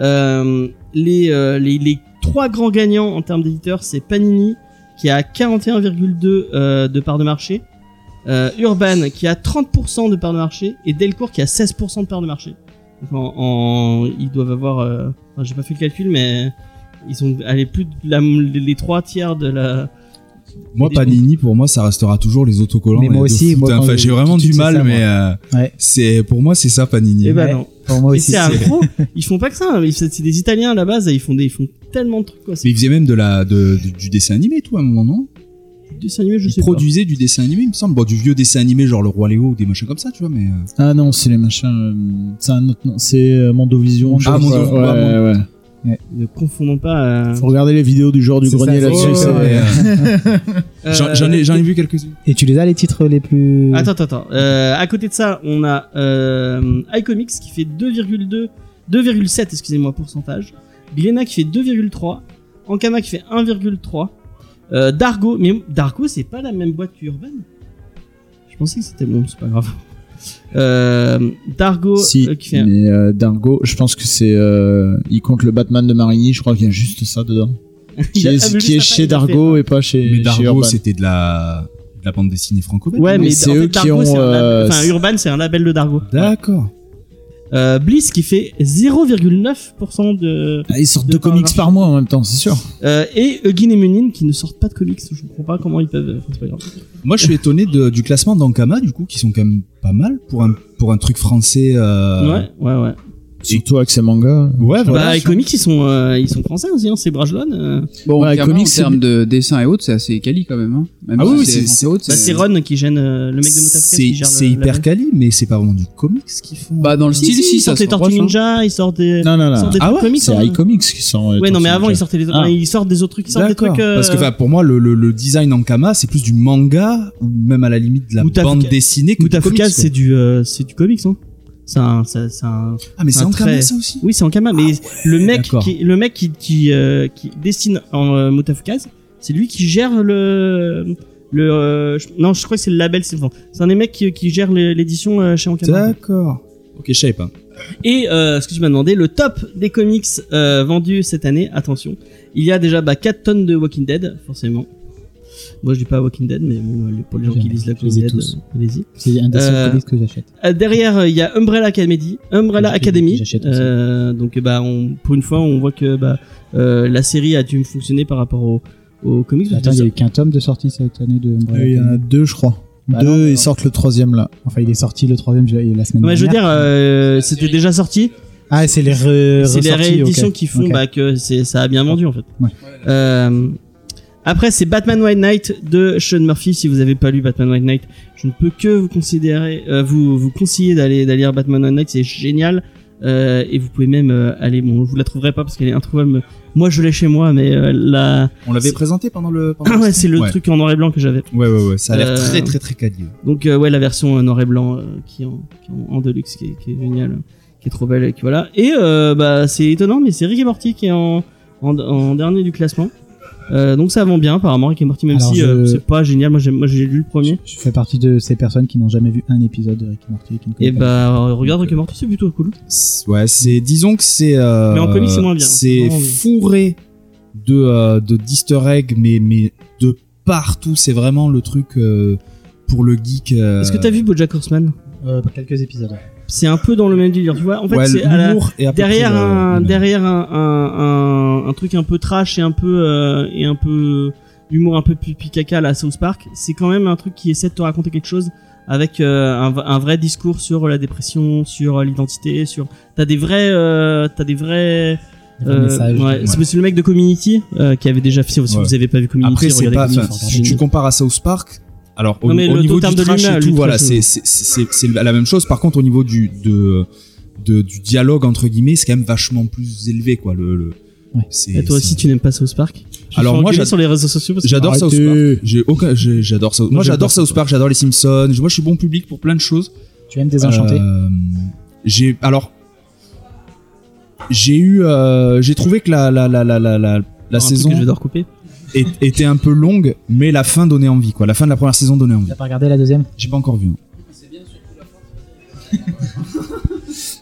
Speaker 2: Euh, les, euh, les, les trois grands gagnants en termes d'éditeurs, c'est Panini qui a 41,2 euh, de part de marché, euh, Urban qui a 30% de part de marché et Delcourt qui a 16% de part de marché. Donc en, en- ils doivent avoir, euh, enfin, j'ai pas fait le calcul, mais ils ont allé plus de la- les trois tiers de la.
Speaker 4: Moi, Panini, pour moi, ça restera toujours les autocollants.
Speaker 8: Mais moi
Speaker 4: de
Speaker 8: aussi, moi,
Speaker 4: foot. hein.
Speaker 8: quand
Speaker 4: Enfin,
Speaker 8: je-
Speaker 4: j'ai vraiment
Speaker 8: tout de
Speaker 4: du
Speaker 8: suite,
Speaker 4: mal,
Speaker 8: c'est ça,
Speaker 4: mais euh,
Speaker 8: Ouais.
Speaker 4: c'est pour moi, c'est ça, Panini.
Speaker 2: Eh ben
Speaker 8: Ouais.
Speaker 2: non.
Speaker 8: Pour moi
Speaker 2: Mais
Speaker 8: aussi,
Speaker 2: c'est un
Speaker 8: c'est-
Speaker 2: gros. Ils font pas que ça. hein. Ils- C'est c'est des Italiens à la base. et Ils font des, ils font tellement de trucs quoi.
Speaker 4: Mais
Speaker 2: C'est
Speaker 4: il faisait même de la, de- du- du dessin animé, tout à un moment, non
Speaker 2: du dessin animé, je
Speaker 4: Il
Speaker 2: sais
Speaker 4: produisait du dessin animé, il me semble. Bon, du vieux dessin animé, genre le Roi Léo ou des machins comme ça, tu vois, mais. euh,
Speaker 5: Ah non, c'est les machins. euh, C'est un autre nom. C'est euh, Mandovision. je
Speaker 4: Ah,
Speaker 5: sais pas.
Speaker 4: Mandovision,
Speaker 5: Ouais,
Speaker 4: ah,
Speaker 5: ouais.
Speaker 2: pas. Ne confondons pas. euh,
Speaker 5: Faut regarder les vidéos du joueur du
Speaker 4: c'est
Speaker 5: grenier
Speaker 4: ça,
Speaker 5: là-dessus.
Speaker 4: c'est-
Speaker 5: c'est-
Speaker 4: ouais,
Speaker 2: euh,
Speaker 4: ouais. J'en j'en ai, j'en ai vu quelques-unes.
Speaker 8: Et tu les as les titres les
Speaker 5: Mm.
Speaker 8: plus.
Speaker 2: Attends, attends, attends. Euh, à côté de ça, on a euh, iComics qui fait 2,2, 2,7 excusez-moi pourcentage. Glénat qui fait 2,3. Ankama qui fait 1,3. Euh, Dargo, mais Dargo c'est pas la même boîte qu'Urban. Je pensais que c'était bon, c'est pas grave. Euh, Dargo
Speaker 5: Si,
Speaker 2: euh, qui fait.
Speaker 5: mais euh, Dargo, je pense que c'est. euh, il compte le Batman de Marigny, je crois qu'il y a juste ça dedans.
Speaker 2: Il
Speaker 5: Qui
Speaker 2: a-
Speaker 5: est,
Speaker 2: ah, mais juste après,
Speaker 5: qui est
Speaker 2: il
Speaker 5: chez
Speaker 2: a
Speaker 5: Dargo
Speaker 2: fait-
Speaker 5: et pas chez.
Speaker 4: Mais
Speaker 5: chez
Speaker 4: Dargo,
Speaker 5: Urban.
Speaker 4: c'était de la, de la bande dessinée franco
Speaker 2: Ouais, mais
Speaker 5: c'est
Speaker 2: en
Speaker 5: eux
Speaker 2: fait,
Speaker 5: qui
Speaker 2: Dargo,
Speaker 5: ont,
Speaker 2: c'est un lab-
Speaker 5: euh,
Speaker 2: Enfin, Urban, c'est un label de Dargo.
Speaker 4: D'accord.
Speaker 2: Euh, Bliss qui fait 0,9% de.
Speaker 5: Ah, ils sortent
Speaker 2: de
Speaker 5: deux
Speaker 2: par
Speaker 5: comics
Speaker 2: marché.
Speaker 5: par mois en même temps, c'est sûr.
Speaker 2: Euh, et Eugene et Munin qui ne sortent pas de comics. Je comprends pas comment ils peuvent. enfin, c'est pas grave.
Speaker 4: Moi, je suis étonné de- du classement d'Ankama, du coup, qui sont quand même pas mal pour un, pour un truc français. euh,
Speaker 2: Ouais, ouais, ouais.
Speaker 5: Surtout avec ces mangas.
Speaker 4: Ouais, voilà.
Speaker 2: bah, les comics, ils sont, euh, ils sont français aussi, hein, c'est Brajlon. euh.
Speaker 7: Bon,
Speaker 5: Ouais,
Speaker 7: clairement,
Speaker 5: comics,
Speaker 7: en termes de dessin et autres, c'est assez quali quand même. Hein. Même
Speaker 4: Ah oui, oui,
Speaker 7: si
Speaker 4: c'est-
Speaker 7: français et autres,
Speaker 2: Bah, c'est Ron qui gêne euh, le mec de Motafred
Speaker 4: C'est
Speaker 2: qui gère le-
Speaker 4: c'est
Speaker 2: la-
Speaker 4: hyper quali, mais c'est pas vraiment du comics qu'ils font.
Speaker 7: Bah, dans le
Speaker 2: Si,
Speaker 7: style,
Speaker 2: si,
Speaker 7: si,
Speaker 2: ils
Speaker 7: ça
Speaker 2: sortent
Speaker 7: se
Speaker 2: des Tortues
Speaker 7: rapproche, hein.
Speaker 2: Ninja, ils sortent des.
Speaker 5: Non, non,
Speaker 2: ils sortent
Speaker 5: non.
Speaker 2: des
Speaker 4: Ah
Speaker 2: trucs
Speaker 4: ouais,
Speaker 2: comics.
Speaker 5: C'est
Speaker 2: hein.
Speaker 5: iComics qui sort.
Speaker 2: Ouais,
Speaker 5: euh,
Speaker 2: non, mais
Speaker 5: Tortue
Speaker 2: avant, ils
Speaker 5: Ninja.
Speaker 2: sortaient des,
Speaker 5: Ah.
Speaker 2: ils sortent des autres trucs, ils sortent des
Speaker 4: D'accord.
Speaker 2: trucs. euh,
Speaker 4: Parce que enfin, pour moi, le, le, le design Ankama, c'est plus du manga ou même à la limite de la
Speaker 2: Mutafuka-
Speaker 4: bande dessinée que du
Speaker 2: Mutafukaz,
Speaker 4: comics. quoi.
Speaker 2: c'est du, euh, c'est du comics, hein. C'est un, c'est c'est un,
Speaker 4: Ah, mais c'est
Speaker 2: un
Speaker 4: Ankama
Speaker 2: trait.
Speaker 4: ça aussi
Speaker 2: Oui, c'est Ankama, mais le mec,
Speaker 4: d'accord.
Speaker 2: qui, le mec qui, qui, euh, qui dessine en euh, Motafukaz, c'est lui qui gère le. le euh, je- non, je crois que c'est le label, c'est enfin, C'est un des mecs qui, qui gère l'é- l'édition euh, chez Ankama.
Speaker 4: D'accord. Ok, je savais pas.
Speaker 2: Et euh, ce que tu m'as demandé, le top des comics euh, vendus cette année, attention, il y a déjà bah, 4 tonnes de Walking Dead, forcément. Moi, je dis pas Walking Dead, mais bon, pour les gens qui lisent la
Speaker 3: Je les
Speaker 2: Walking
Speaker 3: ai
Speaker 2: Dead,
Speaker 3: tous.
Speaker 2: euh, allez-y.
Speaker 3: C'est un des
Speaker 2: Euh,
Speaker 3: seuls comics que j'achète.
Speaker 2: Euh, derrière, euh, il y a Umbrella Academy. Umbrella
Speaker 3: J'achète-
Speaker 2: Academy.
Speaker 3: j'achète aussi.
Speaker 2: Euh, donc, euh, bah, on, pour une fois, on voit que bah, euh, la série a dû fonctionner par rapport au- aux comics. parce que
Speaker 3: Bah, Attends, il y
Speaker 2: ça-
Speaker 3: a eu qu'un tome de sortie cette année de Umbrella
Speaker 5: Oui, il y en a
Speaker 3: Academy.
Speaker 5: deux, je crois.
Speaker 3: Bah non,
Speaker 5: deux,
Speaker 3: mais
Speaker 5: ils
Speaker 3: non.
Speaker 5: sortent le troisième là.
Speaker 3: Enfin, il est sorti le troisième je- la semaine
Speaker 2: Non, mais
Speaker 3: dernière.
Speaker 2: je veux dire, euh, c'était déjà sorti.
Speaker 3: Ah, c'est les re-
Speaker 2: C'est les
Speaker 3: ressorties,
Speaker 2: rééditions
Speaker 3: ok.
Speaker 2: qui font
Speaker 3: Ok.
Speaker 2: bah, que c'est- ça a bien vendu en fait.
Speaker 3: Ouais.
Speaker 2: Euh, après, c'est Batman White Knight de Sean Murphy. Si vous avez pas lu Batman White Knight, je ne peux que vous considérer, euh, vous vous conseiller d'aller d'aller lire Batman White Knight. C'est génial. Euh, et vous pouvez même euh, aller. Bon, vous la trouverez pas parce qu'elle est introuvable. Moi, je l'ai chez moi, mais euh, la.
Speaker 4: On l'avait
Speaker 2: C'est-
Speaker 4: présenté pendant le. pendant
Speaker 2: Ah ouais, c'est le
Speaker 4: ouais.
Speaker 2: truc en noir et blanc que j'avais.
Speaker 4: Ouais, ouais, ouais. Ça a l'air
Speaker 2: Euh,
Speaker 4: très, très, très quali.
Speaker 2: Donc euh, ouais, la version euh, noir et blanc euh, qui est en, qui est en- en deluxe, qui est, qui est géniale, euh, qui est trop belle, et qui- voilà. Et euh, bah c'est étonnant, mais c'est Rick et Morty qui est en, en, en dernier du classement. Euh, donc ça vend bien apparemment Rick et Morty, même
Speaker 3: Alors,
Speaker 2: si
Speaker 3: je-
Speaker 2: euh, c'est pas génial. Moi j'ai moi j'ai lu le
Speaker 3: Je,
Speaker 2: premier.
Speaker 3: je fais partie de ces personnes qui n'ont jamais vu un épisode de Rick et Morty. et qui
Speaker 2: Et
Speaker 3: ne connaissent pas.
Speaker 2: bah euh, regarde Rick et Morty, c'est plutôt cool.
Speaker 4: C'est- Ouais, c'est disons que c'est. euh,
Speaker 2: Mais en comics, c'est moins bien. C'est
Speaker 4: C'est
Speaker 2: vraiment bien.
Speaker 4: fourré de euh, de d'Easter egg, mais mais de partout. C'est vraiment le truc. euh, pour le geek. euh,
Speaker 2: Est-ce que t'as vu BoJack Horseman
Speaker 8: Euh,
Speaker 5: bah,
Speaker 8: quelques épisodes.
Speaker 2: C'est un peu dans le même délire, tu vois. En fait,
Speaker 4: ouais,
Speaker 2: c'est à la-
Speaker 4: l'humour et à peu près
Speaker 2: derrière
Speaker 4: le-
Speaker 2: un
Speaker 4: le même.
Speaker 2: derrière un, un, un, un truc un peu trash et un peu euh, et un peu humour un peu pipi caca à la South Park, c'est quand même un truc qui essaie de te raconter quelque chose avec euh, un, v- un vrai discours sur la dépression, sur euh, l'identité, sur t'as des vrais euh, t'as des vrais euh,
Speaker 3: Des vrais messages.
Speaker 2: ouais,
Speaker 4: Ouais.
Speaker 2: C'est parce que le mec de Community euh, qui avait déjà fait si
Speaker 4: Ouais.
Speaker 2: vous avez pas vu Community
Speaker 4: Après, c'est
Speaker 2: regardez
Speaker 4: pas.
Speaker 2: Community,
Speaker 4: enfin,
Speaker 2: c'est
Speaker 4: tu,
Speaker 2: génial.
Speaker 4: tu compares à South Park. Alors, au,
Speaker 2: Non, mais
Speaker 4: au
Speaker 2: le
Speaker 4: niveau
Speaker 2: terme
Speaker 4: du
Speaker 2: de
Speaker 4: trash
Speaker 2: l'humain,
Speaker 4: et
Speaker 2: le
Speaker 4: tout, voilà,
Speaker 2: trash,
Speaker 4: c'est
Speaker 2: oui.
Speaker 4: c'est- c'est- c'est la même chose. Par contre, au niveau du, de, de- du dialogue, entre guillemets, c'est quand même vachement plus élevé, quoi. Le, le-
Speaker 3: Ouais.
Speaker 4: c'est-
Speaker 2: Et toi aussi
Speaker 4: c'est-
Speaker 2: tu n'aimes pas South Park Je me
Speaker 4: Alors,
Speaker 2: fais
Speaker 4: moi,
Speaker 2: engueuler
Speaker 4: j'ad-
Speaker 2: sur les réseaux sociaux parce que
Speaker 4: J'adore South
Speaker 5: Arrêtez.
Speaker 4: Park. J'ai aucun, j'ai- j'adore South. Moi,
Speaker 2: j'aime
Speaker 4: j'adore
Speaker 2: pas
Speaker 4: South Park. J'adore les Simpsons. Moi, je suis bon public pour plein de choses.
Speaker 3: Tu aimes Désenchanté
Speaker 4: Euh, j'ai alors j'ai eu euh, j'ai trouvé que la la la la la, la, la
Speaker 2: un truc
Speaker 4: saison
Speaker 2: que je vais devoir couper.
Speaker 4: est- était un peu longue, mais la fin donnait envie quoi. La fin de la première saison donnait envie.
Speaker 3: T'as pas regardé la deuxième
Speaker 4: J'ai pas encore vu. hein.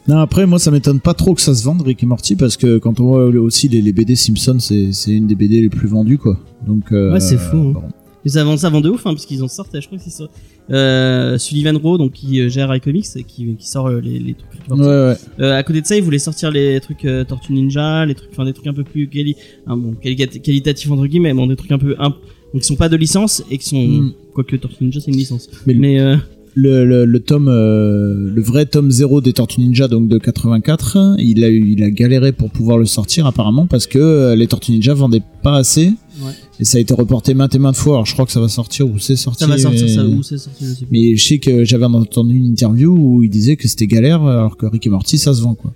Speaker 5: Non, après, moi, ça m'étonne pas trop que ça se vende, Rick et Morty, parce que quand on voit aussi les, les BD Simpson, c'est c'est une des BD les plus vendues, quoi. Donc, euh,
Speaker 2: Ouais, c'est fou, hein.
Speaker 5: bon.
Speaker 2: Mais ça vend, ça vend de ouf, hein, parce qu'ils en sortent, je crois que c'est ça. Euh, Sullivan Rowe, donc qui euh, gère iComics, et qui, qui sort euh, les, les trucs. Rick and Morty.
Speaker 5: Ouais, ouais.
Speaker 2: Euh, à côté de ça, ils voulaient sortir les trucs euh, Tortue Ninja, les trucs, enfin des trucs un peu plus quali, hein, bon, quali- qualitatifs entre guillemets, bon, des trucs un peu imp- donc qui sont pas de licence et qui sont
Speaker 5: Mm.
Speaker 2: quoique Tortue Ninja c'est une licence. Mais,
Speaker 5: Mais-
Speaker 2: euh,
Speaker 5: le, le, le tome, euh, le vrai tome 0 des Tortues Ninja, donc de 84, il a, eu- il a galéré pour pouvoir le sortir apparemment parce que euh, les Tortues Ninja vendaient pas assez.
Speaker 2: Ouais.
Speaker 5: Et ça a été reporté maintes et maintes fois. Alors je crois que ça va sortir ou c'est sorti.
Speaker 2: ça va sortir,
Speaker 5: mais-
Speaker 2: ça où c'est sorti, je sais plus.
Speaker 5: Mais je sais que j'avais entendu une interview où il disait que c'était galère alors que Rick et Morty ça se vend quoi.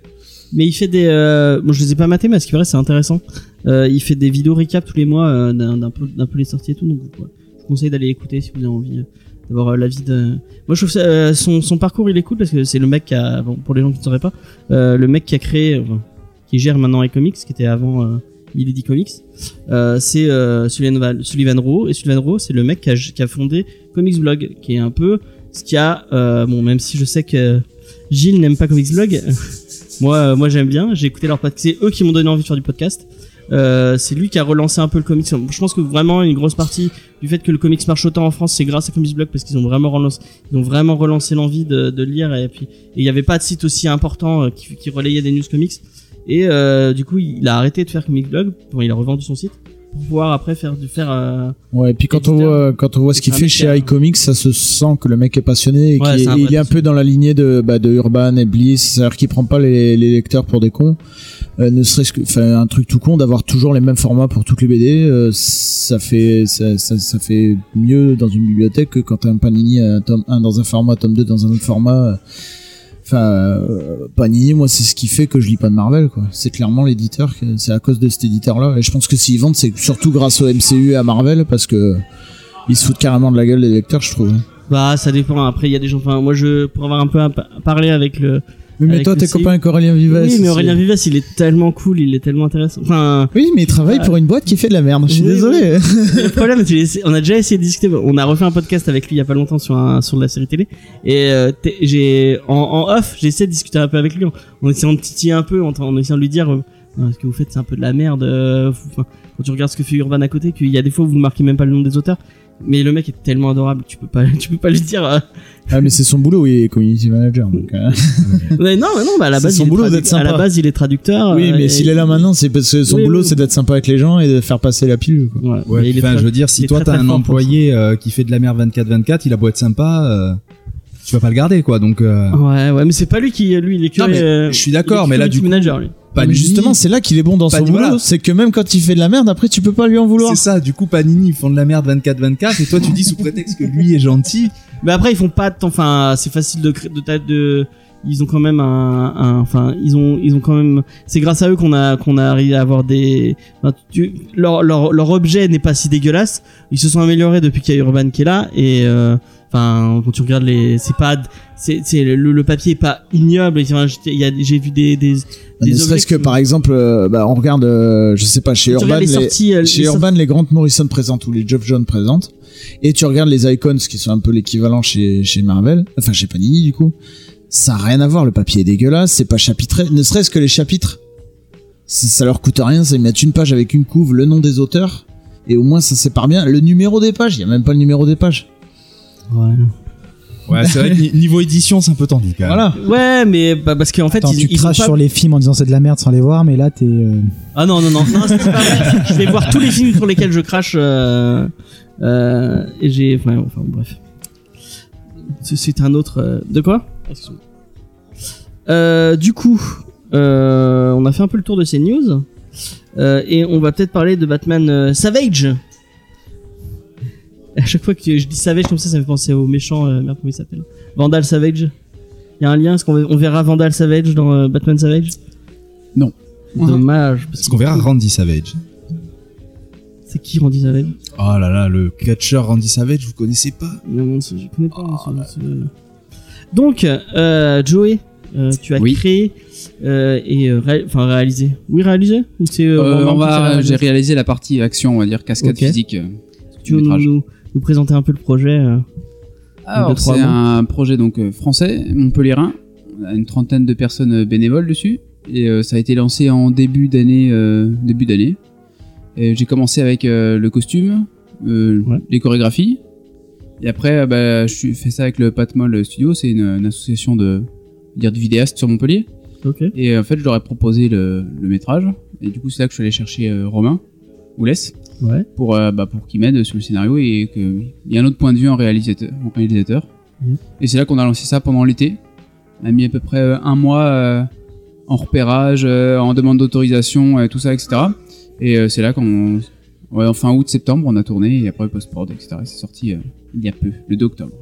Speaker 2: Mais il fait des. Euh, bon, je les ai pas matés, mais à ce qui paraît, c'est intéressant. Euh, il fait des vidéos récap tous les mois euh, d'un d'un peu, d'un peu les sorties et tout. Donc, ouais, je vous conseille d'aller écouter si vous avez envie euh, d'avoir euh, l'avis de. Moi, je trouve ça, euh, son, son parcours, il est cool parce que c'est le mec qui a. Bon, pour les gens qui ne sauraient pas, euh, le mec qui a créé. enfin, qui gère maintenant iComics, qui était avant euh, Milady Comics. Euh, c'est euh, Sullivan, Val- Sullivan Rowe. Et Sullivan Rowe, c'est le mec qui a, qui a fondé Comics Blog, qui est un peu ce qu'il y a. euh, bon, même si je sais que Gilles n'aime pas Comics Blog. Moi, euh, moi j'aime bien. J'ai écouté leur podcast. C'est eux qui m'ont donné envie de faire du podcast. Euh, c'est lui qui a relancé un peu le comics. Je pense que vraiment une grosse partie du fait que le comics marche autant en France, c'est grâce à Comics Blog parce qu'ils ont vraiment relancé, ils ont vraiment relancé l'envie de, de lire. Et puis, et il n'y avait pas de site aussi important euh, qui, qui relayait des news comics. Et euh, du coup, il a arrêté de faire Comics Blog. Bon, il a revendu son site pour pouvoir après faire du faire. euh,
Speaker 5: Ouais, et puis quand on
Speaker 2: Éditeur.
Speaker 5: voit quand on voit ce qu'il
Speaker 2: C'est un
Speaker 5: fait
Speaker 2: mec
Speaker 5: chez
Speaker 2: qui a-
Speaker 5: iComics, ça se sent que le mec est passionné et
Speaker 2: Ouais,
Speaker 5: qu'il
Speaker 2: c'est un
Speaker 5: est- il
Speaker 2: vrai
Speaker 5: est un peu dans la lignée de bah, de Urban et Bliss, c'est-à-dire qu'il prend pas les, les lecteurs pour des cons. Euh, ne serait-ce que enfin un truc tout con d'avoir toujours les mêmes formats pour toutes les BD, euh, ça fait ça, ça, ça fait mieux dans une bibliothèque que quand t'as un Panini un tome 1 dans un format, tome 2 dans un autre format. euh. Enfin, euh, Panini, moi, c'est ce qui fait que je lis pas de Marvel, quoi. C'est clairement l'éditeur, que- c'est à cause de cet éditeur-là. Et je pense que s'ils vendent, c'est surtout grâce au MCU et à Marvel, parce que ils se foutent carrément de la gueule des lecteurs, je trouve. hein.
Speaker 2: bah, ça dépend. Après, il y a des gens. Enfin, moi, je pour avoir un peu à pa- parlé avec le.
Speaker 5: Oui, mais
Speaker 2: Avec
Speaker 5: toi,
Speaker 2: le
Speaker 5: t'es
Speaker 2: CI.
Speaker 5: copain avec Aurélien Vives.
Speaker 2: oui, mais
Speaker 5: c'est-
Speaker 2: Aurélien Vives, il est tellement cool, il est tellement intéressant. Enfin,
Speaker 5: Oui, mais il travaille pour une boîte qui fait de la merde. Je suis
Speaker 2: Oui,
Speaker 5: désolé.
Speaker 2: le problème, c'est que j'ai- on a déjà essayé de discuter. On a refait un podcast avec lui il y a pas longtemps sur un, sur de la série télé. Et euh, t'es- j'ai en, en off, j'ai essayé de discuter un peu avec lui en, en essayant de titiller un peu, en, en essayant de lui dire euh, Non, ce que vous faites, c'est un peu de la merde. euh, vous- enfin, quand tu regardes ce que fait Urban à côté, qu'il y a des fois où vous marquez même pas le nom des auteurs. Mais le mec est tellement adorable, tu peux pas, tu peux pas lui dire. euh,
Speaker 5: ah, mais c'est son boulot, il est community manager. donc, hein.
Speaker 2: mais non, mais non, bah à la
Speaker 5: C'est
Speaker 2: base,
Speaker 5: son
Speaker 2: il est
Speaker 5: boulot
Speaker 2: tradu-
Speaker 5: d'être
Speaker 2: À la
Speaker 5: sympa.
Speaker 2: base, il est traducteur.
Speaker 5: oui,
Speaker 2: euh,
Speaker 5: mais
Speaker 2: et-
Speaker 5: s'il est là maintenant, c'est parce que son
Speaker 2: Oui,
Speaker 5: boulot,
Speaker 2: oui.
Speaker 5: c'est d'être sympa avec les gens et de faire passer la pilule. quoi.
Speaker 2: Voilà,
Speaker 4: Ouais,
Speaker 2: mais il est
Speaker 4: enfin,
Speaker 2: tra-
Speaker 4: je veux dire,
Speaker 2: il
Speaker 4: si
Speaker 2: est
Speaker 4: toi
Speaker 2: très,
Speaker 4: t'as
Speaker 2: très
Speaker 4: un
Speaker 2: fort pour
Speaker 4: employé euh, qui fait de la merde 24-24, il a beau être sympa, euh, tu vas pas le garder quoi. Donc euh,
Speaker 2: Ouais, ouais, mais c'est pas lui qui, lui, il est
Speaker 4: Non,
Speaker 2: curé.
Speaker 4: mais
Speaker 2: euh,
Speaker 4: je suis
Speaker 2: il est
Speaker 4: d'accord, mais là
Speaker 2: community
Speaker 4: du coup,
Speaker 2: manager, lui.
Speaker 5: Non, mais
Speaker 4: Panini,
Speaker 5: justement, c'est là qu'il est bon dans son
Speaker 4: Panini,
Speaker 5: boulot.
Speaker 4: voilà.
Speaker 5: C'est que même quand il fait de la merde, après, tu peux pas lui en vouloir.
Speaker 4: c'est ça. Du coup, Panini ils font de la merde 24-24 et toi tu dis sous prétexte que lui est gentil.
Speaker 2: Mais après, ils font pas de temps. Enfin, c'est facile de cré- de ta- de. Ils ont quand même un, un- enfin, ils ont, ils ont quand même. C'est grâce à eux qu'on a, qu'on a arrivé à avoir des. enfin, tu- leur, leur, leur objet n'est pas si dégueulasse. Ils se sont améliorés depuis qu'il y a Urban qui est là. Et euh, enfin, quand tu regardes les, c'est pas, c'est, c'est le, le papier est pas ignoble. Enfin, j'étais- il y a- j'ai vu des, des, des
Speaker 5: Ne
Speaker 2: objets
Speaker 5: serait-ce que
Speaker 2: qui-
Speaker 5: par exemple, euh, bah, on regarde, euh, je sais pas, chez
Speaker 2: tu
Speaker 5: Urban,
Speaker 2: regardes les
Speaker 5: les-
Speaker 2: sorties, euh, les
Speaker 5: chez
Speaker 2: sorties-
Speaker 5: Urban, les Grant Morrison présentent ou les Geoff John présentent, et tu regardes les Icons qui sont un peu l'équivalent chez, chez Marvel, enfin chez Panini du coup. Ça n'a rien à voir, le papier est dégueulasse, c'est pas chapitré, ne serait-ce que les chapitres. Ça, ça leur coûte rien, ça, ils mettent une page avec une couve, le nom des auteurs, et au moins ça sépare bien. Le numéro des pages, il y a même pas le numéro des pages.
Speaker 2: Ouais.
Speaker 4: Ouais, c'est vrai que ni- niveau édition, c'est un peu tendu quand même.
Speaker 5: Voilà.
Speaker 2: Ouais, mais bah, parce qu'en fait,
Speaker 3: Attends,
Speaker 2: ils,
Speaker 3: tu
Speaker 2: ils ont
Speaker 3: craches
Speaker 2: pas-
Speaker 3: sur les films en disant c'est de la merde sans les voir, mais là t'es. euh,
Speaker 2: Ah non, non, non, non c'est pas vrai. je vais voir tous les films sur lesquels je crache. euh, euh, et j'ai. Enfin, enfin, bref. C'est- C'est un autre. euh, de quoi Excuse-moi. Euh, Du coup, euh, on a fait un peu le tour de ces news. Euh, et on va peut-être parler de Batman euh, Savage. À chaque fois que je dis Savage comme ça, ça me fait penser au méchant. euh, merde, comment il s'appelle Vandal Savage. Il y a un lien Est-ce qu'on on verra Vandal Savage dans euh, Batman Savage
Speaker 7: Non.
Speaker 2: Dommage. Parce
Speaker 4: Parce qu'on verra Randy Savage.
Speaker 2: c'est qui Randy Savage
Speaker 4: Oh là là, le catcheur Randy Savage, vous connaissez pas
Speaker 2: Non, non, c'est- je connais pas. c'est- c'est- Ah, bah. Donc, euh, Joey, euh, tu as
Speaker 7: Oui.
Speaker 2: créé euh, et euh, ré- enfin réalisé. Oui, réalisé Ou c'est euh,
Speaker 7: Euh,
Speaker 2: vraiment
Speaker 7: on
Speaker 2: que ça
Speaker 7: va,
Speaker 2: réalisé
Speaker 7: j'ai réalisé la partie action, on va dire cascade
Speaker 2: Ok.
Speaker 7: physique. euh,
Speaker 2: Tu veux nous,
Speaker 7: métrage.
Speaker 2: nous- nous présenter un peu le projet euh,
Speaker 7: Alors,
Speaker 2: deux, trois
Speaker 7: c'est
Speaker 2: mots.
Speaker 7: un projet donc euh, français, Montpellierin. On a une trentaine de personnes euh, bénévoles dessus. Et euh, ça a été lancé en début d'année. euh, début d'année. Et j'ai commencé avec euh, le costume, euh,
Speaker 2: Ouais.
Speaker 7: les chorégraphies. Et après, euh, bah, je suis- fais ça avec le Patmol Studio. C'est une, une association de, dire, de vidéastes sur Montpellier.
Speaker 2: Ok.
Speaker 7: Et euh, en fait, je leur ai proposé le, le métrage. Et du coup, c'est là que je suis allé chercher euh, Romain Oulès
Speaker 2: Ouais.
Speaker 7: pour, euh, bah, pour qu'il m'aide sur le scénario et qu'il y ait un autre point de vue en réalisateur. En réalisateur.
Speaker 2: Mhm.
Speaker 7: Et c'est là qu'on a lancé ça pendant l'été. On a mis à peu près euh, un mois euh, en repérage, euh, en demande d'autorisation, euh, tout ça, etc. Et euh, c'est là qu'on. ouais, en fin août, septembre, on a tourné et après post-prod, etc. Et c'est sorti euh, il y a peu, le 2 octobre.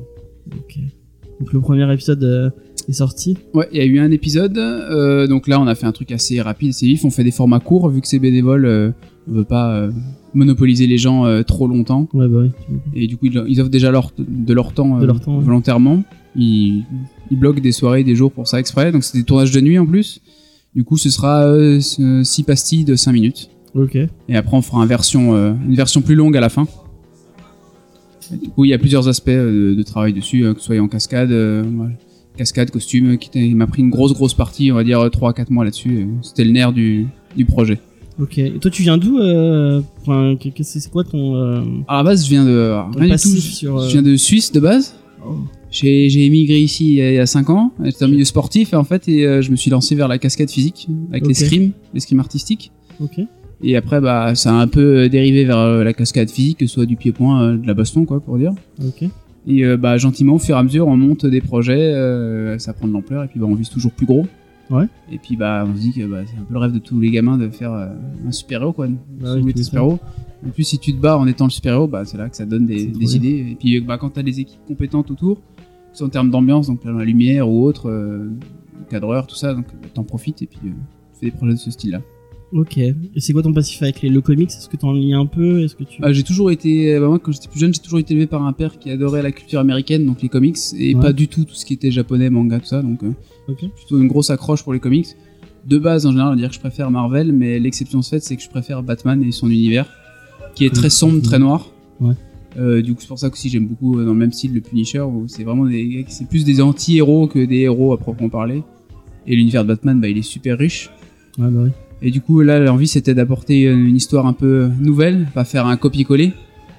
Speaker 2: Donc, le premier épisode euh, est sorti.
Speaker 7: Ouais, il y a eu un épisode. euh, donc là, on a fait un truc assez rapide, assez vif. On fait des formats courts, vu que c'est bénévole, euh, on veut pas euh, monopoliser les gens euh, trop longtemps.
Speaker 2: Ouais, bah oui.
Speaker 7: Et du coup, ils, ils offrent déjà leur, de leur temps, euh,
Speaker 2: De leur temps, ouais.
Speaker 7: volontairement. Ils, ils bloquent des soirées, des jours pour ça exprès. Donc c'est des tournages de nuit en plus. Du coup, ce sera 6 pastilles de 5 minutes.
Speaker 2: Ok.
Speaker 7: Et après, on fera un version, euh, une version plus longue à la fin. Et du coup, il y a plusieurs aspects euh, de, de travail dessus, euh, que ce soit en cascade, euh, voilà, cascade, costume, qui était- il m'a pris une grosse, grosse partie, on va dire 3-4 mois là-dessus. euh, C'était le nerf du, du projet.
Speaker 2: Ok. Et toi, tu viens d'où euh, enfin, qu'est- qu'est-ce- C'est quoi ton. euh,
Speaker 7: À la base, je viens de.
Speaker 2: ton
Speaker 7: rien du tout.
Speaker 2: passif sur, euh,
Speaker 7: Je viens de Suisse de base.
Speaker 2: Oh.
Speaker 7: J'ai j'ai émigré ici il y a- il y a 5 ans. J'étais un milieu sportif et en fait, et, euh, je me suis lancé vers la cascade physique avec les
Speaker 2: Ok.
Speaker 7: l'escrime, l'escrime artistique.
Speaker 2: Ok.
Speaker 7: Et après, bah, ça a un peu euh, dérivé vers euh, la cascade physique, que ce soit du pied-point, euh, de la baston, quoi, pour dire.
Speaker 2: Ok.
Speaker 7: Et euh, bah, gentiment, au fur et à mesure, on monte des projets, euh, ça prend de l'ampleur, et puis bah, on vise toujours plus gros.
Speaker 2: Ouais.
Speaker 7: Et puis bah, on se dit que bah, c'est un peu le rêve de tous les gamins de faire euh, un super-héros, quoi. de
Speaker 2: Bah oui,
Speaker 7: soulever
Speaker 2: tu
Speaker 7: tes
Speaker 2: m'étonnes.
Speaker 7: super-héros. En plus, si tu te bats en étant le super-héros, bah, c'est là que ça donne
Speaker 2: C'est
Speaker 7: des,
Speaker 2: trop
Speaker 7: des
Speaker 2: bien.
Speaker 7: idées. Et puis euh, bah, quand t'as des équipes compétentes autour, que ce soit en termes d'ambiance, donc la lumière ou autre, euh, cadreur, tout ça, donc t'en profites, et puis euh, tu fais des projets de ce style-là.
Speaker 2: Ok. Et c'est quoi ton passif avec les, le comics Est-ce que t'en lis un peu Est-ce que tu.
Speaker 7: Ah, j'ai toujours été, bah, moi quand j'étais plus jeune, j'ai toujours été élevé par un père qui adorait la culture américaine, donc les comics, et
Speaker 2: Ouais.
Speaker 7: pas du tout tout ce qui était japonais, manga, tout ça, donc euh,
Speaker 2: Ok.
Speaker 7: plutôt une grosse accroche pour les comics. De base, en général, on va dire que je préfère Marvel, mais l'exception se fait, c'est que je préfère Batman et son univers, qui est très sombre, très noir.
Speaker 2: Mhm. Ouais.
Speaker 7: Euh, du coup, c'est pour ça que aussi j'aime beaucoup euh, dans le même style le Punisher, où c'est vraiment des, c'est plus des anti-héros que des héros à proprement parler. Et l'univers de Batman, bah, il est super riche.
Speaker 2: Ouais, bah oui.
Speaker 7: Et du coup, là, l'envie c'était d'apporter une histoire un peu nouvelle, pas faire un copier-coller.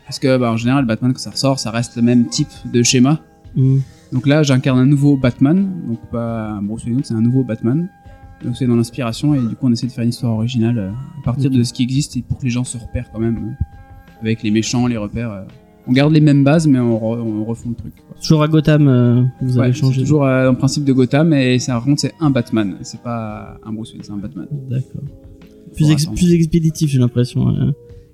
Speaker 7: Parce que, bah, en général, Batman, quand ça ressort, ça reste le même type de schéma.
Speaker 2: Mm.
Speaker 7: Donc là, j'incarne un nouveau Batman. Donc, pas un Bruce Wayne, c'est un nouveau Batman. Donc, c'est dans l'inspiration. Et du coup, on essaie de faire une histoire originale euh, à partir de ce qui existe et pour que les gens se repèrent quand même. euh, avec les méchants, les repères. euh. On garde les mêmes bases, mais on, re- on refond le truc. quoi.
Speaker 2: Toujours à Gotham, euh, vous avez
Speaker 7: Ouais, c'est
Speaker 2: changé.
Speaker 7: toujours euh, en principe de Gotham, et ça raconte, c'est un Batman. C'est pas un Bruce Wayne, c'est un Batman.
Speaker 2: D'accord. Plus,
Speaker 7: Faut
Speaker 2: ex-
Speaker 7: attendre.
Speaker 2: plus expéditif, j'ai l'impression. hein.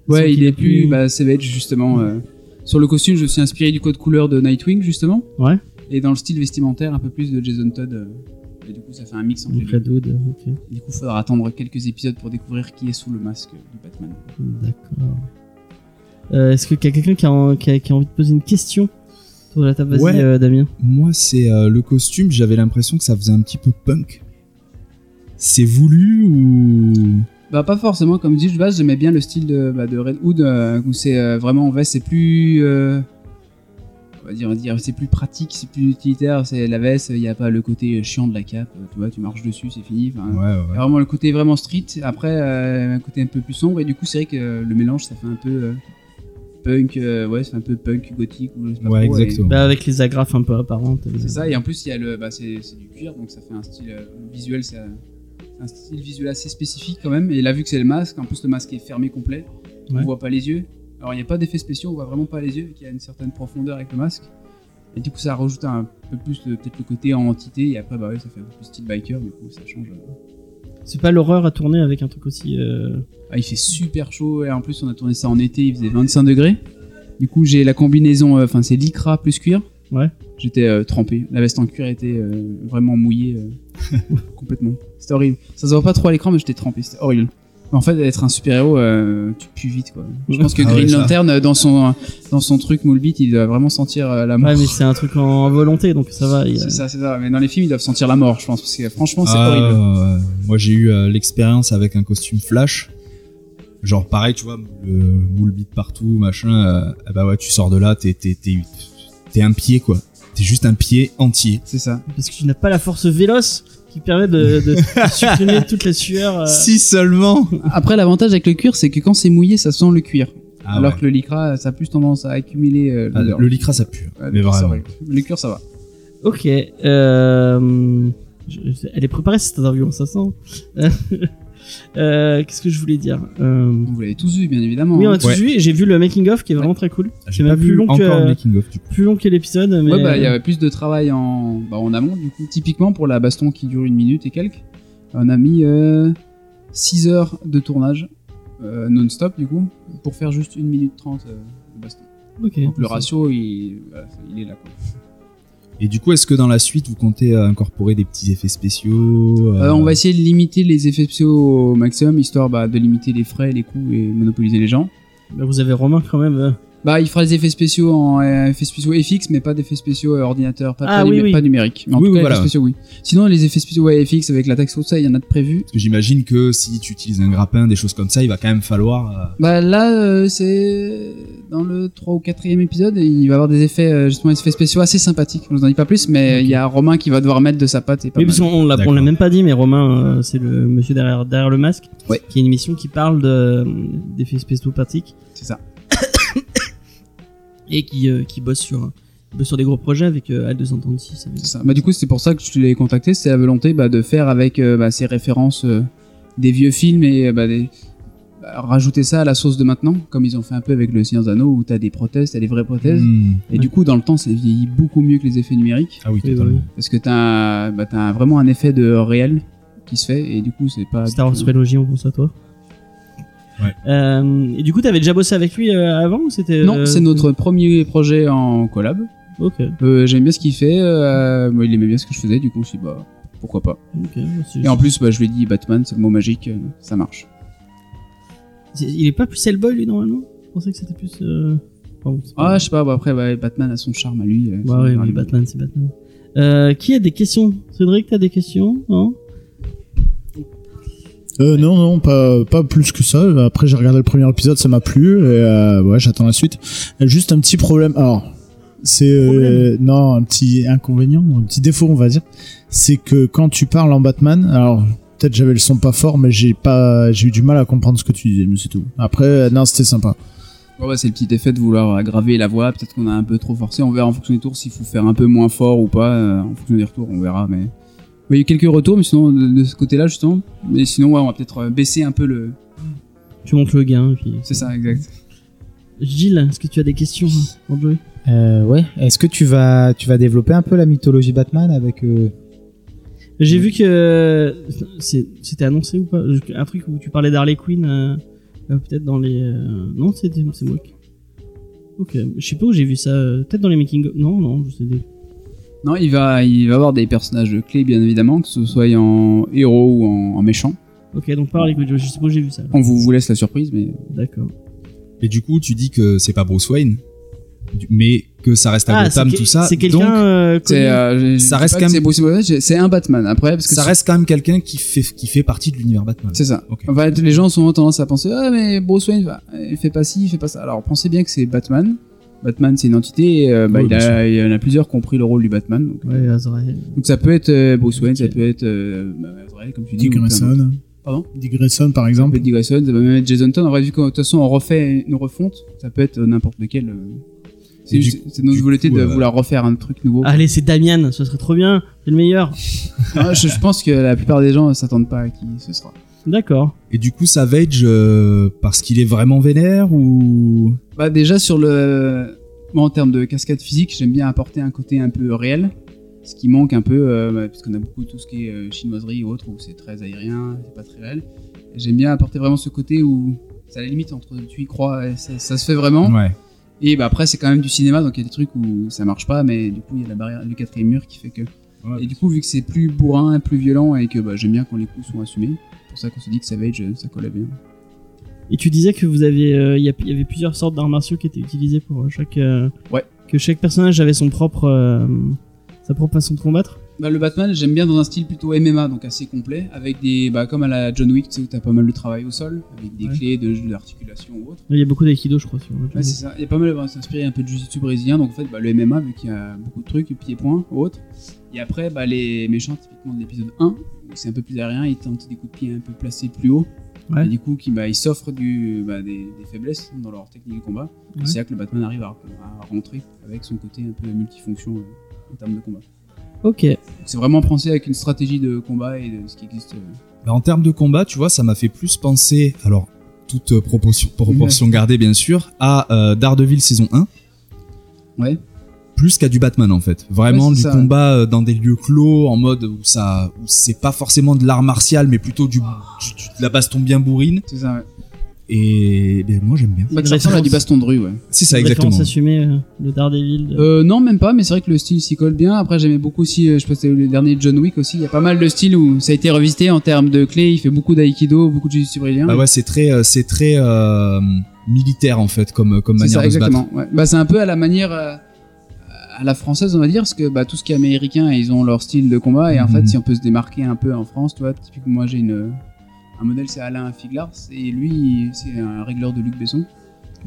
Speaker 7: Ouais,
Speaker 2: Sans
Speaker 7: il
Speaker 2: qu'il
Speaker 7: est
Speaker 2: ait
Speaker 7: plus bah, savage justement. euh, sur le costume, je me suis inspiré du code couleur de Nightwing justement.
Speaker 2: Ouais.
Speaker 7: Et dans le style vestimentaire, un peu plus de Jason Todd. euh, et du coup, ça fait un mix entre les
Speaker 2: Donc,
Speaker 7: deux.
Speaker 2: Redwood, ok.
Speaker 7: Du coup, faudra attendre quelques épisodes pour découvrir qui est sous le masque de Batman.
Speaker 2: D'accord. Euh, Est-ce que qu'il y a quelqu'un qui, a en- qui a- qui a envie de poser une question autour de la table Vas-y,
Speaker 4: Ouais.
Speaker 2: euh, Damien.
Speaker 4: Moi, c'est euh, le costume, j'avais l'impression que ça faisait un petit peu punk. C'est voulu ou.
Speaker 7: Bah pas forcément, comme dit, je base, j'aimais bien le style de, bah, de Red Hood euh, où c'est euh, vraiment en veste, c'est plus, euh, on va dire, on va dire, c'est plus pratique, c'est plus utilitaire, c'est la veste, il n'y a pas le côté chiant de la cape, euh, tu vois, tu marches dessus, c'est fini. enfin,
Speaker 4: Ouais, ouais.
Speaker 7: Il y a Vraiment le côté vraiment street, après euh, un côté un peu plus sombre, et du coup c'est vrai que euh, le mélange ça fait un peu euh, punk, euh, ouais, c'est un peu punk gothique ou je sais pas
Speaker 4: Ouais,
Speaker 7: trop, et-
Speaker 4: exactement.
Speaker 2: Bah, avec les agrafes un peu apparentes.
Speaker 7: C'est ça, et en plus, il y a le, bah, c'est c'est du cuir, donc ça fait un style euh, visuel, c'est euh, un style visuel assez spécifique quand même. Et là, vu que c'est le masque, en plus le masque est fermé complet,
Speaker 2: Ouais.
Speaker 7: on voit pas les yeux. Alors il n'y a pas d'effets spéciaux, on voit vraiment pas les yeux, vu qu'il y a une certaine profondeur avec le masque. Et du coup, ça rajoute un peu plus le- peut-être le côté en entité, et après, bah ouais, ça fait un peu plus style biker, du coup, ça change. euh,
Speaker 2: C'est pas l'horreur à tourner avec un truc aussi. euh,
Speaker 7: Ah, il fait super chaud, et en plus, on a tourné ça en été, il faisait 25 degrés. Du coup, j'ai la combinaison, euh, enfin, c'est lycra plus cuir.
Speaker 2: Ouais.
Speaker 7: J'étais euh, trempé. La veste en cuir était euh, vraiment mouillée euh, complètement. C'était horrible. Ça se voit pas trop à l'écran, mais j'étais trempé. C'était horrible. En fait, être un super-héros, euh, tu pues vite, quoi. Je pense que
Speaker 4: Ah ouais,
Speaker 7: Green
Speaker 4: ça.
Speaker 7: Lantern, euh, dans son, dans son truc Moulbit, il doit vraiment sentir euh, la mort.
Speaker 2: Ouais, mais c'est un truc en volonté, donc ça va. il y a-
Speaker 7: c'est ça, c'est ça. Mais dans les films, ils doivent sentir la mort, je pense. Parce que euh, franchement, c'est
Speaker 4: Ah,
Speaker 7: horrible.
Speaker 4: ouais. moi, j'ai eu euh, l'expérience avec un costume Flash. Genre, pareil, tu vois, le moule bite partout, machin. euh, ah bah ouais, tu sors de là, t'es, t'es, t'es, t'es un pied, quoi. T'es juste un pied entier.
Speaker 7: C'est ça.
Speaker 2: Parce que tu n'as pas la force véloce qui permet de, de supprimer toute la sueur. euh,
Speaker 4: Si seulement
Speaker 7: Après, l'avantage avec le cuir, c'est que quand c'est mouillé, ça sent le cuir.
Speaker 4: Ah
Speaker 7: Alors
Speaker 4: ouais.
Speaker 7: que le lycra, ça a plus tendance à accumuler euh,
Speaker 4: Ah,
Speaker 7: l'odeur.
Speaker 4: le lycra, ça pue. mais
Speaker 7: Ouais, le cuir, c'est
Speaker 4: vraiment.
Speaker 7: horrible. Le cuir, ça va.
Speaker 2: Ok. Euh... je- je- Elle est préparée cette interview, ça sent. Euh, Qu'est-ce que je voulais dire Euh,
Speaker 7: Vous l'avez tous vu, bien évidemment.
Speaker 2: Oui, on
Speaker 7: hein.
Speaker 2: a tous
Speaker 4: Ouais.
Speaker 2: vu. et J'ai vu le making of qui est vraiment très cool.
Speaker 4: J'ai
Speaker 2: même
Speaker 4: pas
Speaker 2: plus
Speaker 4: vu
Speaker 2: long que,
Speaker 4: encore
Speaker 2: euh,
Speaker 4: le making of, du coup.
Speaker 2: Plus long que l'épisode, mais
Speaker 7: Ouais, bah, il y avait plus de travail en, bah, en amont, du coup. Typiquement, pour la baston qui dure une minute et quelques, on a mis 6 heures de tournage euh, non-stop, du coup, pour faire juste 1 minute 30 euh, de baston.
Speaker 2: Ok.
Speaker 7: Donc, le ratio, il, voilà, il est là, quoi.
Speaker 4: Et du coup, est-ce que dans la suite, vous comptez euh, incorporer des petits effets spéciaux euh,
Speaker 7: Euh, on va essayer de limiter les effets spéciaux au maximum, histoire bah, de limiter les frais, les coûts et monopoliser les gens.
Speaker 2: Bah, vous avez Romain quand même. euh.
Speaker 7: Bah, il fera les effets spéciaux en euh, effets spéciaux FX, mais pas d'effets spéciaux euh, ordinateur, pas,
Speaker 2: Ah,
Speaker 7: pas,
Speaker 2: oui,
Speaker 7: numé-
Speaker 2: oui.
Speaker 7: pas numérique. Mais en
Speaker 4: Oui,
Speaker 7: tout
Speaker 4: oui,
Speaker 7: cas,
Speaker 4: voilà.
Speaker 7: effets spéciaux, oui. Sinon, les effets spéciaux ouais, FX avec la taxe tout ça, il y en a de prévu.
Speaker 4: Parce que j'imagine que si tu utilises un grappin, des choses comme ça, il va quand même falloir. euh,
Speaker 7: Bah là, euh, c'est dans le 3 ou 4 épisode, il va y avoir des effets, euh, justement, des effets spéciaux assez sympathiques. Je vous en dis pas plus, mais il y a Romain qui va devoir mettre de sa patte et pas
Speaker 2: Oui,
Speaker 7: mal.
Speaker 2: parce qu'on on l'a on
Speaker 4: D'accord.
Speaker 2: l'a même pas dit, mais Romain, euh, c'est le monsieur derrière, derrière le masque,
Speaker 7: Ouais.
Speaker 2: qui est une émission qui parle de- d'effets spéciaux pratiques.
Speaker 7: C'est ça.
Speaker 2: Et qui, euh, qui bosse sur, qui bosse sur des gros projets avec euh, Al236. avec-
Speaker 7: C'est ça. Bah, du coup, c'est pour ça que je l'ai contacté. C'était la volonté bah, de faire avec euh, bah, ces références euh, des vieux films et euh, bah, des- bah, rajouter ça à la sauce de maintenant, comme ils ont fait un peu avec Le Seigneur des Anneaux, où t'as des prothèses, t'as des vraies prothèses.
Speaker 4: hmm.
Speaker 7: Et du coup, dans le temps, ça vieillit beaucoup mieux que les effets numériques,
Speaker 4: Ah
Speaker 2: Oui,
Speaker 4: oui,
Speaker 2: bah
Speaker 4: totalement.
Speaker 2: oui.
Speaker 7: parce que t'as bah, t'as vraiment un effet de réel qui se fait, et du coup, c'est pas.
Speaker 2: Euh, Star Wars
Speaker 7: du tout-
Speaker 2: Trilogy, on pense à toi.
Speaker 4: Ouais.
Speaker 2: Euh, et du coup, t'avais déjà bossé avec lui euh, avant ou c'était.
Speaker 7: Non,
Speaker 2: euh,
Speaker 7: c'est notre premier projet en collab.
Speaker 2: Ok.
Speaker 7: Euh, J'aime bien ce qu'il fait, euh, bah, il aimait bien ce que je faisais, du coup, je me suis dit, bah, pourquoi pas.
Speaker 2: ok, c'est-
Speaker 7: Et en plus, bah, je lui ai dit, Batman, c'est le mot magique, euh, ça marche.
Speaker 2: c'est- Il est pas plus Hellboy lui normalement Je pensais que c'était plus. euh, pardon, c'est pas-
Speaker 7: Ah, je sais pas, bah, après, ouais, Batman a son charme à lui. euh,
Speaker 2: Bah
Speaker 7: c'est
Speaker 2: ouais,
Speaker 7: vraiment-
Speaker 2: mais Batman, c'est Batman. Euh, qui a des questions Cédric, t'as des questions Non
Speaker 5: Euh, non, non, pas, pas plus que ça. Après, j'ai regardé le premier épisode, ça m'a plu. Et, euh, ouais, j'attends la suite. Euh, Juste un petit problème. Alors, c'est euh, non un petit inconvénient, un petit défaut, on va dire. C'est que quand tu parles en Batman, alors peut-être j'avais le son pas fort, mais j'ai pas, j'ai eu du mal à comprendre ce que tu disais, mais c'est tout. Après, euh, non, c'était sympa.
Speaker 7: Ouais, ouais, c'est le petit effet de vouloir aggraver la voix, peut-être qu'on a un peu trop forcé, on verra en fonction des tours s'il faut faire un peu moins fort ou pas, euh, en fonction des retours, on verra, mais... Oui, il y a eu quelques retours, mais sinon, de, de ce côté-là, justement, mais sinon, ouais, on va peut-être euh, baisser un peu le...
Speaker 2: Tu montes le gain, et puis.
Speaker 7: C'est ça, exact.
Speaker 2: Gilles, est-ce que tu as des questions hein, pour Joey
Speaker 3: Euh, ouais. Est-ce que tu vas, tu vas développer un peu la mythologie Batman avec euh,
Speaker 2: J'ai vu que. euh, c'est- C'était annoncé ou pas Un truc où tu parlais d'Harley Quinn, euh, euh, peut-être dans les. euh, Non, c'était- c'est moi qui. Ok, je sais pas où j'ai vu ça. euh, Peut-être dans les making. Non, non, je sais des-
Speaker 7: Non, il va, il va avoir des personnages clés, bien évidemment, que ce soit en héros ou en, en méchant.
Speaker 2: Ok, donc parle écoute, je sais pas où j'ai vu ça.
Speaker 7: On vous, vous laisse la surprise, mais...
Speaker 2: D'accord.
Speaker 4: Et du coup, tu dis que c'est pas Bruce Wayne, du- mais que ça reste à Gotham,
Speaker 2: Ah, c'est que-
Speaker 4: tout ça.
Speaker 2: C'est
Speaker 4: donc,
Speaker 2: quelqu'un. euh, connu.
Speaker 7: C'est, euh, je- je
Speaker 4: Ça
Speaker 7: dis
Speaker 4: reste
Speaker 7: pas
Speaker 4: quand
Speaker 7: que
Speaker 4: même-
Speaker 7: c'est Bruce Wayne, j'ai- C'est un Batman, après, parce que...
Speaker 4: ça
Speaker 7: c'est-
Speaker 4: reste quand même quelqu'un qui fait, qui fait partie de l'univers Batman.
Speaker 7: C'est ça.
Speaker 4: Ok.
Speaker 7: En fait, les gens ont souvent tendance à penser Ah, mais Bruce Wayne, va- il fait pas ci, il fait pas ça. Alors pensez bien que c'est Batman. Batman, c'est une entité, et, euh, bah,
Speaker 4: Oui,
Speaker 7: il,
Speaker 4: bien
Speaker 7: a, il y en a plusieurs qui ont pris le rôle du Batman. Donc,
Speaker 2: Ouais, Azrael.
Speaker 7: donc ça peut être euh, Bruce Wayne, ça
Speaker 2: Ok.
Speaker 7: peut être euh, bah, Azrael, comme tu dis.
Speaker 5: Dick
Speaker 7: ou plein d'autres.
Speaker 5: Grayson.
Speaker 7: Pardon
Speaker 5: Dick Grayson, par
Speaker 7: Ça peut
Speaker 5: exemple.
Speaker 7: être Dick Grayson, ça peut même être Jason Todd. En vrai, vu que de toute façon on refait une refonte, ça peut être n'importe lequel. euh. C'est
Speaker 4: Et du-
Speaker 7: juste- c'est notre
Speaker 4: du
Speaker 7: volonté
Speaker 4: coup,
Speaker 7: de
Speaker 4: euh,
Speaker 7: vouloir refaire un truc nouveau.
Speaker 2: Allez, c'est Damien, ce serait trop bien, c'est le meilleur.
Speaker 7: Ah, je, je pense que la plupart des gens euh, s'attendent pas à qui ce sera.
Speaker 2: D'accord.
Speaker 4: Et du coup, Savage, euh, parce qu'il est vraiment vénère ou.
Speaker 7: Bah déjà sur le, moi en termes de cascade physique, j'aime bien apporter un côté un peu réel, ce qui manque un peu euh, bah, parce qu'on a beaucoup tout ce qui est euh, chinoiserie ou autre où c'est très aérien, c'est pas très réel. J'aime bien apporter vraiment ce côté où c'est à la limite entre tu y crois, et ça, ça se fait vraiment.
Speaker 4: Ouais.
Speaker 7: Et bah après c'est quand même du cinéma donc il y a des trucs où ça marche pas, mais du coup il y a la barrière, le quatrième mur qui fait que.
Speaker 4: Ouais.
Speaker 7: Et du coup vu que c'est plus bourrin, plus violent et que bah, j'aime bien quand les coups sont assumés, c'est pour ça qu'on se dit que Savage euh, ça collait bien.
Speaker 2: Et tu disais que vous aviez, euh, il y, a- il y avait plusieurs sortes d'arts martiaux qui étaient utilisés pour euh, chaque. euh,
Speaker 7: Ouais.
Speaker 2: Que chaque personnage avait son propre, euh, sa propre façon de combattre.
Speaker 7: Bah, le Batman, j'aime bien dans un style plutôt MMA, donc assez complet, avec des. Bah, comme à la John Wick, tu sais, où t'as pas mal de travail au sol, avec des
Speaker 2: Ouais.
Speaker 7: clés de de l'articulation ou autre.
Speaker 2: Il y a beaucoup d'aïkido, je crois. Sur le
Speaker 7: Ouais, c'est ça. Il y a pas mal, bah, s'inspirer un peu de Jiu-Jitsu brésilien, donc en fait, bah, le MMA, vu qu'il y a beaucoup de trucs, pieds points, autres. Et après, bah, les méchants, typiquement de l'épisode 1, où c'est un peu plus aérien, ils tentent des coups de pied un peu placés plus haut.
Speaker 2: Ouais.
Speaker 7: Et du coup, qui, bah, ils s'offrent du, bah, des, des faiblesses dans leur technique de combat.
Speaker 2: Ouais.
Speaker 7: C'est là que le Batman arrive à, à rentrer avec son côté un peu multifonction euh, en termes de combat.
Speaker 2: ok.
Speaker 7: C'est vraiment pensé avec une stratégie de combat et de ce qui existe. euh.
Speaker 4: Bah, en termes de combat, tu vois, ça m'a fait plus penser, alors toute euh, proportion, proportion gardée bien sûr, à euh, Daredevil saison 1,
Speaker 7: Ouais.
Speaker 4: plus qu'à du Batman en fait. Vraiment
Speaker 7: Ouais,
Speaker 4: du
Speaker 7: c'est ça.
Speaker 4: combat euh, dans des lieux clos, en mode où ça, où c'est pas forcément de l'art martial, mais plutôt du, du- du- de la baston bien bourrine.
Speaker 7: C'est ça, ouais.
Speaker 4: Et ben, moi j'aime bien.
Speaker 7: Bah,
Speaker 2: Une
Speaker 7: ça ressemble à du
Speaker 2: référence.
Speaker 7: baston de rue, ouais.
Speaker 4: C'est ça
Speaker 2: Une
Speaker 4: exactement.
Speaker 2: Référence assumée, euh, le Daredevil. de-
Speaker 7: Euh, non, même pas, mais c'est vrai que le style s'y colle bien. Après, j'aimais beaucoup aussi, euh, je pense que le dernier John Wick aussi. Il y a pas mal de styles où ça a été revisité en termes de clés. Il fait beaucoup d'aïkido, beaucoup de jiu-jitsu brésilien.
Speaker 4: Bah ouais, c'est très, euh, c'est très euh, militaire en fait comme, euh, comme
Speaker 7: c'est
Speaker 4: manière
Speaker 7: ça,
Speaker 4: de se battre.
Speaker 7: exactement. ouais. Bah, c'est un peu à la manière. euh, à la française, on va dire, parce que bah, tout ce qui est américain, ils ont leur style de combat. Et en fait,
Speaker 4: Mhm.
Speaker 7: si on peut se démarquer un peu en France, tu vois, typiquement, moi j'ai une. Un modèle, c'est Alain Figlars, et lui, il- c'est un régleur de Luc Besson.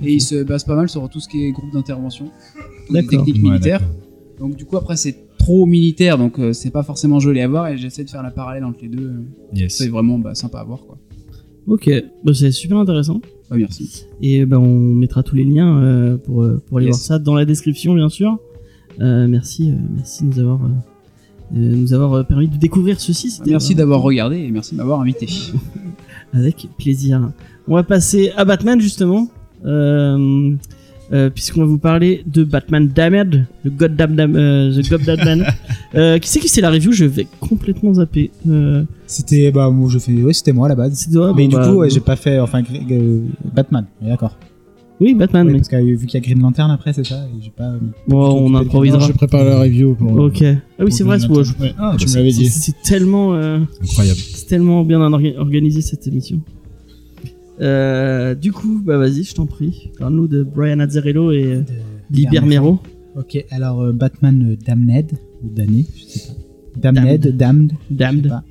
Speaker 7: Et il se base pas mal sur tout ce qui est groupe d'intervention, donc des
Speaker 2: D'accord.
Speaker 7: techniques
Speaker 4: Ouais,
Speaker 7: militaires.
Speaker 4: d'accord.
Speaker 7: Donc du coup après c'est trop militaire donc euh, c'est pas forcément joli à voir et j'essaie de faire la parallèle entre les deux. euh,
Speaker 4: Yes.
Speaker 7: C'est vraiment bah, sympa à voir quoi.
Speaker 2: Ok. Bah, c'est super intéressant.
Speaker 7: Bah, merci.
Speaker 2: Et ben, on mettra tous les liens euh, pour, euh, pour aller
Speaker 7: Yes.
Speaker 2: voir ça dans la description, bien sûr. Euh, merci, euh, merci de nous avoir, euh, de nous avoir euh, permis de découvrir ceci.
Speaker 7: Bah,
Speaker 2: C'était
Speaker 7: merci
Speaker 2: vraiment
Speaker 7: d'avoir regardé et merci de m'avoir invité.
Speaker 2: Avec plaisir. On va passer à Batman, justement. Euh, euh, Puisqu'on va vous parler de Batman Damned, le Goddamn Dam- euh, The God Batman. euh, qui c'est qui c'est la review Je vais complètement zapper. Euh,
Speaker 8: C'était bah moi je fais ouais c'était moi à la base.
Speaker 2: c'est toi
Speaker 8: mais
Speaker 2: bon,
Speaker 8: du
Speaker 2: bah,
Speaker 8: coup ouais, j'ai pas fait enfin Greg, euh, Batman. Ouais, D'accord.
Speaker 2: Oui, Batman.
Speaker 8: Ouais,
Speaker 2: mais-
Speaker 8: parce que euh, vu qu'il y a Green Lantern après c'est ça. et J'ai pas. euh, plutôt
Speaker 2: Bon, on
Speaker 8: occupé de-
Speaker 5: Non,
Speaker 2: improvisera.
Speaker 5: je prépare la review pour.
Speaker 2: Ok. Ah oui,
Speaker 5: pour
Speaker 2: c'est vrai.
Speaker 5: Jonathan.
Speaker 2: c'est-
Speaker 5: Ouais,
Speaker 4: Ah,
Speaker 5: tu
Speaker 4: bah,
Speaker 5: me l'avais
Speaker 2: C'est
Speaker 5: dit.
Speaker 2: c'est tellement. euh,
Speaker 4: Incroyable.
Speaker 2: C'est tellement bien orga- organisé cette émission. Euh, du coup, bah vas-y, je t'en prie. Parle-nous de Brian Azzarello et euh, Liber Mero.
Speaker 8: Ok alors euh, Batman euh, Damned ou damné je sais pas. Damned Damned. je sais
Speaker 2: Damned.
Speaker 8: pas.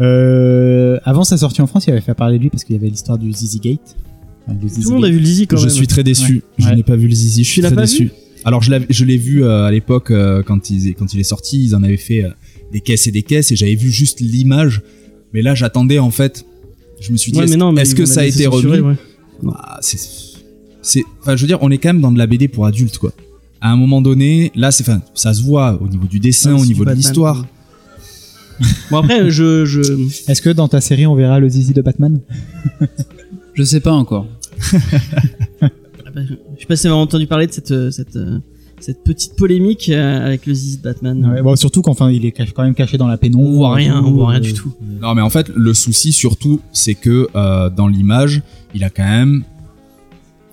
Speaker 8: Euh, avant sa sortie en France, il avait fait parler de lui parce qu'il y avait l'histoire du Zizi Gate. Enfin, du
Speaker 2: Tout
Speaker 8: Zizi
Speaker 2: le monde a
Speaker 8: Gate.
Speaker 2: vu Lizzie quand
Speaker 4: je
Speaker 2: même.
Speaker 4: suis très déçu. Je
Speaker 8: Ouais.
Speaker 4: n'ai pas vu le Zizi. Je suis
Speaker 2: l'as
Speaker 4: très
Speaker 2: pas
Speaker 4: déçu. Alors je l'avais- je l'ai vu euh, à l'époque euh, quand il quand il est sorti, ils en avaient fait euh, des caisses et des caisses et j'avais vu juste l'image. Mais là j'attendais en fait. Je me suis dit
Speaker 2: Ouais, mais
Speaker 4: est-ce
Speaker 2: non, mais
Speaker 4: est-ce
Speaker 2: ils
Speaker 4: que
Speaker 2: vont
Speaker 4: ça a
Speaker 2: la laisser
Speaker 4: été
Speaker 2: censurer,
Speaker 4: remis
Speaker 2: ouais.
Speaker 4: Ah, C'est c'est enfin je veux dire on est quand même dans de la BD pour adultes quoi. À un moment donné, là c'est enfin ça se voit au niveau du dessin,
Speaker 2: Ouais,
Speaker 4: au
Speaker 2: c'est du
Speaker 4: niveau de
Speaker 2: Batman.
Speaker 4: l'histoire.
Speaker 2: Bon après, euh, je, je...
Speaker 8: Est-ce que dans ta série on verra le Zizi de Batman
Speaker 7: Je sais pas encore.
Speaker 2: après, je sais pas si vous avez entendu parler de cette, euh, cette, euh, cette petite polémique euh, avec le Zizi de Batman.
Speaker 8: Ouais, bon, Surtout qu'enfin il est cach- quand même caché dans la pénombre.
Speaker 2: On voit rien, on voit rien
Speaker 8: Euh,
Speaker 2: du tout.
Speaker 4: Non mais en fait le souci surtout c'est que euh, dans l'image il a quand même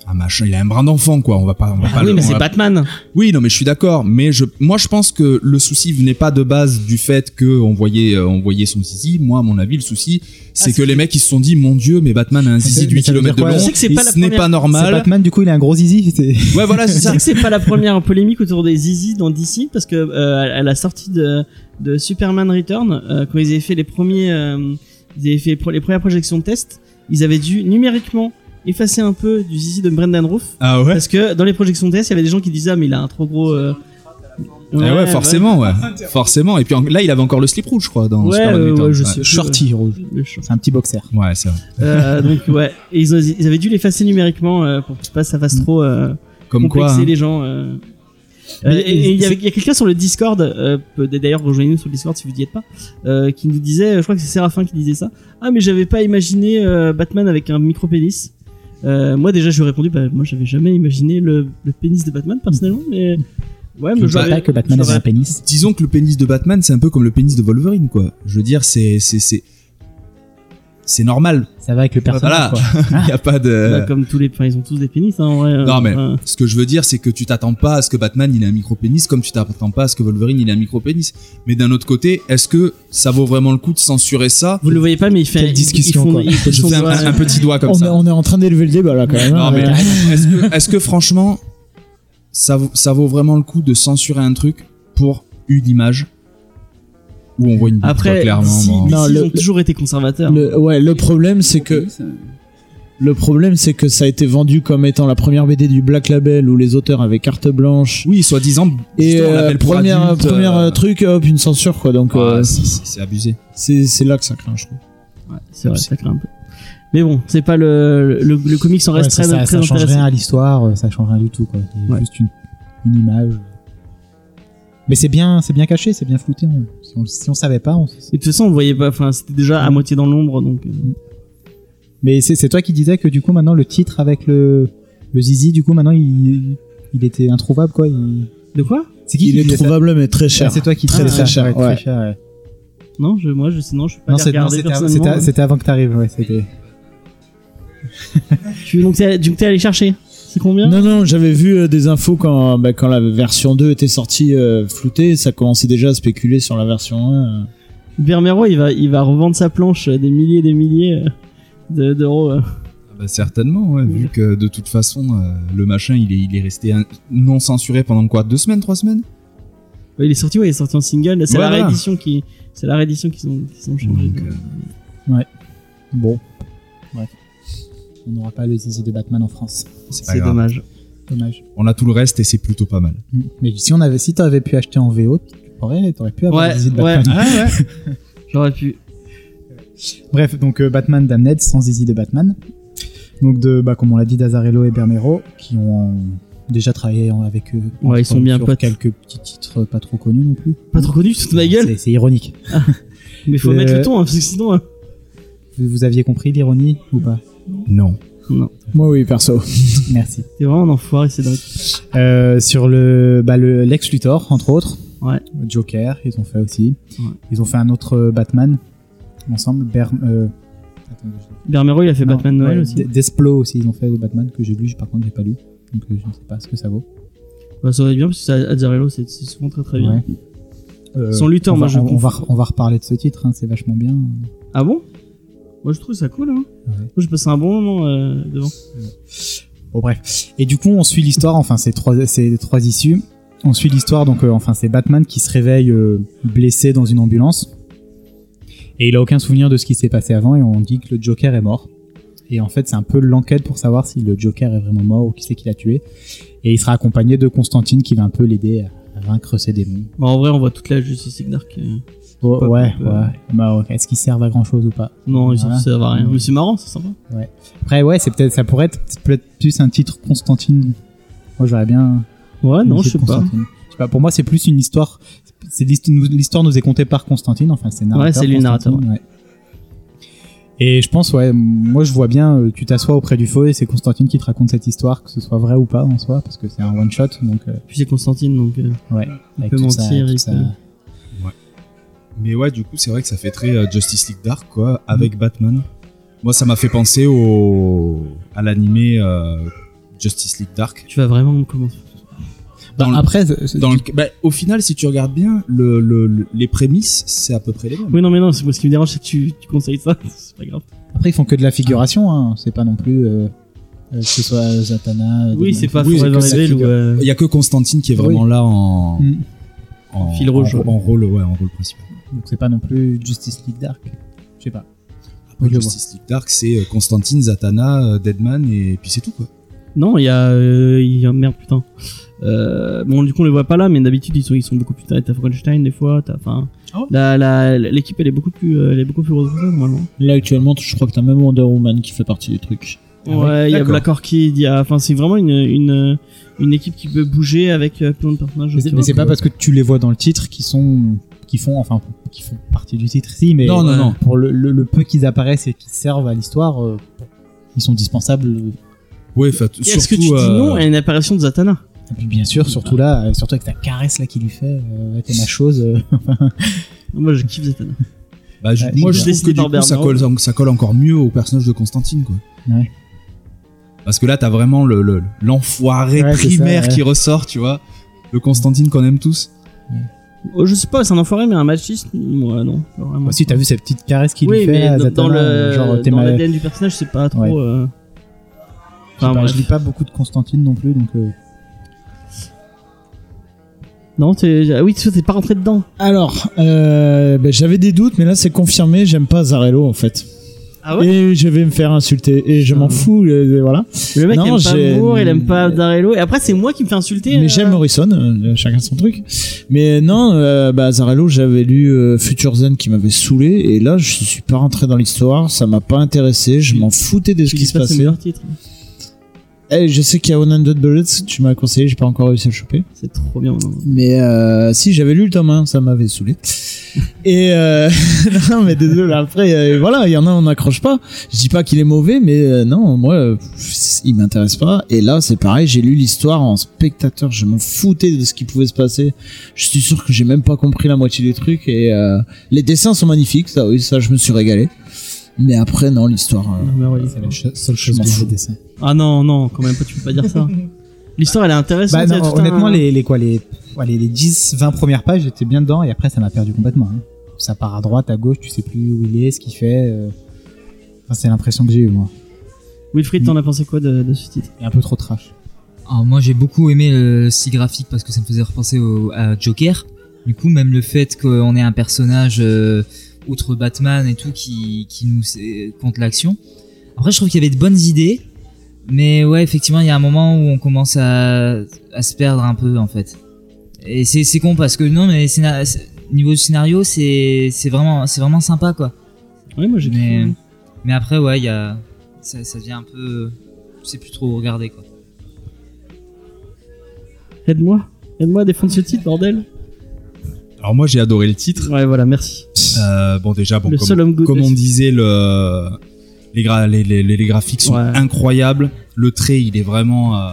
Speaker 4: un machin, il a un brin d'enfant quoi. On va pas on va
Speaker 2: Ah
Speaker 4: pas
Speaker 2: oui,
Speaker 4: le-
Speaker 2: mais
Speaker 4: on
Speaker 2: c'est
Speaker 4: va
Speaker 2: Batman.
Speaker 4: Oui, non, mais je suis d'accord. Mais je, moi, je pense que le souci venait pas de base du fait que on voyait, euh, on voyait son zizi. Moi, à mon avis, le souci,
Speaker 2: Ah,
Speaker 4: c'est que les mecs, ils se sont dit, mon Dieu, mais Batman a un zizi
Speaker 8: c'est-
Speaker 4: de 8
Speaker 8: mais ça veut
Speaker 4: km de
Speaker 8: dire quoi,
Speaker 4: long.
Speaker 8: là
Speaker 2: Je sais que c'est pas la
Speaker 4: Ce n'est
Speaker 2: première-
Speaker 4: pas
Speaker 8: C'est
Speaker 4: normal.
Speaker 8: Batman, du coup, il a un gros zizi. c'est-
Speaker 4: Ouais, voilà, c'est
Speaker 2: C'est
Speaker 4: ça.
Speaker 2: vrai que c'est pas la première polémique autour des Easy dans DC parce que euh, à la sortie de, de Superman Return, euh, quand ils avaient fait les premiers, euh, ils avaient fait les pro- les premières projections de test, ils avaient dû numériquement effacer un peu du zizi de Brendan Roof
Speaker 4: Ah ouais?
Speaker 2: parce que dans les projections de test, il y avait des gens qui disaient ah mais il a un trop gros. euh,
Speaker 4: Ouais, ouais, forcément, ouais. Forcément. Et puis en- là, il avait encore le slip rouge, je crois, dans
Speaker 2: Ouais,
Speaker 4: Super
Speaker 2: ouais,
Speaker 4: Magneto.
Speaker 2: ouais, je
Speaker 4: Ouais.
Speaker 2: sais.
Speaker 3: Shorty rouge.
Speaker 2: Le short.
Speaker 3: C'est un petit boxer.
Speaker 4: Ouais, c'est vrai.
Speaker 2: Euh, donc ouais, Et ils, ont- ils avaient dû l'effacer numériquement euh, pour que ça fasse- ça
Speaker 4: Mm.
Speaker 2: fasse trop euh,
Speaker 4: Comme quoi.
Speaker 2: complexer
Speaker 4: hein.
Speaker 2: les gens. euh.
Speaker 3: Mais-
Speaker 2: Euh, et- et il y, avait- il y a quelqu'un sur le Discord, euh, peut- d'ailleurs rejoignez-nous sur le Discord si vous n'y êtes pas, euh, qui nous disait, je crois que c'est Séraphin qui disait ça, ah mais j'avais pas imaginé euh, Batman avec un micro pénis. Euh, moi déjà je lui ai répondu, bah moi j'avais jamais imaginé le, le pénis de Batman personnellement, mais ouais, mais
Speaker 3: Je sais pas que Batman avait
Speaker 2: j'aurais-
Speaker 3: un pénis.
Speaker 4: Disons que le pénis de Batman, c'est un peu comme le pénis de Wolverine, quoi. Je veux dire, c'est. c'est- C'est c'est normal.
Speaker 3: Ça va avec le personnage.
Speaker 4: Voilà.
Speaker 3: quoi.
Speaker 4: Il n'y a pas de.
Speaker 2: bah, comme tous les, enfin ils ont tous des pénis hein, en vrai.
Speaker 4: Euh. Non, mais-
Speaker 2: Enfin,
Speaker 4: Ce que je veux dire, c'est que tu t'attends pas à ce que Batman il ait un micro pénis, comme tu t'attends pas à ce que Wolverine il ait un micro pénis. Mais d'un autre côté, est-ce que ça vaut vraiment le coup de censurer ça
Speaker 2: vous le voyez pas mais il fait
Speaker 3: Quelle
Speaker 2: ils- ils
Speaker 3: discussion,
Speaker 2: font-
Speaker 3: quoi.
Speaker 2: ils font
Speaker 4: Je
Speaker 2: son
Speaker 4: fais un,
Speaker 2: doigt,
Speaker 4: un- un petit doigt comme
Speaker 5: on, est,
Speaker 4: ça.
Speaker 5: on est en train d'élever le débat là quand même. hein,
Speaker 4: Non, mais
Speaker 5: ouais.
Speaker 4: est-ce que, est-ce que franchement, ça vaut, ça vaut vraiment le coup de censurer un truc pour une image où on voit une bite, quoi,
Speaker 2: Après,
Speaker 4: clairement
Speaker 2: DC,
Speaker 4: bon.
Speaker 2: DC,
Speaker 5: Non,
Speaker 2: ils
Speaker 5: le-
Speaker 2: ont toujours été conservateurs.
Speaker 5: Le, ouais, le problème c'est que
Speaker 7: Ça-
Speaker 5: Le problème, c'est que ça a été vendu comme étant la première BD du Black Label où les auteurs avaient carte blanche.
Speaker 4: Oui, soi-disant,
Speaker 5: Et
Speaker 4: justement, on
Speaker 5: euh,
Speaker 4: l'appelle pour
Speaker 5: première,
Speaker 4: adulte,
Speaker 5: première
Speaker 4: euh,
Speaker 5: euh, truc, hop, une censure quoi. Donc
Speaker 4: ah,
Speaker 5: euh,
Speaker 4: c'est- c'est c'est abusé.
Speaker 5: c'est c'est là que ça craint, je trouve.
Speaker 2: C'est vrai, ça craint un peu. Mais bon, c'est pas le, le, le comics en
Speaker 3: Ouais,
Speaker 2: reste
Speaker 3: ça,
Speaker 2: très,
Speaker 3: ça,
Speaker 2: très
Speaker 3: ça change rien
Speaker 2: intéressant.
Speaker 3: à l'histoire, euh, ça change rien du tout. quoi. C'est
Speaker 2: Ouais.
Speaker 3: juste une, une image. Mais c'est bien, c'est bien caché, c'est bien flouté. on- si, on, si on savait pas, on s-
Speaker 2: Et de toute façon, on voyait pas, enfin, c'était déjà à moitié dans l'ombre, donc. euh,
Speaker 3: Mais c'est c'est toi qui disais que du coup maintenant le titre avec le, le zizi, du coup maintenant il, il était introuvable quoi. il-
Speaker 2: De quoi
Speaker 3: C'est qui
Speaker 5: Il
Speaker 3: qui
Speaker 5: est
Speaker 3: disait ça
Speaker 5: trouvable mais très
Speaker 3: Ah,
Speaker 5: cher.
Speaker 3: c'est toi qui
Speaker 5: Très,
Speaker 3: disais ça,
Speaker 5: très cher,
Speaker 3: ouais,
Speaker 5: ouais.
Speaker 3: très cher. ouais.
Speaker 2: Non, je, moi, je, sinon, je peux pas
Speaker 3: Non,
Speaker 2: les
Speaker 3: c'est- non,
Speaker 2: regarder
Speaker 3: c'était
Speaker 2: personnellement. hein.
Speaker 3: c'était- c'était avant que t'arrives. Ouais, c'était-
Speaker 2: Tu- donc, t'es, donc, t'es allé chercher. C'est combien
Speaker 5: Non, non, j'avais vu euh, des infos quand, bah, quand la version 2 était sortie euh, floutée, ça commençait déjà à spéculer sur la version 1. euh.
Speaker 2: Bermero, il va, il va revendre sa planche euh, des milliers et des milliers euh, de- d'euros. euh.
Speaker 4: Ah bah, certainement, ouais, vu que de toute façon, euh, le machin, il est, il est resté un- non censuré pendant quoi Deux semaines, trois semaines
Speaker 2: Ouais, il est sorti, ouais, il est sorti en single. C'est
Speaker 4: Ouais,
Speaker 2: la
Speaker 4: voilà.
Speaker 2: réédition qui, c'est la réédition qui sont, qui sont changées.
Speaker 4: Donc, euh,
Speaker 3: Bon, bref. On n'aura pas le zizi de Batman en France.
Speaker 4: c'est pas
Speaker 2: c'est
Speaker 4: grave.
Speaker 2: dommage.
Speaker 3: Dommage.
Speaker 4: On a tout le reste et c'est plutôt pas mal.
Speaker 3: Mais si on avait, si t'avais pu acheter en VO, tu pourrais, t'aurais pu avoir
Speaker 2: Ouais,
Speaker 3: le zizi de
Speaker 2: ouais.
Speaker 3: Batman.
Speaker 2: J'aurais pu.
Speaker 3: Bref, donc euh, Batman Damned sans Zizi de Batman. Donc de, bah, comme on l'a dit, D'Azarello et Bermero qui ont euh, déjà travaillé en- avec eux.
Speaker 2: Ouais, ils sont
Speaker 3: sur-
Speaker 2: bien
Speaker 3: sur
Speaker 2: potes.
Speaker 3: quelques petits titres euh, pas trop connus non plus.
Speaker 2: Pas trop connu, toute ma gueule.
Speaker 3: C'est- C'est ironique.
Speaker 2: Mais faut
Speaker 3: Euh,
Speaker 2: mettre le ton, hein, parce que sinon. hein.
Speaker 3: Vous, vous aviez compris l'ironie ou pas
Speaker 4: Non.
Speaker 5: Moi oui, perso.
Speaker 3: Merci.
Speaker 2: T'es vraiment un enfoiré, c'est dingue.
Speaker 3: Euh, sur le, bah, le Lex Luthor entre autres.
Speaker 2: Ouais.
Speaker 3: Le Joker, ils ont fait aussi.
Speaker 2: Ouais.
Speaker 3: Ils ont fait un autre euh, Batman ensemble. Ber, euh, attendez, je-
Speaker 2: Bermero, il a fait
Speaker 3: Non,
Speaker 2: Batman Noël
Speaker 3: Bah, ouais,
Speaker 2: aussi.
Speaker 3: D- Desplo aussi, ils ont fait le Batman que j'ai lu, par contre j'ai pas lu. Donc euh, je ne sais pas ce que ça vaut.
Speaker 2: Bah, ça aurait été bien parce que c'est Azzarello, c'est c'est souvent très très bien.
Speaker 3: Ouais. Euh,
Speaker 2: Sans Luthor,
Speaker 3: on
Speaker 2: moi,
Speaker 3: va,
Speaker 2: je
Speaker 3: on, on va,
Speaker 2: confonds.
Speaker 3: on va reparler de ce titre, hein, c'est vachement bien.
Speaker 2: Ah bon Moi je trouve ça cool. Hein.
Speaker 3: Ouais.
Speaker 2: Moi, J'ai passé un bon moment euh, devant.
Speaker 3: Bon bref. Et du coup, on suit l'histoire. Enfin, c'est trois, c'est les trois issues. On suit l'histoire. Donc, euh, enfin, c'est Batman qui se réveille euh, blessé dans une ambulance. Et il a aucun souvenir de ce qui s'est passé avant. Et on dit que le Joker est mort. Et en fait, c'est un peu l'enquête pour savoir si le Joker est vraiment mort ou qui c'est qui l'a tué. Et il sera accompagné de Constantine qui va un peu l'aider à vaincre ses démons.
Speaker 2: Bon, Bah, en vrai, on voit toute la Justice League Dark. euh.
Speaker 3: Oh,
Speaker 2: Pas
Speaker 3: ouais,
Speaker 2: beaucoup,
Speaker 3: ouais. Bah, ouais. Est-ce qu'ils servent à grand chose ou pas
Speaker 2: Non, ils
Speaker 3: Voilà.
Speaker 2: s'en servent à rien. Mais c'est marrant, c'est sympa.
Speaker 3: Après, ouais, c'est peut-être, ça pourrait être peut-être plus un titre Constantine. Moi, j'aurais bien.
Speaker 2: Ouais, Ah non,
Speaker 3: une
Speaker 2: je sais
Speaker 3: suite
Speaker 2: pas.
Speaker 3: Constantine. Je sais pas. Pour moi, c'est plus une histoire. C'est l'hist- nous- l'histoire nous est contée par Constantine. Enfin, c'est le narrateur.
Speaker 2: Ouais, c'est lui le
Speaker 3: Constantine,
Speaker 2: narrateur,
Speaker 3: ouais. Et je pense, ouais, moi je vois bien, euh, tu t'assois auprès du feu et c'est Constantine qui te raconte cette histoire, que ce soit vrai ou pas en soi, parce que c'est un one shot, donc euh,
Speaker 2: Puis c'est Constantine, donc. euh,
Speaker 3: ouais. avec
Speaker 2: peut
Speaker 3: tout ça-
Speaker 2: mentir,
Speaker 3: tout
Speaker 2: il
Speaker 3: ça-
Speaker 2: peut-
Speaker 4: Mais ouais, du coup, c'est vrai que ça fait très euh, Justice League Dark, quoi, avec Batman. Moi, ça m'a fait penser au à l'animé euh, Justice League Dark.
Speaker 2: tu vas vraiment me commencer.
Speaker 3: Bah,
Speaker 4: Dans le-
Speaker 3: après, c'est- c'est-
Speaker 4: Dans le- bah, au final, si tu regardes bien, le, le- le- les prémices, c'est à peu près les mêmes.
Speaker 2: Oui, non, mais non, c'est moi ce qui me dérange, c'est que tu, tu conseilles ça. c'est pas grave.
Speaker 3: après, ils font que de la figuration, hein, c'est pas non plus euh, euh, que ce soit Zatanna. euh,
Speaker 2: Oui, c'est pas
Speaker 4: oui,
Speaker 2: Forever
Speaker 4: que ça
Speaker 2: Evil ou.
Speaker 3: hein.
Speaker 4: figure.
Speaker 2: euh,
Speaker 4: Il y a que Constantine qui est vraiment là en,
Speaker 3: Mm.
Speaker 4: en
Speaker 2: Fil rouge,
Speaker 4: en,
Speaker 2: ouais.
Speaker 4: en rôle, ouais, en rôle principal.
Speaker 3: Donc c'est pas non plus Justice League Dark. Je sais pas.
Speaker 4: Après,
Speaker 3: Je vois.
Speaker 4: Justice League Dark, c'est euh, Constantine, Zatanna, euh, Deadman et puis c'est tout quoi.
Speaker 2: Non, il y a. euh, il y a- merde, putain. Euh, bon, du coup, on les voit pas là, mais d'habitude, ils sont, ils sont beaucoup plus tard. T'as Frankenstein, des fois, t'as. Enfin. la- la- L'équipe, elle est beaucoup plus. euh, Elle est beaucoup plus grosse que ça, normalement.
Speaker 5: Là, actuellement, je crois que t'as même Wonder Woman qui fait partie des trucs.
Speaker 3: Ah
Speaker 2: Ouais, il y a
Speaker 4: D'accord.
Speaker 2: Black Orchid, il y a. Enfin, c'est vraiment une, une, une équipe qui peut bouger avec euh, plein de personnages.
Speaker 3: Mais c'est-
Speaker 2: autour.
Speaker 3: mais c'est pas parce que tu les vois dans le titre qu'ils sont, qui font, enfin, qui font partie du titre, si, mais
Speaker 4: Non, non, non.
Speaker 3: pour le, le- le peu qu'ils apparaissent et qu'ils servent à l'histoire, euh, ils sont dispensables.
Speaker 4: Ouais, enfin, t-
Speaker 2: Est-ce que tu
Speaker 4: surtout,
Speaker 2: dis hein
Speaker 4: euh,
Speaker 2: non à une apparition de Zatanna
Speaker 3: Et puis bien sûr, surtout là, euh, surtout avec ta caresse là qui lui fait, euh, t'es ma chose. euh,
Speaker 2: Moi, je kiffe Zatanna.
Speaker 4: bah, je-
Speaker 3: Ouais,
Speaker 4: moi, je
Speaker 2: c'est
Speaker 4: trouve que
Speaker 2: dessiné
Speaker 4: du
Speaker 2: par
Speaker 4: coup, ça
Speaker 2: Bernard.
Speaker 4: colle, ça colle encore mieux au personnage de Constantine, quoi.
Speaker 3: Ouais.
Speaker 4: Parce que là, t'as vraiment le- le- l'enfoiré
Speaker 3: Ouais, c'est ça,
Speaker 4: primaire
Speaker 3: ouais.
Speaker 4: qui ressort, tu vois. Le Constantine qu'on aime tous.
Speaker 2: Oh, je sais pas, c'est un enfoiré, mais un machiste Moi, non. pas Vraiment.
Speaker 3: Moi aussi, Bah, t'as vu cette petite caresse qu'il
Speaker 2: oui,
Speaker 3: lui fait
Speaker 2: mais dans,
Speaker 3: à
Speaker 2: dans
Speaker 3: Zatanna,
Speaker 2: le,
Speaker 3: euh, genre t'es
Speaker 2: dans
Speaker 3: ma. Je sais
Speaker 2: l'ADN du personnage, c'est pas trop.
Speaker 3: Ouais.
Speaker 2: euh,
Speaker 3: pas,
Speaker 2: Enfin, bref.
Speaker 3: je lis pas beaucoup de Constantine non plus, donc. euh,
Speaker 2: Non, t'es... ah oui, tu t'es pas rentré dedans.
Speaker 5: Alors, euh, ben, j'avais des doutes, mais là, c'est confirmé. J'aime pas Zarello, en fait.
Speaker 2: Ah ouais
Speaker 5: Et je vais me faire insulter. Et je m'en
Speaker 2: Ah.
Speaker 5: fous. euh, voilà.
Speaker 2: Le mec
Speaker 5: Non,
Speaker 2: aime
Speaker 5: j'ai-
Speaker 2: pas Moore, il aime pas Darello. Et après, c'est moi qui me fais insulter.
Speaker 5: Mais
Speaker 2: euh,
Speaker 5: j'aime Morrison, euh, chacun son truc. Mais non, euh, bah, Zarello, j'avais lu euh, Future Zen qui m'avait saoulé, et là, je suis pas rentré dans l'histoire, ça m'a pas intéressé, je m'en foutais de ce
Speaker 2: je
Speaker 5: qui
Speaker 2: dis
Speaker 5: se
Speaker 2: pas, c'est le
Speaker 5: passait.
Speaker 2: meilleur titre.
Speaker 5: Eh, je sais qu'il y a 100 Bullets, tu m'as conseillé, j'ai pas encore réussi à le choper.
Speaker 2: C'est trop bien. non.
Speaker 5: Mais euh, si, j'avais lu le tome 1, ça m'avait saoulé. Et euh, non, mais désolé, après, euh, voilà, il y en a, on n'accroche pas. Je dis pas qu'il est mauvais, mais euh, non, moi, euh, pff, il m'intéresse pas. Et là, c'est pareil, j'ai lu l'histoire en spectateur, je m'en foutais de ce qui pouvait se passer. Je suis sûr que j'ai même pas compris la moitié des trucs. Et euh, les dessins sont magnifiques, ça, oui, ça, je me suis régalé. Mais après, non, l'histoire. euh,
Speaker 2: Non, mais oui.
Speaker 3: c'est la cho- seule chose
Speaker 5: m'en
Speaker 3: bien
Speaker 5: fous.
Speaker 3: des dessins.
Speaker 2: Ah non, non, quand même pas, tu peux pas dire ça. L'histoire, elle est intéressante.
Speaker 3: Bah
Speaker 2: il y a
Speaker 3: non,
Speaker 2: tout un-
Speaker 3: honnêtement, les, les quoi, les, ouais, les, les 10, 20 premières pages, j'étais bien dedans et après, ça m'a perdu complètement. hein. Ça part à droite, à gauche, tu sais plus où il est, ce qu'il fait. euh. Enfin, c'est l'impression que j'ai eu, moi.
Speaker 2: Wilfried, t'en as pensé quoi de, de ce titre
Speaker 3: Et un peu trop trash.
Speaker 6: Alors moi j'ai beaucoup aimé le style graphique parce que ça me faisait repenser au, à Joker. Du coup même le fait qu'on ait un personnage euh, outre Batman et tout qui, qui nous euh, compte l'action. Après je trouve qu'il y avait de bonnes idées, mais ouais effectivement il y a un moment où on commence à, à se perdre un peu en fait. Et c'est c'est con parce que non mais scénar- c'est- niveau du scénario c'est c'est vraiment c'est vraiment sympa quoi.
Speaker 2: Ouais, moi j'ai
Speaker 6: Mais,
Speaker 2: kiffé.
Speaker 6: mais après ouais il y a ça, ça devient un peu tu sais plus trop où regarder quoi.
Speaker 2: Aide-moi. Aide-moi à défendre ce titre, bordel.
Speaker 4: Alors, moi, j'ai adoré le titre.
Speaker 2: Ouais, voilà, merci.
Speaker 4: Euh, bon, déjà, bon,
Speaker 2: le
Speaker 4: comme-
Speaker 2: seul homme good.
Speaker 4: comme on disait, le, les, gra- les, les, les- les graphiques sont
Speaker 2: Ouais.
Speaker 4: incroyables. Le trait, il est vraiment euh,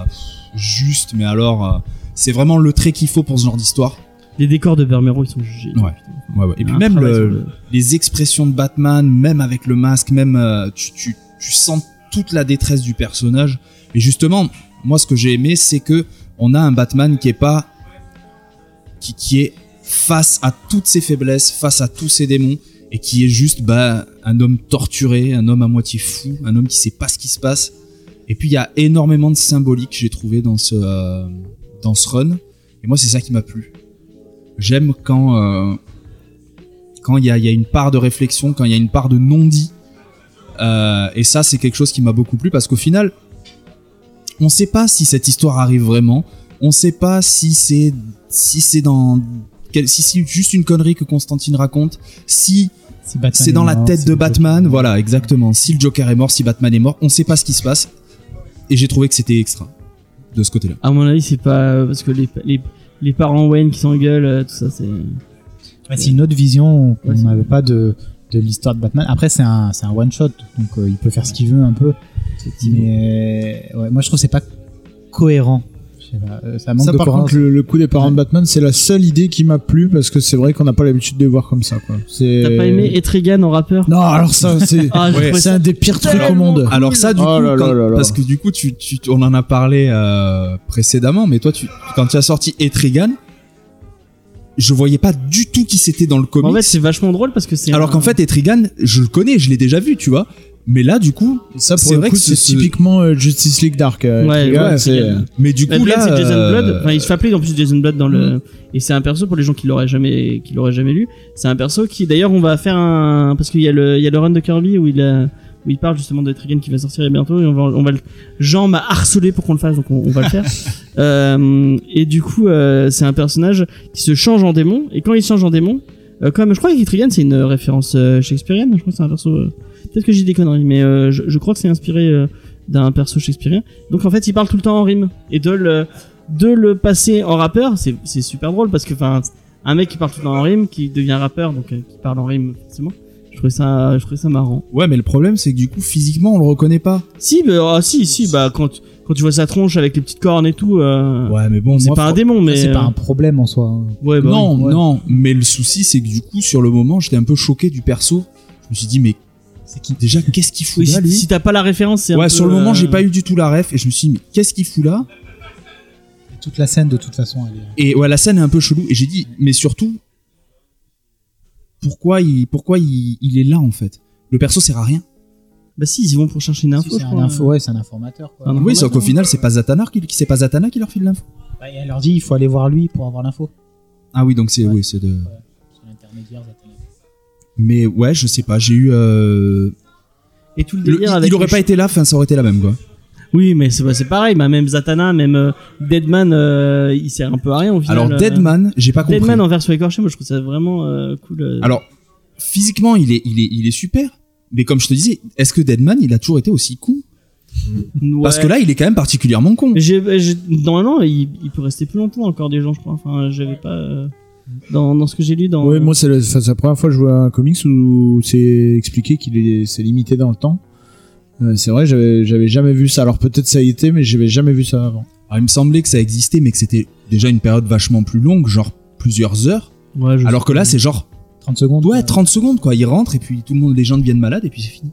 Speaker 4: juste, mais alors, euh, c'est vraiment le trait qu'il faut pour ce genre d'histoire.
Speaker 2: Les décors de Vermeero, ils sont jugés.
Speaker 4: Ouais. Ouais, ouais. Et puis
Speaker 2: Un
Speaker 4: même
Speaker 2: travail
Speaker 4: le-
Speaker 2: sur le-
Speaker 4: les expressions de Batman, même avec le masque, même euh, tu, tu, tu sens toute la détresse du personnage. Et justement, moi, ce que j'ai aimé, c'est que on a un Batman qui est pas, qui, qui est face à toutes ses faiblesses, face à tous ses démons, et qui est juste bah, un homme torturé, un homme à moitié fou, un homme qui sait pas ce qui se passe. Et puis il y a énormément de symbolique que j'ai trouvé dans ce euh, dans ce run. Et moi, c'est ça qui m'a plu. J'aime quand euh, quand il y a, il y a une part de réflexion, quand il y a une part de non-dit. Euh, et ça, c'est quelque chose qui m'a beaucoup plu parce qu'au final, on ne sait pas si cette histoire arrive vraiment. On ne sait pas si c'est si c'est dans quel- si c'est juste une connerie que Constantine raconte, si
Speaker 3: Si Batman
Speaker 4: c'est
Speaker 3: est
Speaker 4: dans la
Speaker 3: mort,
Speaker 4: tête
Speaker 3: si
Speaker 4: de
Speaker 3: le Joker-
Speaker 4: Batman, voilà, exactement. Si le Joker est mort, si Batman est mort, on ne sait pas ce qui se passe. Et j'ai trouvé que c'était extra de ce côté-là.
Speaker 2: À mon avis, c'est pas euh, parce que les, les, les parents Wayne qui s'engueulent, euh, tout ça, c'est.
Speaker 3: Ouais, c'est une autre vision
Speaker 2: Ouais,
Speaker 3: qu'on
Speaker 2: c'est-
Speaker 3: n'avait pas de, de l'histoire de Batman. Après, c'est un, c'est un one-shot, donc euh, il peut faire ce qu'il veut un peu. Mais ouais, moi, je trouve que c'est pas cohérent. Je sais pas, euh, ça manque
Speaker 5: Ça,
Speaker 3: de
Speaker 5: par
Speaker 3: cohérence.
Speaker 5: contre, le, le coup des parents de Batman, c'est la seule idée qui m'a plu parce que c'est vrai qu'on n'a pas l'habitude de les voir comme ça. quoi. C'est-
Speaker 2: T'as pas aimé Etrigan en rappeur
Speaker 5: Non, alors ça, c'est
Speaker 2: Ah, j'ai
Speaker 4: Ouais.
Speaker 2: trouvé
Speaker 5: c'est
Speaker 2: ça.
Speaker 5: un des pires trucs au monde.
Speaker 4: Alors ça, du
Speaker 5: Oh
Speaker 4: coup,
Speaker 5: là là
Speaker 4: quand-
Speaker 5: là là.
Speaker 4: parce que du coup, tu, tu- on en a parlé euh, précédemment, mais toi, tu, quand tu as sorti Etrigan, je voyais pas du tout qui c'était dans le comics.
Speaker 2: En fait, c'est vachement drôle parce que c'est.
Speaker 4: alors
Speaker 2: un-
Speaker 4: qu'en fait, Etrigan, je le connais, je l'ai déjà vu, tu vois. Mais là, du coup,
Speaker 5: Ça, pour
Speaker 4: C'est
Speaker 5: le
Speaker 4: vrai
Speaker 5: coup,
Speaker 4: que
Speaker 5: c'est
Speaker 4: ce-
Speaker 5: typiquement euh, Justice League Dark. euh,
Speaker 2: Ouais,
Speaker 5: les gars,
Speaker 2: ouais,
Speaker 5: c'est-
Speaker 2: c'est-
Speaker 4: mais du coup
Speaker 2: Batman,
Speaker 4: là,
Speaker 2: c'est Jason
Speaker 4: euh, Mhm.
Speaker 2: Blood. Enfin, il se fait appeler en plus Jason Blood dans le. Et c'est un perso pour les gens qui l'auraient jamais, qui l'auraient jamais lu. C'est un perso qui, d'ailleurs, on va faire un parce qu'il y a le, il y a le run de Kirby où il a, où il parle justement de Trigun qui va sortir bientôt et on va, on va le... Jean m'a harcelé pour qu'on le fasse donc on, on va le faire Euh, et du coup euh, c'est un personnage qui se change en démon et quand il se change en démon euh, comme je crois que Trigun c'est une référence euh, shakespearienne je crois que c'est un perso euh, peut-être que j'ai des conneries mais euh, je, je crois que c'est inspiré euh, d'un perso shakespearien donc en fait il parle tout le temps en rime et de le, de le passer en rappeur c'est c'est super drôle parce que enfin un mec qui parle tout le temps en rime qui devient rappeur donc euh, qui parle en rime forcément je trouvais ça je trouvais ça marrant
Speaker 4: Ouais, mais le problème, c'est que du coup, physiquement, on le reconnaît pas.
Speaker 2: si, bah, ah, si, si, bah, quand, quand tu vois sa tronche avec les petites cornes et tout, euh,
Speaker 4: Ouais, mais bon,
Speaker 2: c'est
Speaker 4: moi,
Speaker 2: pas un démon, mais.
Speaker 3: C'est pas
Speaker 2: euh,
Speaker 3: un problème en soi. hein.
Speaker 2: ouais, bah
Speaker 4: non,
Speaker 2: oui.
Speaker 4: non, mais le souci c'est que du coup sur le moment j'étais un peu choqué du perso. Je me suis dit mais déjà qu'est-ce qu'il fout
Speaker 2: Oui,
Speaker 4: là
Speaker 2: si,
Speaker 4: lui
Speaker 2: si t'as pas la référence, c'est un
Speaker 4: Ouais,
Speaker 2: peu,
Speaker 4: sur le moment
Speaker 2: euh,
Speaker 4: j'ai pas eu du tout la ref et je me suis dit mais qu'est-ce qu'il fout là
Speaker 3: Toute la scène, de toute façon, elle est.
Speaker 4: Et ouais la scène est un peu chelou et j'ai dit mais surtout pourquoi il pourquoi il, il est là en fait Le perso sert à rien.
Speaker 2: Bah, si, ils y vont pour chercher une info.
Speaker 3: Si, c'est
Speaker 2: je
Speaker 3: un
Speaker 2: crois.
Speaker 3: info, ouais, c'est un informateur. Quoi.
Speaker 2: Un
Speaker 4: Oui, sauf qu'au final c'est pas Zatanna qui c'est pas Zatanna qui leur file l'info.
Speaker 3: Bah, et elle leur dit, il faut aller voir lui pour avoir l'info.
Speaker 4: Ah oui donc c'est
Speaker 3: Ouais.
Speaker 4: oui c'est de
Speaker 3: C'est l'intermédiaire, Zatanna.
Speaker 4: mais ouais je sais pas j'ai eu euh,
Speaker 2: Et tout le
Speaker 4: le-
Speaker 2: délire
Speaker 4: il,
Speaker 2: avec.
Speaker 4: il aurait
Speaker 2: le
Speaker 4: pas
Speaker 2: ch-
Speaker 4: été là enfin ça aurait été la même quoi.
Speaker 2: Oui, mais c'est bah, c'est pareil, bah, même Zatanna, même euh, Deadman, euh, il sert un peu à rien au final.
Speaker 4: Alors
Speaker 2: euh,
Speaker 4: Deadman j'ai pas compris.
Speaker 2: Deadman en version écorchée, moi je trouve ça vraiment euh, cool. euh.
Speaker 4: Alors, physiquement, il est, il est, il est super. Mais comme je te disais, est-ce que Deadman, il a toujours été aussi con
Speaker 2: Ouais.
Speaker 4: Parce que là, il est quand même particulièrement con.
Speaker 2: J'ai- bah, j'ai- normalement, il, il peut rester plus longtemps encore des gens, je crois. Enfin, j'avais pas. euh, dans, dans ce que j'ai lu, dans.
Speaker 5: Ouais, moi, c'est la, enfin, c'est la première fois que je vois un comics où c'est expliqué qu'il est, c'est limité dans le temps. Euh, c'est vrai, j'avais, j'avais jamais vu ça. Alors peut-être ça a été, mais j'avais jamais vu ça avant.
Speaker 4: Alors, Ah, il me semblait que ça existait, mais que c'était déjà une période vachement plus longue, genre plusieurs heures.
Speaker 2: Ouais, je-
Speaker 4: Alors que là, c'est genre,
Speaker 3: 30 secondes. euh,
Speaker 4: ouais,
Speaker 3: quoi.
Speaker 4: 30 secondes, quoi. Il rentre, et puis tout le monde, les gens deviennent malades, et puis c'est fini.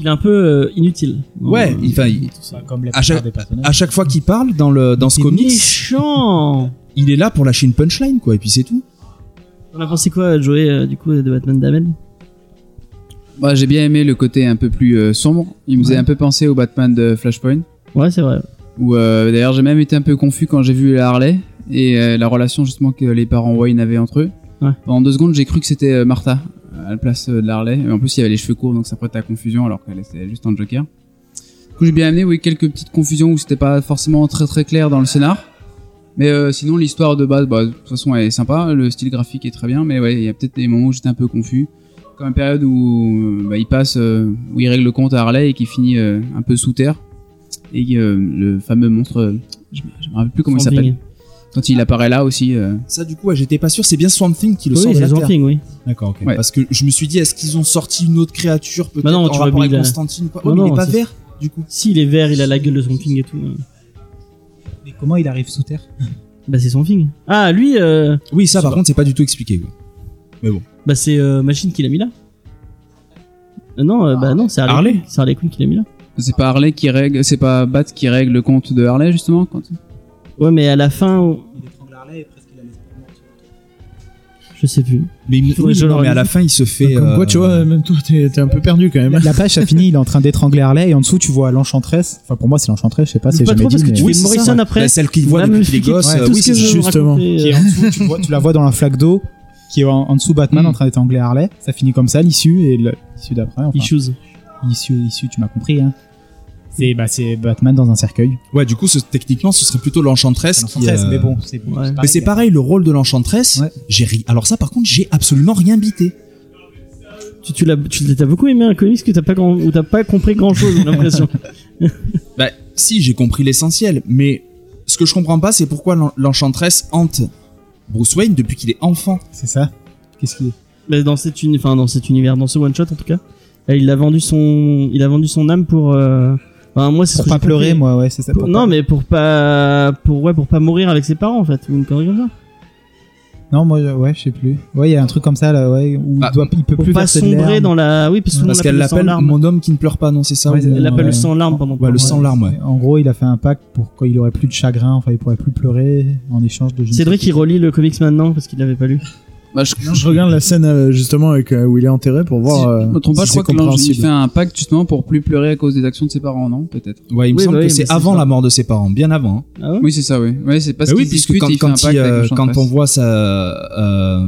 Speaker 2: Il est un peu euh, inutile.
Speaker 4: Ouais,
Speaker 2: Euh,
Speaker 4: enfin, il-
Speaker 2: tout ça.
Speaker 3: Bah, comme la
Speaker 4: À
Speaker 3: plupart
Speaker 4: chaque-
Speaker 3: des personnages.
Speaker 4: à chaque fois qu'il parle dans, le, dans ce
Speaker 2: C'est
Speaker 4: comics,
Speaker 2: méchant
Speaker 4: il est là pour lâcher une punchline, quoi, et puis c'est tout.
Speaker 2: On a pensé quoi, Joey, euh, du coup, de Batman Damel
Speaker 7: Bah, j'ai bien aimé le côté un peu plus euh, sombre. Il me faisait un peu penser au Batman de Flashpoint.
Speaker 2: Ouais, c'est vrai.
Speaker 7: Où euh, d'ailleurs j'ai même été un peu confus quand j'ai vu la Harley et euh, la relation justement que les parents Wayne avaient entre eux.
Speaker 2: Ouais.
Speaker 7: Pendant deux secondes j'ai cru que c'était euh, Martha à la place euh, de la Harley. Et en plus il y avait les cheveux courts donc ça prête à confusion alors qu'elle était juste un Joker. Du coup j'ai bien amené oui quelques petites confusions où c'était pas forcément très très clair dans le scénar. Mais euh, sinon l'histoire de base bah, de toute façon elle est sympa, le style graphique est très bien mais ouais il y a peut-être des moments où j'étais un peu confus. Comme une période où euh, bah, il passe, euh, où il règle le compte à Harley et qui finit euh, un peu sous terre et euh, le fameux monstre, euh, je me je me rappelle plus comment
Speaker 2: Swamp
Speaker 7: il s'appelle.
Speaker 2: Thing.
Speaker 7: Quand il apparaît là aussi, euh,
Speaker 4: Ça, du coup, ouais, j'étais pas sûr, c'est bien Swamp Thing qui le sort
Speaker 2: Oui,
Speaker 4: de
Speaker 2: c'est
Speaker 4: la
Speaker 2: Swamp
Speaker 4: terre.
Speaker 2: Thing, oui.
Speaker 4: D'accord, ok.
Speaker 7: Ouais.
Speaker 4: Parce que je me suis dit, est-ce qu'ils ont sorti une autre créature, peut-être,
Speaker 2: Bah non,
Speaker 4: en
Speaker 2: tu vois,
Speaker 4: rapport avec
Speaker 2: Bill, euh,
Speaker 4: Constantine, quoi.
Speaker 2: non,
Speaker 4: Oh, mais il
Speaker 2: non,
Speaker 4: est pas
Speaker 2: c'est-
Speaker 4: vert, du coup.
Speaker 2: Si, il est vert, il a la gueule de Swamp Thing et tout. euh.
Speaker 3: Mais comment il arrive sous terre
Speaker 2: Bah, c'est Swamp Thing. Ah, lui, euh,
Speaker 4: Oui, ça, par contre, c'est pas du tout expliqué, quoi.
Speaker 2: bah, c'est euh, Machine qui l'a mis là. Euh, non, euh, bah, non, c'est Harley,
Speaker 4: Ah. Harley
Speaker 2: Quinn. C'est Harley Quinn qui l'a mis là.
Speaker 7: c'est pas Harley qui règle, c'est pas Bat qui règle le compte de Harley justement. Quand...
Speaker 2: Ouais, mais à la fin, on-
Speaker 3: Il étrangle Harley et presque il la laisse pour mort.
Speaker 2: je sais plus.
Speaker 4: Mais, il-
Speaker 2: Faudrait
Speaker 4: oui,
Speaker 2: que je le
Speaker 4: non, mais à la fin, il se
Speaker 3: Bah,
Speaker 4: fait.
Speaker 5: Comme
Speaker 4: euh,
Speaker 5: quoi, tu vois, même toi, t'es, t'es un peu perdu quand
Speaker 3: La,
Speaker 5: même.
Speaker 3: la page a fini, il est en train d'étrangler Harley et en dessous tu vois l'enchantresse. Enfin pour moi c'est l'enchantresse, je sais pas, Ah, c'est
Speaker 2: pas
Speaker 3: jamais
Speaker 2: trop
Speaker 3: dit.
Speaker 2: parce que
Speaker 3: mais-
Speaker 2: tu
Speaker 4: Oui,
Speaker 2: fais
Speaker 4: c'est
Speaker 2: Morrison
Speaker 4: ça.
Speaker 2: après.
Speaker 4: Bah, celle qu'il voit
Speaker 2: Va me
Speaker 4: depuis qu'il est
Speaker 2: expliquer
Speaker 4: gosse.
Speaker 2: tout
Speaker 4: euh,
Speaker 2: ce
Speaker 4: oui,
Speaker 2: que
Speaker 4: c'est
Speaker 2: je
Speaker 4: juste.
Speaker 2: racontais,
Speaker 3: qui est
Speaker 2: euh.
Speaker 3: en dessous, tu, vois- tu la vois dans la flaque d'eau qui est en, en dessous Batman
Speaker 7: Mm.
Speaker 5: Hmm.
Speaker 3: en train d'étrangler Harley. Ça finit comme ça l'issue et le- l'issue d'après. Enfin,
Speaker 2: Issues.
Speaker 3: l'issue, l'issue, tu m'as compris. Hein. C'est bah, c'est Batman dans un cercueil.
Speaker 4: Ouais, du coup, ce- techniquement, ce serait plutôt l'enchantresse.
Speaker 3: C'est
Speaker 4: qui, euh,
Speaker 3: mais bon, c'est
Speaker 2: ouais. Mais
Speaker 4: Mais c'est pareil, le rôle de l'enchantresse,
Speaker 3: Ouais.
Speaker 4: j'ai ri. Alors ça, par contre, j'ai absolument rien bité.
Speaker 2: Tu, tu l'as, tu l'as- t'as beaucoup aimé un comics que t'as pas grand, où t'as pas compris grand chose, j'ai l'impression.
Speaker 4: Bah, si, j'ai compris l'essentiel, mais ce que je comprends pas, c'est pourquoi l'en- l'enchantresse hante Bruce Wayne depuis qu'il est enfant.
Speaker 3: C'est ça. Qu'est-ce qu'il est
Speaker 2: Mais dans cet, uni- enfin, dans cet univers, dans ce one shot en tout cas, euh, il a vendu son, il a vendu son âme pour. euh, enfin, moi, c'est ce
Speaker 3: Pour
Speaker 2: que
Speaker 3: pas
Speaker 2: j'ai
Speaker 3: pleurer,
Speaker 2: compris.
Speaker 3: moi, ouais, c'est ça.
Speaker 2: Pour-
Speaker 3: pour
Speaker 2: non,
Speaker 3: pas-
Speaker 2: mais pour pas, pour ouais, pour pas mourir avec ses parents en fait, ou une connerie comme ça.
Speaker 3: Non, moi, ouais, je sais plus. Ouais, il y a un truc comme ça là, ouais, où
Speaker 4: Ah,
Speaker 3: il, doit, il peut
Speaker 2: Pour
Speaker 3: plus
Speaker 2: pas
Speaker 3: verser de
Speaker 2: sombrer
Speaker 3: larmes.
Speaker 2: dans la, oui, parce, que tout le
Speaker 4: Parce
Speaker 2: monde
Speaker 4: qu'elle
Speaker 2: appelle le sang
Speaker 4: l'appelle
Speaker 2: larme.
Speaker 4: mon homme qui ne pleure pas, non, c'est ça
Speaker 3: Ouais,
Speaker 4: ou-
Speaker 2: Elle l'appelle Bah,
Speaker 3: Ouais.
Speaker 2: le sang larme pendant.
Speaker 4: Ouais, le sang larme, ouais.
Speaker 3: En gros, il a fait un pacte pour quand il aurait plus de chagrin, enfin, il pourrait plus pleurer en échange de. je ne sais
Speaker 2: Cédric
Speaker 3: quoi.
Speaker 2: il relit le comics maintenant parce qu'il l'avait pas lu.
Speaker 7: Bah, je,
Speaker 5: Je regarde la scène euh, justement avec euh, où il est enterré pour voir.
Speaker 7: si je
Speaker 5: euh,
Speaker 7: me trompe pas,
Speaker 5: si
Speaker 7: je crois
Speaker 5: c'est
Speaker 7: que l'ange il
Speaker 5: compréhensible.
Speaker 7: fait un pacte justement pour plus pleurer à cause des actions de ses parents, non Peut-être.
Speaker 4: Ouais, il me
Speaker 2: Oui,
Speaker 4: semble
Speaker 2: bah
Speaker 4: que
Speaker 2: oui, mais
Speaker 4: c'est
Speaker 2: c'est
Speaker 4: avant
Speaker 2: ça.
Speaker 4: la mort de ses parents, bien avant. hein.
Speaker 2: Ah ouais
Speaker 7: Oui, c'est ça, oui. Ouais, c'est parce
Speaker 4: Bah
Speaker 7: qu'il
Speaker 4: oui, puisque
Speaker 7: discute,
Speaker 4: quand,
Speaker 7: il fait un
Speaker 4: quand,
Speaker 7: pacte
Speaker 4: il,
Speaker 7: avec
Speaker 4: euh,
Speaker 7: l'enchantresse.
Speaker 4: quand on voit sa, euh,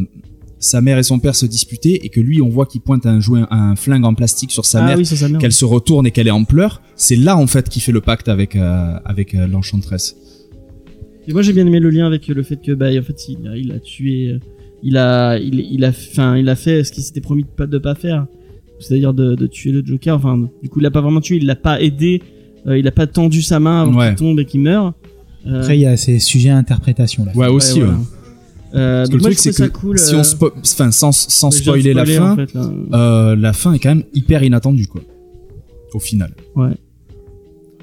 Speaker 4: sa mère et son père se disputaient et que lui, on voit qu'il pointe un, jouet, un flingue en plastique sur sa
Speaker 2: ah
Speaker 4: mère,
Speaker 2: oui, sur sa mère.
Speaker 4: qu'elle se retourne et qu'elle est en pleurs, c'est là en fait qu'il fait le pacte avec, euh, avec euh, l'enchantresse.
Speaker 2: Et moi j'ai bien aimé le lien avec le fait que bah en fait il, a- il a tué, euh, il a il, il a enfin il a fait ce qu'il s'était promis de pas de pas faire, c'est-à-dire de, de tuer le Joker. Enfin du coup il l'a pas vraiment tué, il l'a pas aidé, euh, il a pas tendu sa main avant
Speaker 4: Ouais.
Speaker 2: qu'il tombe et qu'il meure. Euh,
Speaker 3: Après, il y a ces sujets à interprétation là.
Speaker 4: Ouais, aussi.
Speaker 2: voilà.
Speaker 4: ouais.
Speaker 2: Euh,
Speaker 4: Parce que
Speaker 2: donc
Speaker 4: le
Speaker 2: moi,
Speaker 4: truc,
Speaker 2: je trouvais
Speaker 4: c'est
Speaker 2: ça
Speaker 4: que
Speaker 2: cool,
Speaker 4: Si
Speaker 2: euh,
Speaker 4: on spo- enfin, sans, sans
Speaker 2: déjà de
Speaker 4: spoiler la fin,
Speaker 2: en fait, là.
Speaker 4: euh, la fin est quand même hyper inattendue, quoi. Au final.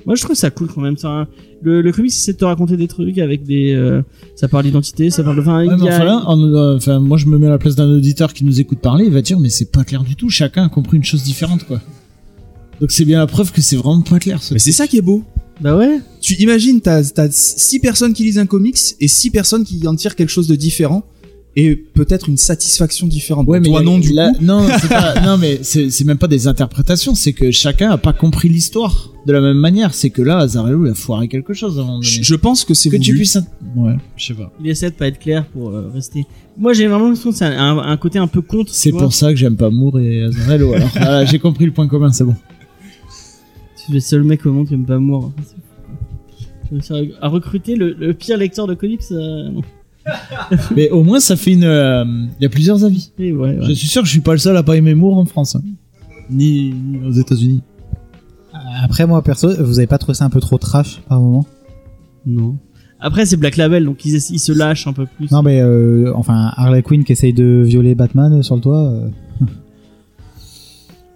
Speaker 2: Moi, je trouve ça cool quand même. ça, hein. Le, le comics essaie de te raconter des trucs avec des. euh, ça parle d'identité, ça parle. Enfin,
Speaker 5: Ouais,
Speaker 2: il
Speaker 5: mais
Speaker 2: y a.
Speaker 5: enfin, là, en- euh, enfin, moi je me mets à la place d'un auditeur qui nous écoute parler, il va dire mais c'est pas clair du tout, chacun a compris une chose différente quoi. Donc c'est bien la preuve que c'est vraiment pas clair. ce
Speaker 4: Mais c'est ça qui est beau.
Speaker 2: Bah ouais.
Speaker 4: Tu imagines, t'as as six personnes qui lisent un comics et six personnes qui en tirent quelque chose de différent et peut-être une satisfaction différente.
Speaker 5: Ouais, mais
Speaker 4: Toi,
Speaker 5: y a-
Speaker 4: non, du
Speaker 5: là-
Speaker 4: coup.
Speaker 5: Non, c'est pas- non, mais c'est c'est même pas des interprétations, c'est que chacun a pas compris l'histoire de la même manière. C'est que là, Azarello il a foiré quelque chose avant de.
Speaker 4: Je je pense que c'est
Speaker 5: Que tu
Speaker 4: voulu.
Speaker 5: puisses. int- Ouais, je sais pas.
Speaker 2: Il essaie de pas être clair pour euh, rester. Moi, j'ai vraiment l'impression que c'est un, un côté un peu conte. tu
Speaker 5: C'est
Speaker 2: vois.
Speaker 5: pour ça que j'aime pas Moore et Azarello. Alors voilà, j'ai compris le point commun, c'est bon.
Speaker 2: Je suis le seul mec au monde qui aime pas Moore. Je réussi à recruter le, le pire lecteur de comics. euh, non.
Speaker 5: Mais au moins, ça fait une. euh, Il y a plusieurs avis.
Speaker 2: Et Eh, ouais, ouais.
Speaker 5: Je suis sûr que je suis pas le seul à pas aimer Moore en France, hein. ni, ni aux États-Unis.
Speaker 3: Après, moi perso, vous avez pas trouvé ça un peu trop trash par moment
Speaker 2: Non. Après, c'est Black Label, donc ils, essa- ils se lâchent un peu plus.
Speaker 3: Non, mais euh, enfin, Harley Quinn qui essaye de violer Batman euh, sur le toit. euh,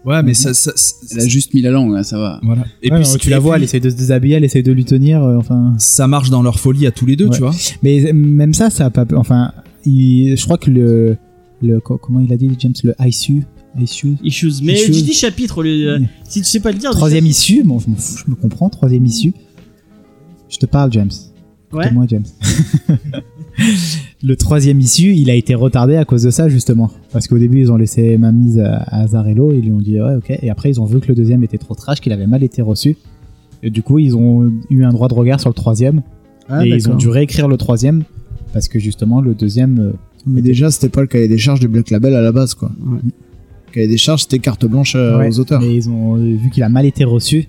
Speaker 4: Ouais, mais ça. ça- ça-
Speaker 7: Elle a juste mis la langue, là, ça va.
Speaker 4: Voilà. Et
Speaker 3: ouais,
Speaker 4: puis,
Speaker 3: non,
Speaker 4: c'est-
Speaker 3: tu la
Speaker 4: et
Speaker 3: vois, elle
Speaker 4: puis,
Speaker 3: essaye de se déshabiller, elle essaye de lui tenir, euh, enfin.
Speaker 4: ça marche dans leur folie à tous les deux,
Speaker 3: Ouais.
Speaker 4: tu vois.
Speaker 3: Mais même ça, ça a pas. Enfin, il- je crois que le, le. co- Comment il a dit, James Le ICU ICU
Speaker 2: Issues. Mais
Speaker 3: Issues.
Speaker 2: je dis chapitre au lieu de- Si tu sais pas le dire.
Speaker 3: Troisième issue Bon, je, m'en fous, je me comprends, troisième issue. Je te parle, James.
Speaker 2: Ouais.
Speaker 3: moi, James. le troisième issue, il a été retardé à cause de ça, justement. Parce qu'au début, ils ont laissé ma mise à à Azarello, ils lui ont dit ouais, ok. Et après, ils ont vu que le deuxième était trop trash, qu'il avait mal été reçu. Et du coup, ils ont eu un droit de regard sur le troisième. et ils ont dû réécrire le troisième. Parce que justement, le deuxième. euh,
Speaker 5: Mais déjà, c'était pas le cahier des charges de Black Label à la base, quoi.
Speaker 2: Ouais.
Speaker 5: Le cahier des charges, c'était carte blanche euh,
Speaker 3: ouais,
Speaker 5: aux auteurs.
Speaker 3: Mais ils ont euh, vu qu'il a mal été reçu,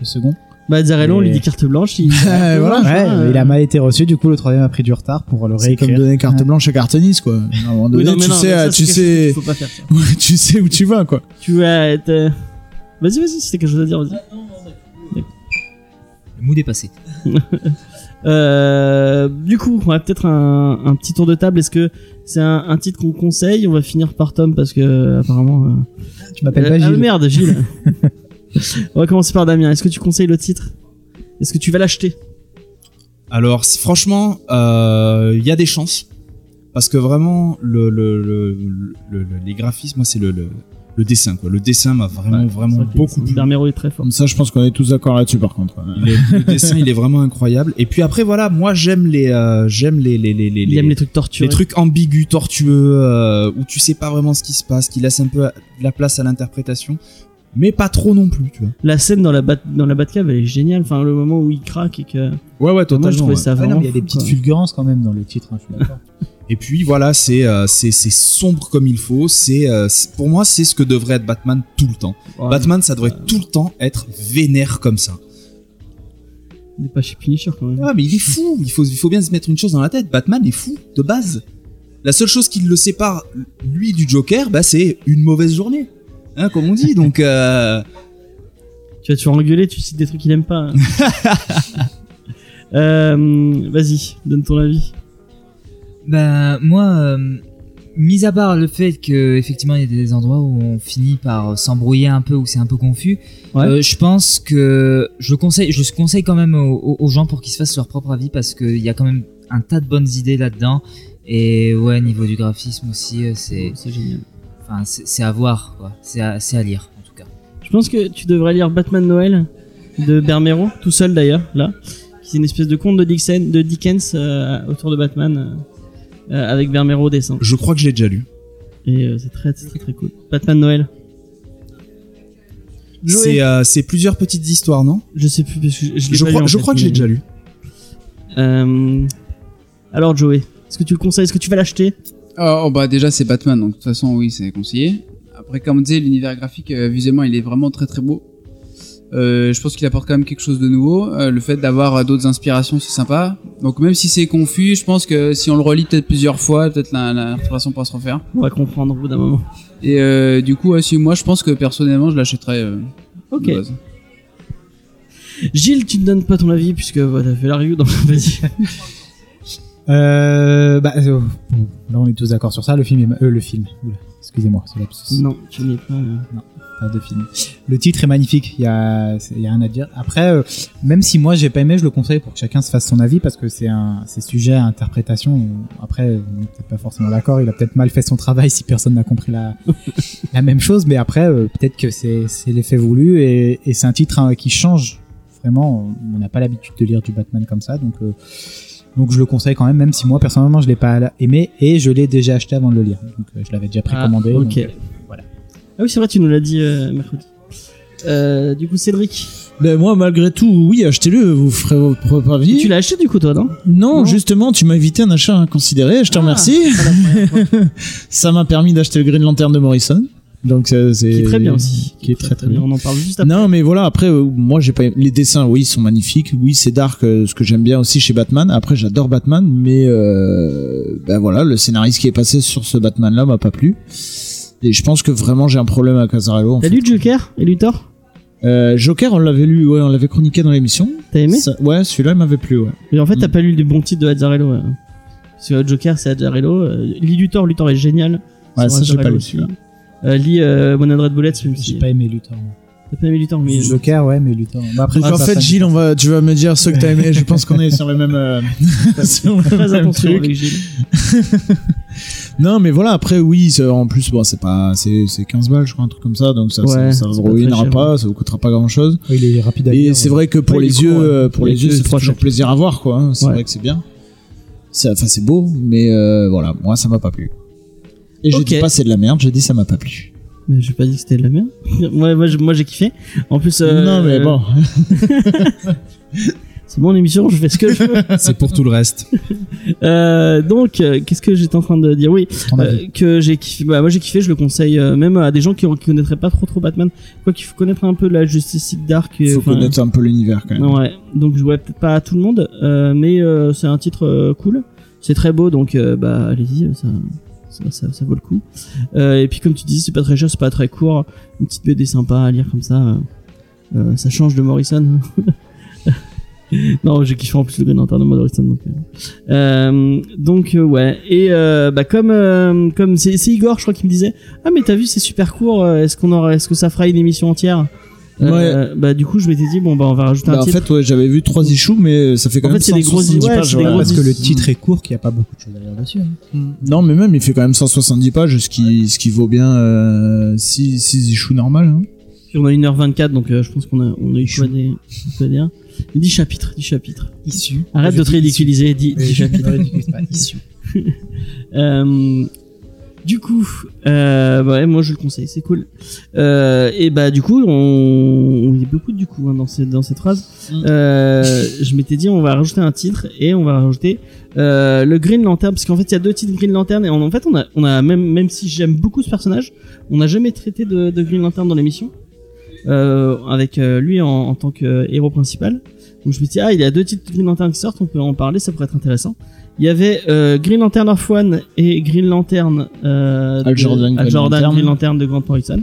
Speaker 3: le second.
Speaker 2: Bah, Zarello, on lui
Speaker 3: Et-
Speaker 2: dit carte blanche. Il...
Speaker 5: Ouais, voilà.
Speaker 3: Ouais,
Speaker 2: euh,
Speaker 3: il a mal été reçu, du coup, le troisième a pris du retard pour le
Speaker 5: C'est comme
Speaker 3: réécrire.
Speaker 5: donner carte
Speaker 3: Ouais.
Speaker 5: blanche à carte nice, quoi. À un moment
Speaker 2: Oui,
Speaker 5: donné,
Speaker 2: non, mais
Speaker 5: tu
Speaker 2: non, mais
Speaker 5: sais, euh,
Speaker 2: ça,
Speaker 5: tu
Speaker 2: c'est
Speaker 5: sais,
Speaker 2: quelque chose qu'il Faut pas faire ça.
Speaker 5: tu sais où tu vas, quoi.
Speaker 2: Tu vas être. euh, Vas-y, vas-y, si t'as quelque chose à dire, vas-y.
Speaker 6: Le mood est passé.
Speaker 2: Euh, du coup, on va peut-être un, un petit tour de table. Est-ce que c'est un, un titre qu'on conseille On va finir par Tom parce que euh, apparemment. euh,
Speaker 3: Tu m'appelles pas
Speaker 2: euh, ah,
Speaker 3: Gilles.
Speaker 2: merde, Gilles. on va commencer par Damien. Est-ce que tu conseilles le titre Est-ce que tu vas l'acheter
Speaker 4: Alors, c- franchement, euh, il y a des chances. Parce que vraiment, le, le, le- le- le- les graphismes, moi, c'est le, le, le dessin, quoi. Le dessin m'a vraiment,
Speaker 2: Ouais, C'est
Speaker 4: vraiment
Speaker 2: vrai que
Speaker 4: beaucoup plu.
Speaker 2: Bermero est très fort.
Speaker 5: Comme ça, je pense qu'on est tous d'accord là-dessus, par contre. hein.
Speaker 4: Il est- le dessin, il est vraiment incroyable. Et puis après, voilà, moi, j'aime les, euh, j'aime les, les, les, les,
Speaker 2: Il aime les trucs torturés.
Speaker 4: les trucs ambigus, tortueux, euh, où tu sais pas vraiment ce qui se passe, qui laisse un peu à- de la place à l'interprétation, mais pas trop non plus, tu vois.
Speaker 2: La scène dans la bat dans la Batcave, elle est géniale. Enfin, le moment où il craque et que.
Speaker 4: Ouais, ouais,
Speaker 2: Moi, je trouvais
Speaker 4: ouais.
Speaker 2: ça
Speaker 3: Ouais, Ah
Speaker 2: vraiment.
Speaker 3: non, mais il y a des
Speaker 2: fou,
Speaker 3: petites
Speaker 2: quoi.
Speaker 3: fulgurances quand même dans le titre, hein, je suis d'accord.
Speaker 4: Et puis voilà, c'est euh, c'est c'est sombre comme il faut. C'est euh, c'est- pour moi, c'est ce que devrait être Batman tout le temps.
Speaker 2: Ouais,
Speaker 4: Batman, ça devrait tout le temps être vénère comme ça.
Speaker 2: On n'est pas chez Punisher quand même.
Speaker 4: Ah, mais il est fou. Il faut il faut bien se mettre une chose dans la tête. Batman est fou de base. La seule chose qui le sépare lui du Joker, bah c'est une mauvaise journée, hein, comme on dit. Donc euh,
Speaker 2: Tu vas te faire engueuler, tu cites des trucs qu'il aime pas. hein. Euh, Vas-y, donne ton avis.
Speaker 6: Bah moi, euh, mis à part le fait que effectivement il y a des endroits où on finit par s'embrouiller un peu, où c'est un peu confus,
Speaker 2: Ouais.
Speaker 6: euh, je pense que je le conseille, je le conseille quand même aux, aux- aux gens pour qu'ils se fassent leur propre avis parce qu'il y a quand même un tas de bonnes idées là-dedans. Et ouais, niveau du graphisme aussi, euh, c'est
Speaker 2: C'est génial.
Speaker 6: enfin, c'est c'est à voir, quoi. C'est à, c'est à lire en tout cas.
Speaker 2: Je pense que tu devrais lire Batman Noël de Bermero, tout seul d'ailleurs, là. C'est une espèce de conte de, Dixon, de Dickens euh, autour de Batman euh, euh, avec Bermero au dessin.
Speaker 4: je crois que je l'ai déjà lu.
Speaker 2: Et euh, c'est très, c'est très très cool. Batman Noël. Joey.
Speaker 4: C'est euh, c'est plusieurs petites histoires, non
Speaker 2: Je sais plus parce que je, je l'ai
Speaker 4: Je
Speaker 2: pas
Speaker 4: crois,
Speaker 2: lu, en
Speaker 4: je
Speaker 2: fait,
Speaker 4: crois que je l'ai
Speaker 2: mais-
Speaker 4: déjà lu.
Speaker 2: Euh, Alors Joey, est-ce que tu le conseilles Est-ce que tu vas l'acheter
Speaker 7: Ah, oh, bah déjà c'est Batman, donc de toute façon oui c'est conseillé. Après comme on disait, l'univers graphique euh, visuellement il est vraiment très très beau. Euh, je pense qu'il apporte quand même quelque chose de nouveau. Euh, le fait d'avoir euh, d'autres inspirations c'est sympa. Donc même si c'est confus, je pense que si on le relit peut-être plusieurs fois, peut-être la, la respiration pourra se refaire.
Speaker 2: On va comprendre au bout d'un moment.
Speaker 7: Et euh, du coup ouais, si, moi je pense que personnellement je l'achèterais. euh,
Speaker 2: Ok.
Speaker 7: de base.
Speaker 2: Gilles, tu ne donnes pas ton avis puisque voilà, t'as fait la review, donc vas-y.
Speaker 3: Euh, bah, euh, bon, là, on est tous d'accord sur ça. Le film est. ma- euh, le film. Oula, excusez-moi, c'est lapsus.
Speaker 2: non, tu n'es pas. euh,
Speaker 3: Pas de film. Le titre est magnifique. Il y a, c'est- il y a rien à dire. Après, euh, même si moi, j'ai pas aimé, je le conseille pour que chacun se fasse son avis parce que c'est un, c'est sujet à interprétation. Après, on n'est peut-être pas forcément d'accord. Il a peut-être mal fait son travail si personne n'a compris la, la même chose. Mais après, euh, peut-être que c'est, c'est l'effet voulu et, et c'est un titre hein, qui change. Vraiment, on n'a pas l'habitude de lire du Batman comme ça, donc. euh, donc je le conseille quand même, même si moi personnellement je l'ai pas aimé et je l'ai déjà acheté avant de le lire. Donc euh, je l'avais déjà précommandé.
Speaker 2: Ah, ok.
Speaker 3: donc-
Speaker 2: voilà. Ah oui, c'est vrai, tu nous l'as dit euh, mercredi. Euh, du coup, Cédric,
Speaker 5: Mais Ben, moi, malgré tout, oui, achetez-le, vous ferez vos propres avis.
Speaker 2: tu l'as acheté du coup, toi, non
Speaker 5: Non,
Speaker 2: Non.
Speaker 5: justement, tu m'as invité à un achat inconsidéré, je te
Speaker 2: Ah,
Speaker 5: remercie.
Speaker 2: pas la première fois.
Speaker 5: Ça m'a permis d'acheter le Green Lantern de Morrison. Donc ça, c'est
Speaker 2: Qui est très bien aussi.
Speaker 5: Qui est très très bien.
Speaker 2: On en parle juste après.
Speaker 5: Non, mais voilà, après euh, moi j'ai pas les dessins, oui, ils sont magnifiques. Oui, c'est dark euh, ce que j'aime bien aussi chez Batman. Après j'adore Batman, mais euh, ben voilà, le scénariste qui est passé sur ce Batman là m'a pas plu. Et je pense que vraiment j'ai un problème à Casarello. en
Speaker 2: T'as
Speaker 5: fait.
Speaker 2: lu Joker et Luthor
Speaker 5: Euh, Joker, on l'avait lu, ouais, on l'avait chroniqué dans l'émission.
Speaker 2: T'as aimé
Speaker 5: Ça- Hmm. Ouais, celui-là il m'avait plu, ouais.
Speaker 2: Mais en fait, t'as pas lu les bons titres de Azzarello. euh. Parce que Joker, c'est Azzarello. Euh, lis Luthor, Luthor est génial.
Speaker 5: Ouais,
Speaker 2: Sur
Speaker 5: ça, j'ai
Speaker 2: Azzarello
Speaker 5: pas lu,
Speaker 2: aussi. Euh, lis euh, One Hundred Bullets, même si
Speaker 3: J'ai pas aimé Luthor.
Speaker 2: t'as pas aimé Luthor, mais
Speaker 3: Joker, ouais, mais Luthor. Bah, après,
Speaker 2: Ah,
Speaker 5: Donc
Speaker 3: je
Speaker 5: en
Speaker 3: suis
Speaker 5: Mmh. fait,
Speaker 3: pas fan.
Speaker 5: Gilles, on va, tu vas me dire ce que t'as aimé. Je pense qu'on est sur le même, euh, sur le
Speaker 2: très
Speaker 5: même
Speaker 2: attention
Speaker 5: truc.
Speaker 2: avec Gilles.
Speaker 5: Non, mais voilà. Après, oui, c'est- en plus, bon, c'est pas, c'est, c'est 15 balles, je crois, un truc comme ça. Donc ça,
Speaker 2: Ouais,
Speaker 5: ça, ça
Speaker 2: c'est
Speaker 5: vous
Speaker 2: pas très
Speaker 5: ruinera
Speaker 2: cher.
Speaker 5: pas, ça vous coûtera pas grand chose.
Speaker 3: Ouais, il est rapide à
Speaker 5: Et
Speaker 3: lire,
Speaker 5: c'est
Speaker 3: ouais.
Speaker 5: vrai que pour
Speaker 2: Ouais, il est
Speaker 5: les
Speaker 2: court,
Speaker 5: yeux,
Speaker 2: ouais.
Speaker 5: euh, pour
Speaker 2: Il
Speaker 5: les
Speaker 2: est
Speaker 5: yeux,
Speaker 2: deux,
Speaker 5: c'est
Speaker 2: trois
Speaker 5: toujours
Speaker 2: chapitres.
Speaker 5: plaisir à voir, quoi. hein. C'est
Speaker 2: Ouais.
Speaker 5: vrai que c'est bien. C'est, enfin, c'est beau, mais euh, voilà, moi, ça m'a pas plu. Et
Speaker 2: Ok.
Speaker 5: je dis pas c'est de la merde, je dis ça m'a pas plu.
Speaker 2: Mais j'ai pas dit que c'était de la merde. moi, moi, j'ai- moi, j'ai kiffé. En plus, euh,
Speaker 5: non, mais bon,
Speaker 2: C'est mon émission, je fais ce que je veux.
Speaker 4: C'est pour tout le reste.
Speaker 2: Euh, donc, euh, qu'est-ce que j'étais en train de dire Oui,
Speaker 3: Ton
Speaker 2: euh,
Speaker 3: avis.
Speaker 2: que j'ai kiffé. Bah, moi, j'ai kiffé. Je le conseille euh, même à des gens qui, qui connaîtraient pas trop trop Batman. Quoi qu'il faut connaître un peu la Justice League Dark. et,
Speaker 5: faut
Speaker 2: enfin,
Speaker 5: connaître un peu l'univers quand même.
Speaker 2: Ouais, donc je vois peut-être pas à tout le monde, euh, mais euh, c'est un titre euh, cool. C'est très beau, donc euh, bah allez-y, euh, ça, ça, ça- ça vaut le coup. Euh, et puis comme tu disais, c'est pas très cher, c'est pas très court. Une petite BD sympa à lire comme ça. euh, euh, ça change de Morrison. non, j'ai kiffé en plus le Green Lantern de Morrison. Donc, euh, euh, donc euh, ouais. Et euh, bah comme euh, comme c'est c'est Igor, je crois qu'il me disait, ah mais t'as vu, c'est super court. euh, Est-ce qu'on aura, est-ce que ça fera une émission entière Euh, Bah du coup, je m'étais dit bon bah on va rajouter un
Speaker 5: Bah, en
Speaker 2: titre.
Speaker 5: fait, ouais, j'avais vu trois issues, mais ça fait quand
Speaker 2: En
Speaker 5: même
Speaker 2: fait, c'est des grosses-
Speaker 5: 170
Speaker 2: ouais,
Speaker 5: pages.
Speaker 2: c'est des
Speaker 5: voilà.
Speaker 2: grosses-
Speaker 3: Parce que le titre est court, qu'il n'y a pas beaucoup de choses à lire dessus. hein.
Speaker 5: Non, mais même, il fait quand même 170 pages, ce qui, ce qui vaut bien 6 issues normales. hein.
Speaker 2: Puis on a 1h24, donc euh, je pense qu'on a, on a eu quoi des, quoi dire 10 chapitres, 10 chapitres.
Speaker 3: Issu.
Speaker 2: Arrête de te ridiculiser, 10, chapitres.
Speaker 3: C'est pas issu.
Speaker 2: Euh, du coup, euh, bah ouais, moi je le conseille, c'est cool. Euh, et bah du coup, on, il y a beaucoup de du coup hein, dans, cette, dans cette phrase. Euh, je m'étais dit, on va rajouter un titre et on va rajouter euh, le Green Lantern, parce qu'en fait il y a deux titres Green Lantern et en, en fait on a, on a même, même si j'aime beaucoup ce personnage, on n'a jamais traité de, de Green Lantern dans l'émission. Euh, avec euh, lui en, en tant que euh, héros principal. Donc je me dis ah il y a deux titres Green Lantern qui sortent, on peut en parler, ça pourrait être intéressant. Il y avait euh, Green Lantern of One et Green Lantern euh,
Speaker 5: Al
Speaker 2: de-
Speaker 5: Jordan,
Speaker 2: Al
Speaker 5: Green
Speaker 2: Jordan
Speaker 5: Lantern.
Speaker 2: Green Lantern de Grant Morrison.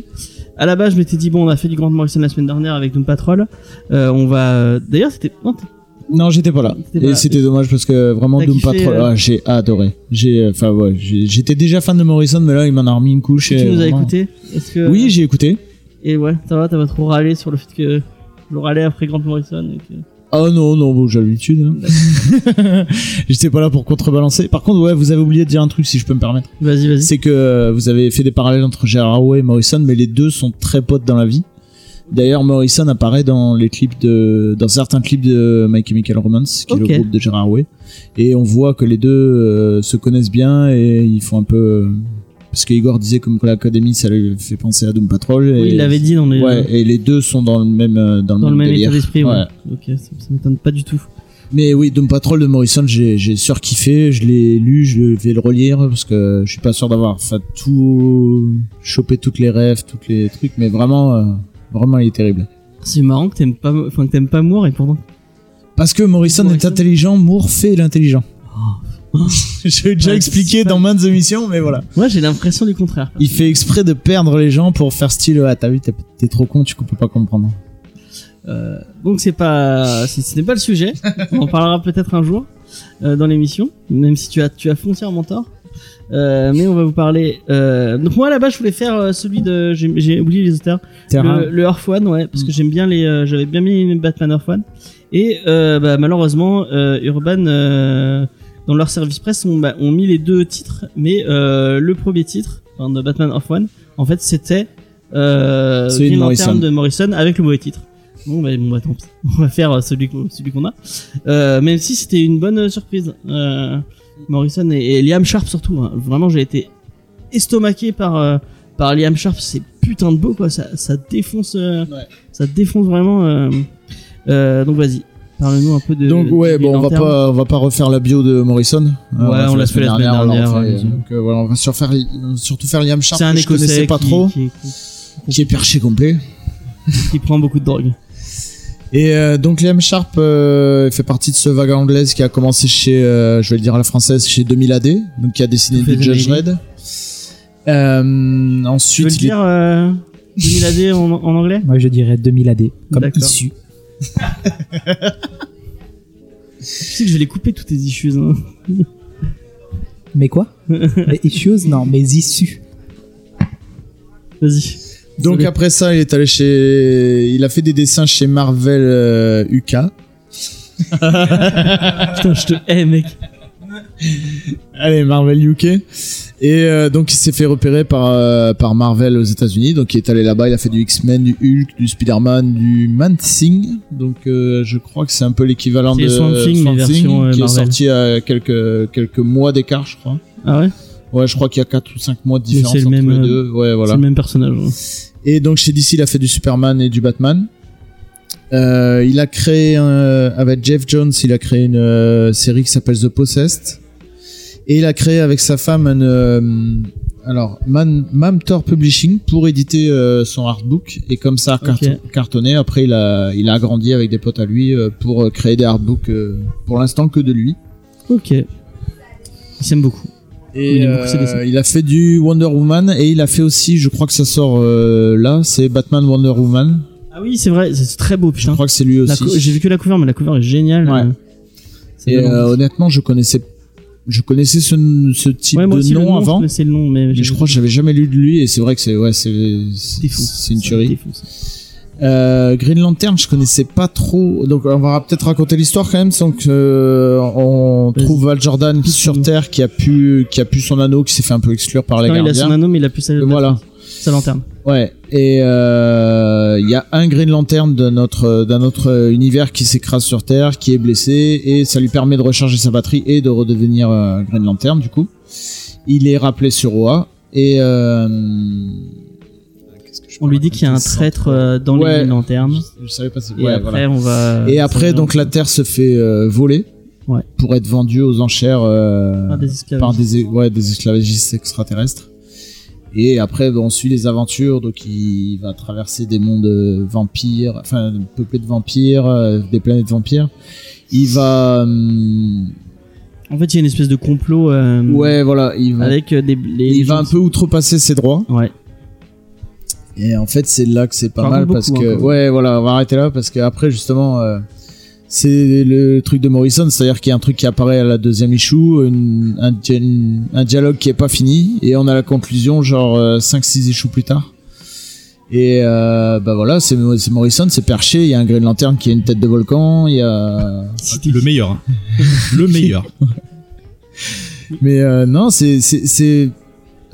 Speaker 2: À la base je m'étais dit bon on a fait du Grant Morrison la semaine dernière avec Doom Patrol. Euh, on va d'ailleurs c'était non, t-
Speaker 5: Non, j'étais pas là.
Speaker 2: T'étais pas là.
Speaker 5: Et c'était dommage parce que vraiment,
Speaker 2: T'as
Speaker 5: Doom
Speaker 2: kiffé,
Speaker 5: Patrol,
Speaker 2: euh,
Speaker 5: ah, j'ai adoré. J'ai, euh, enfin, ouais, j'ai- j'étais déjà fan de Morrison, mais là, il m'en a remis une couche.
Speaker 2: tu
Speaker 5: et
Speaker 2: nous as
Speaker 5: vraiment-
Speaker 2: écouté euh, Est-ce que
Speaker 5: Oui, j'ai écouté.
Speaker 2: et ouais ça va t'as pas trop râlé sur le fait que je râlais après Grant Morrison et que...
Speaker 5: Ah non, non, bon, j'ai l'habitude. hein.
Speaker 3: Bah,
Speaker 5: j'étais pas là pour contrebalancer. Par contre, ouais, vous avez oublié de dire un truc, si je peux me permettre.
Speaker 2: vas-y vas-y
Speaker 5: c'est que euh, vous avez fait des parallèles entre Gérard Way et Morrison, mais les deux sont très potes dans la vie. D'ailleurs, Morrison apparaît dans les clips de, dans certains clips de My Chemical Romance, qui
Speaker 2: Ok.
Speaker 5: est le groupe de Gérard Way, et on voit que les deux euh, se connaissent bien et ils font un peu, euh, parce que Igor disait comme que l'académie ça lui fait penser à Doom Patrol. Et,
Speaker 2: oui, il l'avait dit dans les
Speaker 5: Ouais, et les deux sont dans le même euh, dans le
Speaker 2: dans le même
Speaker 5: même,
Speaker 2: état
Speaker 5: délire.
Speaker 2: d'esprit. Ouais.
Speaker 5: Ouais.
Speaker 2: Ok, ça, ça m'étonne pas du tout.
Speaker 5: Mais oui, Doom Patrol de Morrison, j'ai j'ai surkiffé, je l'ai lu, je vais le relire parce que je suis pas sûr d'avoir fait tout chopé toutes les rêves, toutes les trucs, mais vraiment, euh, vraiment, il est terrible.
Speaker 2: C'est marrant que t'aimes pas, enfin que t'aimes pas Moore et pourtant.
Speaker 5: Parce que Morrison,
Speaker 2: Morrison. Ah.
Speaker 5: est intelligent, Moore fait l'intelligent. je l'ai déjà
Speaker 2: Ouais,
Speaker 5: expliqué
Speaker 2: c'est pas-
Speaker 5: dans maintes émissions, mais voilà.
Speaker 2: Moi, j'ai l'impression du contraire.
Speaker 5: Il fait exprès de perdre les gens pour faire style ah t'as vu t'es- t'es trop con, tu peux pas comprendre.
Speaker 2: Euh, donc c'est pas, c'est- ce n'est pas le sujet. On en parlera peut-être un jour euh, dans l'émission, même si tu as, tu as foncièrement tort. Euh, mais on va vous parler. euh, donc moi là-bas, je voulais faire euh, celui de, j'ai j'ai oublié les auteurs,
Speaker 5: Terrain. Mm.
Speaker 2: le, le Earth One, ouais, parce que j'aime bien les, euh, j'avais bien mis Batman Earth One. Et euh, bah, malheureusement, euh, Urban, euh, dans leur service presse, ont, bah, ont mis les deux titres, mais euh, le premier titre, enfin, de Batman Earth One, en fait, c'était euh,
Speaker 5: Celui de
Speaker 2: Green
Speaker 5: Morrison.
Speaker 2: Lantern de Morrison avec le mauvais titre. Bon, bah, bon, bah, tant pis. On va faire euh, celui qu'on celui qu'on a. Euh, même si c'était une bonne euh, surprise. Euh, Morrison et, et Liam Sharp surtout. hein. Vraiment, j'ai été estomaqué par, euh, par Liam Sharp. C'est putain de beau, quoi. Ça, ça défonce. euh, Ça défonce vraiment. euh. Euh, donc, vas-y. Parle-nous un peu de.
Speaker 5: Donc ouais,
Speaker 2: des
Speaker 5: bon, on va
Speaker 2: lanternes.
Speaker 5: pas, on va pas refaire la bio de Morrison. Euh, on
Speaker 2: on l'a fait la semaine
Speaker 5: on l'a
Speaker 2: dernière,
Speaker 5: refait.
Speaker 2: ouais.
Speaker 5: donc euh, voilà, on va surtout faire, surtout faire Liam Sharp,
Speaker 2: C'est un
Speaker 5: que je
Speaker 2: écossais
Speaker 5: connaissais pas
Speaker 2: qui-
Speaker 5: trop,
Speaker 2: Qui, qui-
Speaker 5: qui est perché complet.
Speaker 2: qui prend beaucoup de drogue.
Speaker 5: Et euh, donc Liam Sharp euh, fait partie de ce vague anglaise qui a commencé chez, euh, je vais le dire à la française, chez 2000 AD, donc qui a dessiné
Speaker 2: Tout fait
Speaker 5: du Judge
Speaker 2: jamais
Speaker 5: Red. Euh,
Speaker 2: Tu veux le
Speaker 5: ensuite, il est-
Speaker 2: dire euh, 2000 AD en, en anglais
Speaker 3: Moi, je dirais 2000 AD. Comme
Speaker 2: D'accord.
Speaker 3: issu.
Speaker 2: Tu sais que je vais les couper toutes tes issues. hein.
Speaker 3: Mais quoi Mais issues Non, mais issues.
Speaker 2: Vas-y.
Speaker 5: donc après ça, il est allé chez, il a fait des dessins chez Marvel euh, UK.
Speaker 2: Putain, je te hais, mec.
Speaker 5: Allez, Marvel UK. Et euh, donc, il s'est fait repérer par, euh, par Marvel aux États-Unis. Donc, il est allé là-bas. Il a fait du X-Men, du Hulk, du Spider-Man, du Man-Thing. Donc, euh, je crois que c'est un peu l'équivalent
Speaker 2: C'est
Speaker 5: de
Speaker 2: Swamp Thing, mais version, euh,
Speaker 5: qui est
Speaker 2: Marvel.
Speaker 5: sorti à quelques, quelques mois d'écart, je crois.
Speaker 2: Ah ouais
Speaker 5: Ouais, je crois qu'il y a 4 ou 5 mois de différence
Speaker 2: c'est le
Speaker 5: entre
Speaker 2: même,
Speaker 5: les
Speaker 2: euh,
Speaker 5: deux. Ouais,
Speaker 2: C'est
Speaker 5: voilà.
Speaker 2: le même personnage. hein. ouais.
Speaker 5: Et donc chez DC, il a fait du Superman et du Batman. Euh, il a créé un- euh, avec Jeff Jones, il a créé une euh, série qui s'appelle The Possessed. Et il a créé avec sa femme un, euh, alors Man- Mamtor Publishing pour éditer euh, son artbook et comme ça cart-
Speaker 2: Ok.
Speaker 5: cartonné. Après, il a il a agrandi avec des potes à lui euh, pour euh, créer des artbooks euh, pour l'instant que de lui.
Speaker 2: Ok. Il s'aime beaucoup.
Speaker 5: Et
Speaker 2: Il aime beaucoup ses
Speaker 5: euh,
Speaker 2: dessins.
Speaker 5: il a fait du Wonder Woman et il a fait aussi, je crois que ça sort euh, là, c'est Batman Wonder Woman.
Speaker 2: Ah oui, c'est vrai, c'est très beau,
Speaker 5: Je
Speaker 2: putain.
Speaker 5: crois que c'est lui
Speaker 2: La
Speaker 5: aussi.
Speaker 2: cou- J'ai vu que la couverture, mais la couverture est géniale.
Speaker 5: Ouais.
Speaker 2: euh. Ça
Speaker 5: Et
Speaker 2: donne
Speaker 5: euh,
Speaker 2: envie.
Speaker 5: honnêtement, je connaissais, je connaissais ce, ce type
Speaker 2: Ouais, moi
Speaker 5: de
Speaker 2: aussi,
Speaker 5: nom,
Speaker 2: le nom
Speaker 5: avant.
Speaker 2: C'est le nom, mais
Speaker 5: Mais je crois que j'avais jamais lu de lui et c'est vrai que c'est ouais c'est c'est
Speaker 2: Défonce.
Speaker 5: c'est une
Speaker 2: Ça
Speaker 5: tuerie.
Speaker 2: défonce.
Speaker 5: Euh, Green Lantern, je connaissais pas trop. Donc on va peut-être raconter l'histoire quand même. Donc euh, on
Speaker 2: Vas-y.
Speaker 5: trouve Val Jordan
Speaker 2: Tout
Speaker 5: sur
Speaker 2: tout.
Speaker 5: Terre qui a pu qui a pu son anneau qui s'est fait un peu exclure par les
Speaker 2: Non, il a son
Speaker 5: gardiens.
Speaker 2: anneau, mais il a plus sa,
Speaker 5: Voilà.
Speaker 2: sa lanterne.
Speaker 5: Ouais, et euh, il y a un Green Lantern de notre d'un autre univers qui s'écrase sur Terre, qui est blessé, et ça lui permet de recharger sa batterie et de redevenir euh, Green Lantern du coup. Il est rappelé sur Oa et euh, qu'est-ce que je
Speaker 2: On
Speaker 5: peux
Speaker 2: lui dit qu'il y a un
Speaker 5: raconter
Speaker 2: traître euh, dans
Speaker 5: Ouais.
Speaker 2: les Green Lanternes.
Speaker 5: Je, je savais pas. si-
Speaker 2: Et
Speaker 5: ouais,
Speaker 2: après,
Speaker 5: voilà.
Speaker 2: on va.
Speaker 5: Et après, donc la Terre se fait euh, voler
Speaker 2: Ouais.
Speaker 5: pour être vendue aux enchères euh,
Speaker 2: Par des esclaves.
Speaker 5: par des, ouais, des esclavagistes extraterrestres. Et après, ben, on suit les aventures. Donc, il va traverser des mondes euh, vampires, enfin, peuplés de vampires, euh, des planètes vampires. Il va, hum,
Speaker 2: En fait, il y a une espèce de complot. euh,
Speaker 5: ouais, voilà, il va,
Speaker 2: Avec euh, des. les- les
Speaker 5: il va
Speaker 2: gens
Speaker 5: un peu outrepasser ses droits.
Speaker 2: qui- Ouais.
Speaker 5: Et en fait, c'est là que c'est pas
Speaker 2: Par
Speaker 5: mal
Speaker 2: contre,
Speaker 5: parce
Speaker 2: beaucoup,
Speaker 5: que,
Speaker 2: hein, quand même.
Speaker 5: ouais, voilà, on va arrêter là parce que après, justement, euh, c'est le truc de Morrison, c'est-à-dire qu'il y a un truc qui apparaît à la deuxième issue, une- un, di- une- un dialogue qui est pas fini, et on a la conclusion genre euh, 5-6 issues plus tard. Et euh, bah voilà, c'est c'est Morrison, c'est perché, il y a un Green Lantern qui a une tête de volcan, il y a...
Speaker 4: Le meilleur. hein. Le meilleur.
Speaker 5: Mais euh, non, c'est... c'est- c'est-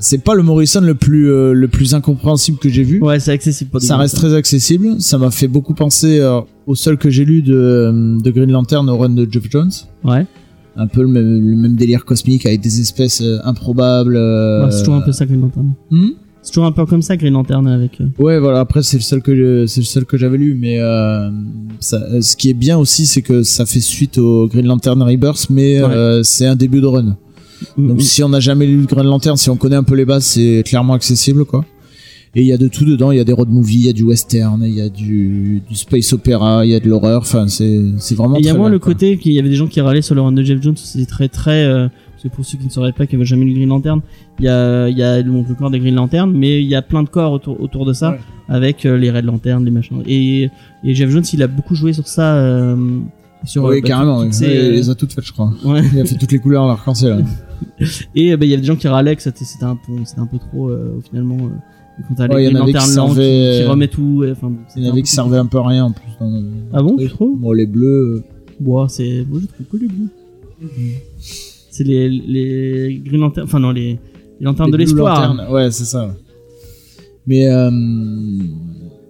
Speaker 5: C'est pas le Morrison le plus, euh, le plus incompréhensible que j'ai vu.
Speaker 2: Ouais, c'est accessible pour des
Speaker 5: Ça
Speaker 2: Green
Speaker 5: reste très accessible. Ça m'a fait beaucoup penser euh, au seul que j'ai lu de, euh, de Green Lantern au run de Jeff Jones.
Speaker 2: Lanternes.
Speaker 5: Un peu le même, le même délire cosmique avec des espèces euh, improbables.
Speaker 2: Ouais.
Speaker 5: euh,
Speaker 2: Ouais, C'est toujours un peu ça, Green Lantern.
Speaker 5: hmm
Speaker 2: C'est C'est toujours un peu comme ça, Green Lantern, avec. euh,
Speaker 5: Ouais, voilà. Après, c'est le seul que je- c'est le seul que j'avais lu, mais euh, ça- euh, ce qui est bien aussi, c'est que ça fait suite au Green Lantern Rebirth, mais
Speaker 2: Ouais.
Speaker 5: euh, c'est un début de run. Donc, si on n'a jamais lu le Green Lantern, si on connaît un peu les bases, c'est clairement accessible, quoi. Et il y a de tout dedans. Il y a des road movies, il y a du western, il y a du, du space opéra, il y a de l'horreur. Enfin, c'est c'est vraiment.
Speaker 2: Et Il y a
Speaker 5: très
Speaker 2: moins
Speaker 5: bien,
Speaker 2: le
Speaker 5: quoi.
Speaker 2: côté qu'il y avait des gens qui râlaient sur le run de Jeff Jones, c'est très très. euh, parce que pour ceux qui ne sauraient pas, qui n'avaient jamais lu Green Lantern, il y a, il y a donc, le corps des Green Lantern, mais il y a plein de corps autour, autour de ça,
Speaker 5: Ouais.
Speaker 2: avec euh, les Red Lantern, les machins. Et, et Jeff Jones, il a beaucoup joué sur ça. euh, sur, euh,
Speaker 5: Oui,
Speaker 2: bah, tout-
Speaker 5: carrément. ouais.
Speaker 2: toutes
Speaker 5: Ouais,
Speaker 2: ces-
Speaker 5: Il les a toutes faites, je crois.
Speaker 2: Ouais.
Speaker 5: Il a fait toutes les couleurs, l'arc-en-ciel.
Speaker 2: Et euh, bah, il y avait des gens qui râlaient que c'était c'était un, peu- c'était un peu trop, euh, finalement, euh, quand t'as les
Speaker 5: Ouais, il y
Speaker 2: Green
Speaker 5: en avait qui
Speaker 2: Lantern lents, qui,
Speaker 5: servaient-
Speaker 2: qui remet tout. ouais, enfin, bon,
Speaker 5: Il
Speaker 2: c'était un
Speaker 5: y en
Speaker 2: peu
Speaker 5: avait qui
Speaker 2: compliqué.
Speaker 5: servaient un peu à rien en plus. dans le-
Speaker 2: Ah bon, tu
Speaker 5: Oui.
Speaker 2: trouves
Speaker 5: Bon, les bleus. euh,
Speaker 2: Bon, c'est. Moi, je trouve que les bleus. C'est les, les Green Lantern. Enfin, non, les, les lanternes
Speaker 5: Les
Speaker 2: de
Speaker 5: Blue
Speaker 2: l'espoir.
Speaker 5: Lantern, Ouais, c'est ça. Mais euh,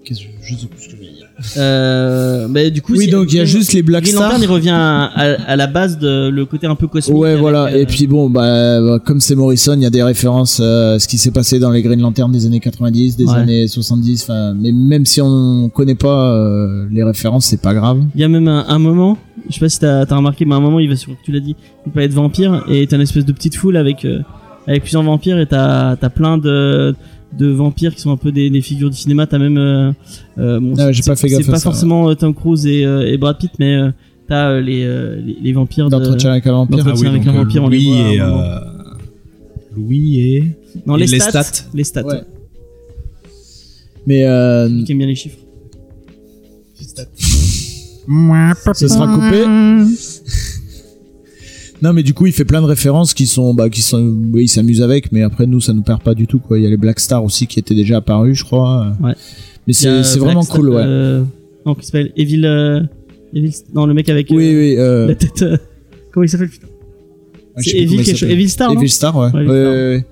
Speaker 5: qu'est-ce que- je sais plus ce que je vais dire.
Speaker 2: Euh, bah, du coup,
Speaker 5: Oui,
Speaker 2: c'est-
Speaker 5: donc il y a
Speaker 2: Green-
Speaker 5: juste les Black
Speaker 2: Green
Speaker 5: Stars.
Speaker 2: Lantern, il revient à, à- à la base de le côté un peu cosmique.
Speaker 5: Ouais,
Speaker 2: avec,
Speaker 5: voilà.
Speaker 2: euh,
Speaker 5: Et puis bon, bah, bah, comme c'est Morrison, il y a des références euh, à ce qui s'est passé dans les Green Lantern des années 90, des
Speaker 2: Ouais.
Speaker 5: années 70. Enfin, mais même si on connaît pas euh, les références, c'est pas grave.
Speaker 2: Il y a même un, un moment, je sais pas si t'as as remarqué, mais à un moment, il va sur, tu l'as dit, une palette vampire, et t'as une espèce de petite foule avec, euh, avec plusieurs vampires, et t'as as plein de, de vampires qui sont un peu des, des figures du cinéma. T'as même. euh, euh, bon,
Speaker 5: Ah, j'ai
Speaker 2: c'est-
Speaker 5: pas fait gaffe
Speaker 2: C'est
Speaker 5: à
Speaker 2: pas
Speaker 5: ça,
Speaker 2: forcément euh, Tom Cruise et, euh, et Brad Pitt, mais euh, t'as euh, les, euh, les, les vampires de-
Speaker 5: D'entretien Ah avec un vampire.
Speaker 2: D'entretien avec un vampire, on les
Speaker 4: Louis
Speaker 2: voit à un
Speaker 4: et,
Speaker 2: moment.
Speaker 4: euh, Louis et.
Speaker 2: Non,
Speaker 4: et
Speaker 2: les,
Speaker 4: les
Speaker 2: stats,
Speaker 4: stats.
Speaker 2: Les stats.
Speaker 5: Ouais. Mais euh,
Speaker 2: Qui aime bien les chiffres.
Speaker 5: ce sera coupé. Non mais du coup il fait plein de références qui sont bah qui sont oui, il s'amuse avec mais après nous ça nous perd pas du tout quoi il y a les Black Stars aussi qui étaient déjà apparus je crois
Speaker 2: Ouais. Il
Speaker 5: mais
Speaker 2: y a
Speaker 5: c'est c'est
Speaker 2: Black
Speaker 5: vraiment
Speaker 2: Star-
Speaker 5: cool ouais
Speaker 2: euh, non, qui s'appelle Evil, euh, Evil. Non, le mec avec euh,
Speaker 5: oui oui euh,
Speaker 2: la tête. euh, comment il s'appelle putain
Speaker 5: Ah, je sais
Speaker 2: C'est
Speaker 5: plus comment
Speaker 2: Evil,
Speaker 5: il
Speaker 2: quelque chose-
Speaker 5: s'appelle.
Speaker 2: Evil Star, non
Speaker 5: Evil Star ouais,
Speaker 2: Ouais, Evil
Speaker 5: Ouais,
Speaker 2: Star.
Speaker 5: ouais, ouais.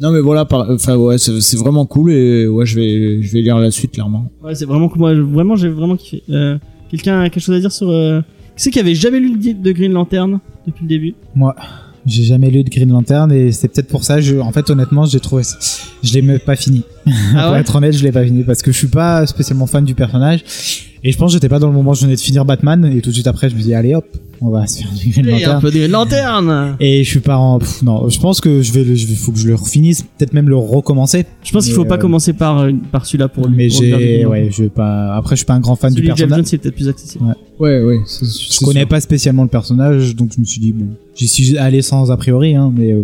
Speaker 5: non mais voilà par- enfin ouais c'est c'est vraiment cool et ouais je vais je vais lire la suite clairement
Speaker 2: Ouais, c'est vraiment cool. Moi, je- vraiment, j'ai vraiment kiffé. Euh, Quelqu'un a quelque chose à dire sur. Euh... Qui c'est qui avait jamais lu le guide de Green Lantern depuis le début
Speaker 8: Moi, j'ai jamais lu de Green Lantern et c'est peut-être pour ça. Je, en fait, honnêtement, j'ai trouvé, ça- je l'ai même pas fini.
Speaker 2: Ah
Speaker 8: pour
Speaker 2: ouais
Speaker 8: être honnête, je l'ai pas fini parce que je suis pas spécialement fan du personnage et je pense que j'étais pas dans le moment. où Je venais de finir Batman et tout de suite après, je me dis allez hop, on va se faire du Green
Speaker 2: Allez, Un
Speaker 8: Lantern.
Speaker 2: peu de Green Lantern
Speaker 8: Et je suis pas en. pff, non, je pense que je vais, le- je vais, faut que je le refinisse, peut-être même le recommencer.
Speaker 2: Je pense qu'il
Speaker 8: Mais,
Speaker 2: faut pas
Speaker 8: euh,
Speaker 2: commencer par, euh, par celui-là pour lui.
Speaker 8: mais
Speaker 2: pour lui faire du
Speaker 8: j'ai,
Speaker 2: bien.
Speaker 8: ouais, je vais pas. Après, je suis pas un grand fan
Speaker 2: Celui
Speaker 8: du
Speaker 2: de Jeff
Speaker 8: personnage.
Speaker 2: Jones, c'est peut-être plus accessible.
Speaker 5: ouais ouais c'est-
Speaker 8: Je
Speaker 5: c'est
Speaker 8: connais
Speaker 5: sûr.
Speaker 8: pas spécialement le personnage, donc je me suis dit bon, j'y suis allé sans a priori, hein, mais euh,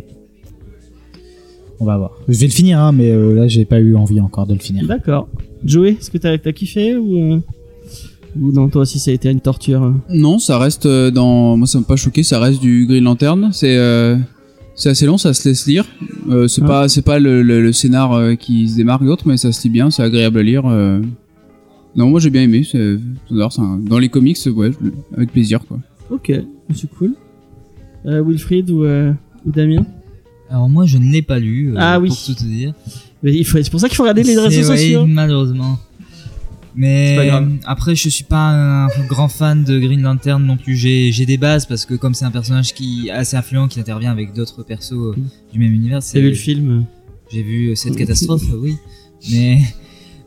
Speaker 8: on va voir. Je vais le finir, hein, mais euh, là j'ai pas eu envie encore de le finir.
Speaker 2: D'accord. Joey, est-ce que t'as t'as kiffé ou. euh, Ou non, toi aussi, ça a été une torture euh
Speaker 7: Non, ça reste euh, dans. Moi, ça m'a pas choqué. Ça reste du Green Lantern. C'est euh, c'est assez long, ça se laisse lire. Euh, c'est
Speaker 2: Ouais.
Speaker 7: pas c'est pas le, le- le scénar euh, qui se démarque d'autres, mais ça se lit bien. C'est agréable à lire. euh. Non, moi j'ai bien aimé. C'est j'adore, c'est un- dans les comics, ouais, je le- avec plaisir quoi.
Speaker 2: Ok, c'est cool. Euh, Wilfried ou, euh, ou Damien
Speaker 6: Alors moi je ne l'ai pas lu, euh,
Speaker 2: Ah oui.
Speaker 6: pour tout te dire.
Speaker 2: Mais il faut- C'est pour ça qu'il faut regarder les réseaux
Speaker 6: C'est- ouais,
Speaker 2: sociaux.
Speaker 6: Malheureusement. Mais euh,
Speaker 2: C'est pas grave.
Speaker 6: après, je suis pas un grand fan de Green Lantern non plus. J'ai j'ai des bases parce que comme c'est un personnage qui est assez influent, qui intervient avec d'autres persos euh, du même univers,
Speaker 2: T'as
Speaker 6: c'est
Speaker 2: vu le film
Speaker 6: j'ai vu euh, cette catastrophe, oui. Mais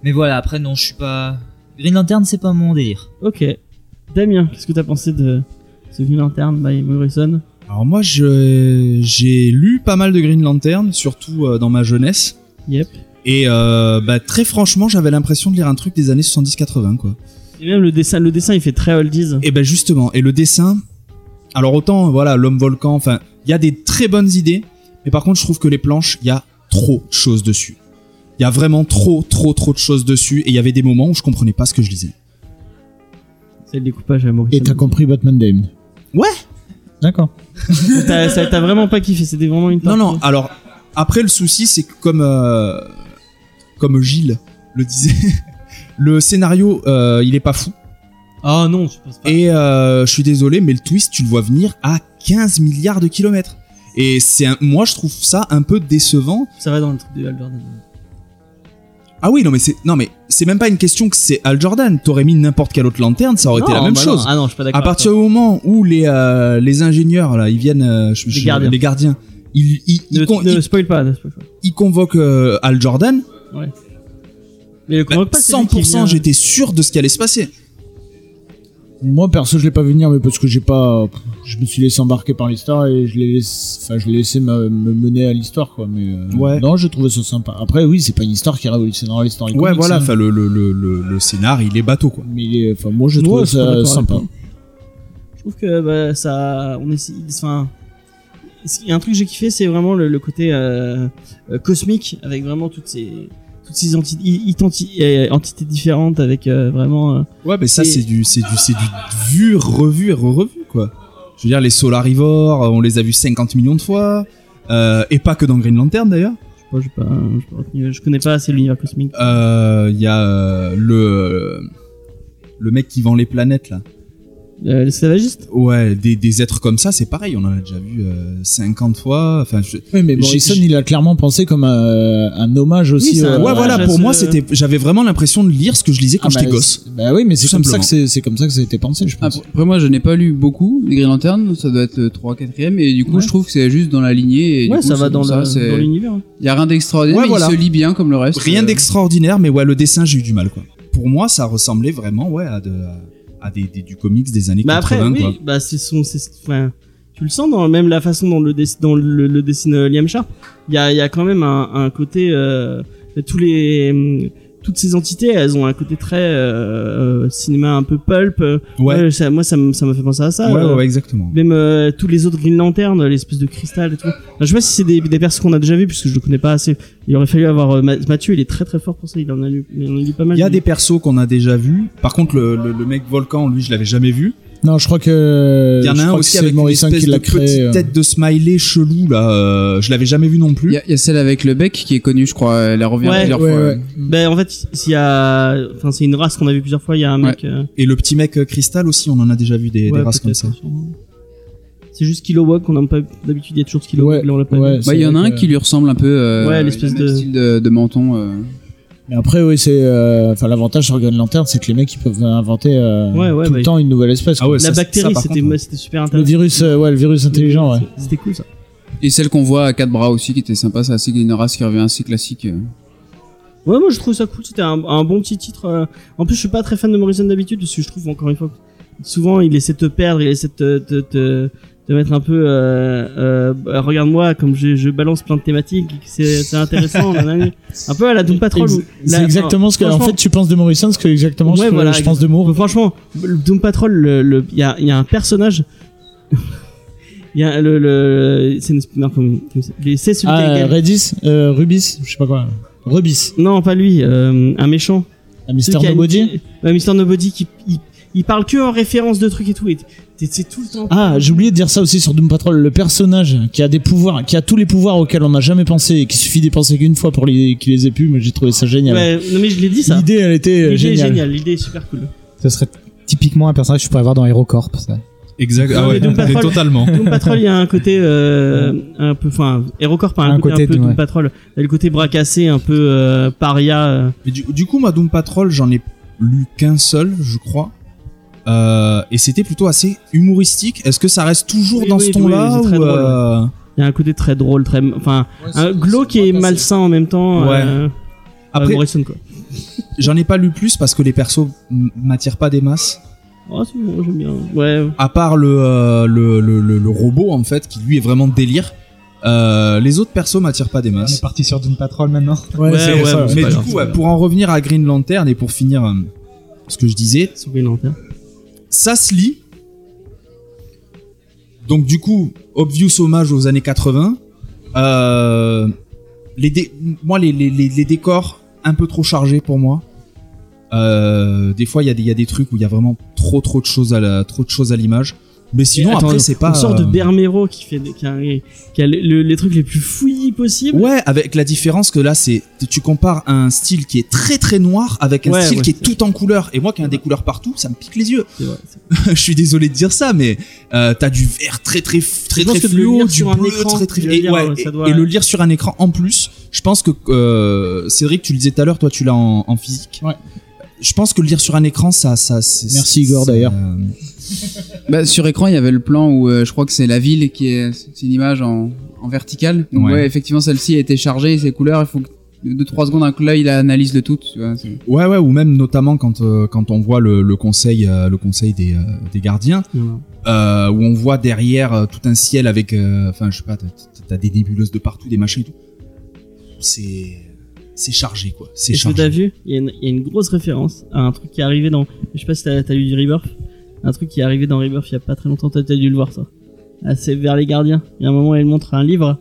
Speaker 6: mais voilà, après non, je suis pas Green Lantern, c'est pas mon délire.
Speaker 2: Ok. Damien, qu'est-ce que t'as pensé de ce Green Lantern by Morrison
Speaker 4: Alors moi, je- j'ai lu pas mal de Green Lantern, surtout euh, dans ma jeunesse.
Speaker 2: Yep.
Speaker 4: Et euh, bah, très franchement, j'avais l'impression de lire un truc des années 70-80, quoi.
Speaker 2: Et même le dessin, le dessin, il fait très oldies.
Speaker 4: Et ben justement, et le dessin, alors autant, voilà, l'homme volcan, enfin, il y a des très bonnes idées, mais par contre, je trouve que les planches, il y a trop de choses dessus. Il y a vraiment trop, trop, trop de choses dessus, et il y avait des moments où je comprenais pas ce que je lisais.
Speaker 2: C'est le découpage à Morrison.
Speaker 5: et t'as compris Batman Dame
Speaker 4: Ouais.
Speaker 5: d'accord
Speaker 2: T'as- ça- T'as vraiment pas kiffé, c'était vraiment une
Speaker 4: Non,
Speaker 2: torture.
Speaker 4: non, alors, après, le souci, c'est que comme, euh, comme Gilles le disait, le scénario, euh, il est pas fou.
Speaker 2: Ah non, je pense pas.
Speaker 4: Et euh, je suis désolé, mais le twist, tu le vois venir à 15 milliards de kilomètres. Et c'est un- moi, je trouve ça un peu décevant
Speaker 2: Ça va dans le truc de Albert Hammond.
Speaker 4: Ah oui, non mais c'est non mais c'est même pas une question que c'est Al Jordan. T'aurais mis n'importe quelle autre lanterne, ça aurait été la
Speaker 2: Non,
Speaker 4: même
Speaker 2: bah non.
Speaker 4: chose.
Speaker 2: Ah non, je suis pas d'accord.
Speaker 4: à partir du moment où les euh, les ingénieurs là, ils viennent, euh, je- je-
Speaker 2: Les gardiens.
Speaker 4: les gardiens, il, il, il
Speaker 2: Ne,
Speaker 4: con-
Speaker 2: ne
Speaker 4: il-
Speaker 2: spoil pas. ne spoil pas.
Speaker 4: il convoque euh, Al Jordan.
Speaker 2: Mais le
Speaker 4: Bah,
Speaker 2: convoque pas. c'est lui qui
Speaker 4: 100%,
Speaker 2: vient.
Speaker 4: j'étais sûr de ce qui allait se passer.
Speaker 5: Moi perso je l'ai pas vu venir mais parce que j'ai pas je me suis laissé embarquer par l'histoire et je l'ai laissé enfin je l'ai laissé me, me mener à l'histoire quoi mais euh,
Speaker 4: Ouais.
Speaker 5: non je trouvais ça sympa. Après oui, c'est pas une histoire qui révolutionnera l'histoire du
Speaker 4: Ouais,
Speaker 5: comics,
Speaker 4: voilà,
Speaker 5: hein.
Speaker 4: enfin, le, le, le, le, le scénar, il est bateau, quoi.
Speaker 5: mais il est- enfin moi je
Speaker 2: Ouais,
Speaker 5: trouve
Speaker 2: je suis pas
Speaker 5: ça
Speaker 2: d'accord
Speaker 5: sympa.
Speaker 2: avec Je trouve que bah, ça, on essaie, enfin, ce qui- un truc que j'ai kiffé, c'est vraiment le, le côté euh, euh, cosmique avec vraiment toutes ces toutes ces enti- i- identi- euh, entités différentes avec euh, vraiment euh,
Speaker 4: Ouais, mais ça,
Speaker 2: Et-
Speaker 4: c'est du, c'est du, c'est du vu, revu et re-revu, quoi. Je veux dire, les Solarivores, on les a vus 50 millions de fois. euh, et pas que dans Green Lantern, d'ailleurs.
Speaker 2: je sais pas, j'ai pas, j'ai pas retenu- je connais pas assez l'univers cosmique.
Speaker 4: Euh, Il y a euh, le, le mec qui vend les planètes, là.
Speaker 2: Euh, L'esclavagiste
Speaker 4: Ouais, des, des êtres comme ça, c'est pareil, on en a déjà vu euh, 50 fois. Enfin, je-
Speaker 5: Oui, mais
Speaker 4: J'ai-
Speaker 5: Morrison,
Speaker 4: j'ai-
Speaker 5: il a clairement pensé comme un, un hommage aussi.
Speaker 2: c'est un euh,
Speaker 5: au-
Speaker 4: Ouais,
Speaker 2: Ouais,
Speaker 4: voilà,
Speaker 2: je
Speaker 4: pour
Speaker 2: sais-
Speaker 4: moi, c'était, j'avais vraiment l'impression de lire ce que je lisais quand
Speaker 5: Ah, bah,
Speaker 4: j'étais gosse.
Speaker 5: c'est- Bah oui, mais c'est
Speaker 4: Tout
Speaker 5: comme ça que
Speaker 4: simplement. Ah
Speaker 5: c'est c'est comme ça que ça a été pensé,
Speaker 2: Ah,
Speaker 5: je pense.
Speaker 7: Après, moi, je n'ai pas lu beaucoup les Green Lantern, ça doit être le 3 4 e et du coup,
Speaker 2: Ouais.
Speaker 7: je trouve que c'est juste dans la lignée. Et du
Speaker 2: Ouais,
Speaker 7: coup,
Speaker 2: ça va
Speaker 7: c'est-
Speaker 2: dans le-
Speaker 7: c'est-
Speaker 2: dans l'univers. hein.
Speaker 7: Il y a rien d'extraordinaire,
Speaker 4: Ouais,
Speaker 7: mais
Speaker 4: voilà.
Speaker 7: il se lit bien comme le reste.
Speaker 4: Rien
Speaker 7: Euh,
Speaker 4: d'extraordinaire, mais ouais, le dessin, j'ai eu du mal, quoi. Pour moi, ça ressemblait vraiment, ouais, à, de- à des, des- du comics des années
Speaker 2: Bah après,
Speaker 4: 80, quoi.
Speaker 2: oui, bah c'est son, c'est ce- enfin, tu le sens dans même la façon dont le, dess- dans le, le dessine euh, Liam Sharp. Il y a, il y a quand même un, un côté, euh, tous les, hum, toutes ces entités, elles ont un côté très euh, euh, cinéma un peu pulp. euh,
Speaker 4: Ouais,
Speaker 2: ouais, ça- moi, ça me, ça me fait penser à ça.
Speaker 4: ouais, ouais,
Speaker 2: euh,
Speaker 4: ouais, exactement.
Speaker 2: Même euh, tous les autres Green Lantern, euh, l'espèce de cristal et tout. Enfin, je sais pas si c'est des, des persos qu'on a déjà vu puisque je le connais pas assez. Il aurait fallu avoir euh, Ma- Mathieu, il est très très fort pour ça. Il en a lu, il en a lu pas mal.
Speaker 4: Il y a des persos qu'on a déjà vus. Par contre, le, le- le mec Volcan, lui, je l'avais jamais vu.
Speaker 5: Non, je crois que.
Speaker 4: Il y en
Speaker 5: Euh, je
Speaker 4: a un
Speaker 5: crois que
Speaker 4: aussi
Speaker 5: c'est
Speaker 4: avec une
Speaker 5: Morrison
Speaker 4: espèce
Speaker 5: qui
Speaker 4: de
Speaker 5: l'a créé.
Speaker 4: petite
Speaker 5: euh.
Speaker 4: tête de smiley chelou, là. euh, je l'avais jamais vu non
Speaker 7: Il
Speaker 4: plus.
Speaker 7: y, a- il y a celle avec le bec qui est connue, je crois. Elle la revient
Speaker 2: Ouais,
Speaker 7: plusieurs
Speaker 5: Ouais,
Speaker 7: fois.
Speaker 5: ouais.
Speaker 2: Ben en fait, s'il y a, enfin c'est une race qu'on a vu plusieurs fois. Il y a un mec. euh,
Speaker 4: Et le petit mec euh, Cristal aussi, on en a déjà vu des, des
Speaker 2: Ouais,
Speaker 4: races comme
Speaker 2: peut-être,
Speaker 4: ça.
Speaker 2: sûrement. C'est juste Kilowog qu'on n'a pas d'habitude, il y a toujours ce
Speaker 5: Ouais,
Speaker 2: Kilowog, là on l'a pas
Speaker 5: ouais.
Speaker 2: vu.
Speaker 7: Bah, il y en a un
Speaker 5: que-
Speaker 7: qui lui ressemble un peu. euh,
Speaker 2: Ouais, l'espèce
Speaker 7: il a le même
Speaker 2: de-
Speaker 7: style de, de menton. euh.
Speaker 5: Mais après, oui, c'est. euh, Enfin, l'avantage sur Green Lantern, c'est que les mecs, ils peuvent inventer euh,
Speaker 2: Ouais, ouais,
Speaker 5: tout
Speaker 2: bah,
Speaker 5: le temps une nouvelle espèce.
Speaker 4: Ah ouais,
Speaker 5: quoi.
Speaker 2: La
Speaker 4: ça, ça,
Speaker 2: bactérie,
Speaker 4: par
Speaker 2: c'était
Speaker 4: contre,
Speaker 2: c'était super
Speaker 5: Le
Speaker 2: intéressant.
Speaker 5: virus, euh, ouais, le virus intelligent, ouais.
Speaker 2: C'était cool ça.
Speaker 7: Et celle qu'on voit à quatre bras aussi, qui était sympa. C'est assez une race qui revient assez classique. euh.
Speaker 2: Ouais, moi je trouve ça cool, c'était un, un bon petit titre. euh. En plus, je suis pas très fan de Morrison d'habitude, parce que je trouve encore une fois, que souvent il essaie de te perdre, il essaie de te, te, te, te mettre un peu. euh, euh, bah, Regarde-moi, comme je, je balance plein de thématiques, c'est c'est intéressant. nanani. un peu à la Doom Patrol. où-
Speaker 5: C'est
Speaker 2: là,
Speaker 5: exactement ce que. En
Speaker 2: franchement-
Speaker 5: fait, tu penses de Morrison, ce que exactement ce
Speaker 2: Ouais,
Speaker 5: que
Speaker 2: voilà,
Speaker 5: je pense de Moore.
Speaker 2: Bon, franchement, le Doom Patrol, le- le- il y, a, il y a un personnage. Il y a le. le c'est une. Non, comme- comme c'est il- c'est celui qui a
Speaker 5: Ah,
Speaker 2: gagné-
Speaker 5: Redis, euh, Rubis, je sais pas quoi. Rubis,
Speaker 2: Non, pas lui, euh, un méchant.
Speaker 5: à
Speaker 2: Celui
Speaker 5: Ah, Mister
Speaker 2: qui a une-
Speaker 5: Nobody.
Speaker 2: Ouais, Mister Nobody qui. Il, il parle que en référence de trucs et tout. Et t'es- c'est tout le temps.
Speaker 5: Ah, j'ai oublié de dire ça aussi sur Doom Patrol, le personnage qui a des pouvoirs, qui a tous les pouvoirs auxquels on n'a jamais pensé et qui suffit d'y penser qu'une fois pour les, qu'il les ait pu, mais j'ai trouvé ça génial.
Speaker 2: Ouais, non mais je l'ai dit ça.
Speaker 5: L'idée, elle était euh,
Speaker 2: L'idée est
Speaker 5: géniale.
Speaker 2: géniale, l'idée est super cool.
Speaker 8: Ce serait typiquement un personnage que je pourrais avoir dans HeroCorp. Ça.
Speaker 4: Exact. Ah
Speaker 2: Non,
Speaker 4: ouais,
Speaker 2: mais Doom
Speaker 4: mais
Speaker 2: Patrol-
Speaker 4: totalement.
Speaker 2: Doom Patrol, il y a un côté euh, un peu, enfin, Hérocorp a un,
Speaker 8: Un
Speaker 2: côté, un
Speaker 8: côté
Speaker 2: peu
Speaker 8: de-
Speaker 2: Doom
Speaker 8: ouais.
Speaker 2: Patrol. Il y a le côté bras cassé, un peu euh, paria. euh.
Speaker 4: Mais du, du coup, moi, Doom Patrol, j'en ai lu qu'un seul, je crois. Euh, et c'était plutôt assez humoristique. Est-ce que ça reste toujours
Speaker 2: Oui,
Speaker 4: dans
Speaker 2: oui,
Speaker 4: ce
Speaker 2: oui,
Speaker 4: ton-là
Speaker 2: c'est très
Speaker 4: ou,
Speaker 2: drôle.
Speaker 4: euh,
Speaker 2: Il y a un côté très drôle, très, enfin, un glauque qui est malsain en même temps.
Speaker 4: Ouais.
Speaker 2: euh,
Speaker 4: Après,
Speaker 2: euh, Morrison quoi.
Speaker 4: j'en ai pas lu plus parce que les persos m- m'attirent pas des masses.
Speaker 2: Oh, c'est bon, j'aime bien. Ouais.
Speaker 4: À part le, euh, le, le, le- le robot, en fait, qui lui est vraiment délire. Euh, les autres persos m'attirent pas des
Speaker 8: On
Speaker 4: masses.
Speaker 8: est parti sur Doom Patrol maintenant.
Speaker 2: Ouais,
Speaker 4: C'est-
Speaker 2: ouais,
Speaker 4: ça,
Speaker 2: bon, c'est
Speaker 4: mais
Speaker 2: Ah, pas
Speaker 4: du
Speaker 2: grave,
Speaker 4: coup,
Speaker 2: c'est
Speaker 4: ouais,
Speaker 2: pas
Speaker 4: pour en revenir à Green Lantern et pour finir euh, ce que je disais,
Speaker 2: Sur Green Lantern.
Speaker 4: ça se lit. Donc du coup, obvious hommage aux années 80. Euh, les dé- moi, les, les- les- les décors un peu trop chargés pour moi. Euh, des fois, il y, a des- il y a des trucs où il y a vraiment trop trop de choses à la- trop de choses à l'image. Mais sinon,
Speaker 2: Et attends,
Speaker 4: après, c'est pas.
Speaker 2: On sort de
Speaker 4: euh,
Speaker 2: Bermero qui fait, des- qui a, qui a le- le- les trucs les plus fouillis possibles.
Speaker 4: Ouais, avec la différence que là, c'est tu compares un style qui est très très noir avec un
Speaker 2: Ouais,
Speaker 4: style
Speaker 2: ouais,
Speaker 4: qui est
Speaker 2: c'est-
Speaker 4: tout en couleur. Et moi, qui ai des couleurs partout, ça me pique les yeux.
Speaker 2: C'est vrai,
Speaker 4: je suis désolé de dire ça, mais euh, t'as du vert très très très
Speaker 2: Je pense
Speaker 4: très
Speaker 2: que de le
Speaker 4: fluo,
Speaker 2: lire
Speaker 4: du
Speaker 2: sur un
Speaker 4: bleu
Speaker 2: écran,
Speaker 4: très très
Speaker 2: de le
Speaker 4: et,
Speaker 2: lire, euh,
Speaker 4: ouais,
Speaker 2: ça
Speaker 4: et-
Speaker 2: doit-
Speaker 4: et le lire sur un écran en plus. Je pense que euh, Cédric, tu le disais tout à l'heure, toi tu l'as en, en physique.
Speaker 5: Ouais.
Speaker 4: Je pense que le lire sur un écran, ça, ça. c'est-
Speaker 5: Merci, Igor,
Speaker 4: c'est,
Speaker 5: d'ailleurs.
Speaker 4: euh,
Speaker 7: Bah, sur écran, il y avait le plan où euh, je crois que c'est la ville qui est. C'est une image en, en verticale. Donc,
Speaker 4: Ouais.
Speaker 7: ouais. effectivement, celle-ci a été chargée, ses couleurs, il faut que 2-3 secondes, un coup là, il analyse le tout. Tu vois, c'est-
Speaker 4: euh, Ouais, ouais, ou même notamment quand, euh, quand on voit le, le conseil, euh, le conseil des, euh, des gardiens,
Speaker 2: Voilà.
Speaker 4: euh, où on voit derrière euh, tout un ciel avec, euh, enfin, je sais pas, t'as- t'as des nébuleuses de partout, des machins et tout. C'est, c'est chargé, quoi. C'est
Speaker 2: Est-ce que t'as
Speaker 4: chargé.
Speaker 2: vu Il y, a une- il y a une grosse référence à un truc qui est arrivé dans. Je sais pas si t'as t'as lu du Rebirth. Un truc qui est arrivé dans Rebirth il y a pas très longtemps. T'as t'as dû le voir ça. Ah, C'est vers les gardiens. Il y a un moment, elle montre un livre.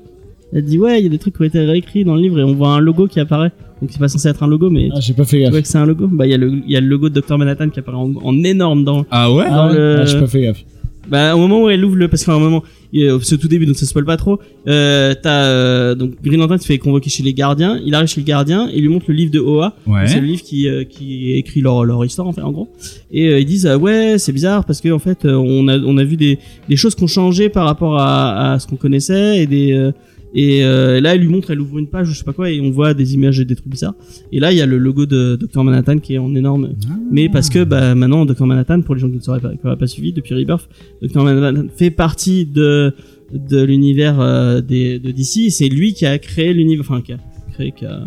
Speaker 2: Elle dit ouais, il y a des trucs qui ont été réécrits dans le livre et on voit un logo qui apparaît. Donc c'est pas censé être un logo, mais
Speaker 5: Ah, j'ai pas fait
Speaker 2: tu
Speaker 5: gaffe.
Speaker 2: vois que c'est un logo. Bah il y, a le- il y a le logo de Dr Manhattan qui apparaît en, en énorme dans.
Speaker 4: Ah ouais?
Speaker 2: dans le-
Speaker 5: Ah, j'ai pas fait gaffe.
Speaker 2: bah, au moment où elle ouvre le, parce qu'à un moment, euh, c'est au tout début, donc ça se spoil pas trop. Euh, t'as euh, donc Green Lantern se fait convoquer chez les gardiens. Il arrive chez le gardien et lui montre le livre de Oa. C'est
Speaker 4: Ouais.
Speaker 2: le livre qui, euh, qui écrit leur, leur histoire, en fait, en gros. Et euh, ils disent, ah ouais, c'est bizarre parce que en fait, euh, on a, on a vu des, des choses qui ont changé par rapport à, à ce qu'on connaissait et des. euh, et euh, là, elle lui montre, elle ouvre une page, ou je sais pas quoi, et on voit des images et des trucs bizarres. Et là, il y a le logo de Dr Manhattan qui est en énorme. Mais parce que bah, maintenant, Dr Manhattan, pour les gens qui ne sauraient pas, qui auraient pas suivi depuis Rebirth, Dr Manhattan fait partie de de l'univers euh, des- de DC. C'est lui qui a créé l'univers, enfin qui a créé, qui a,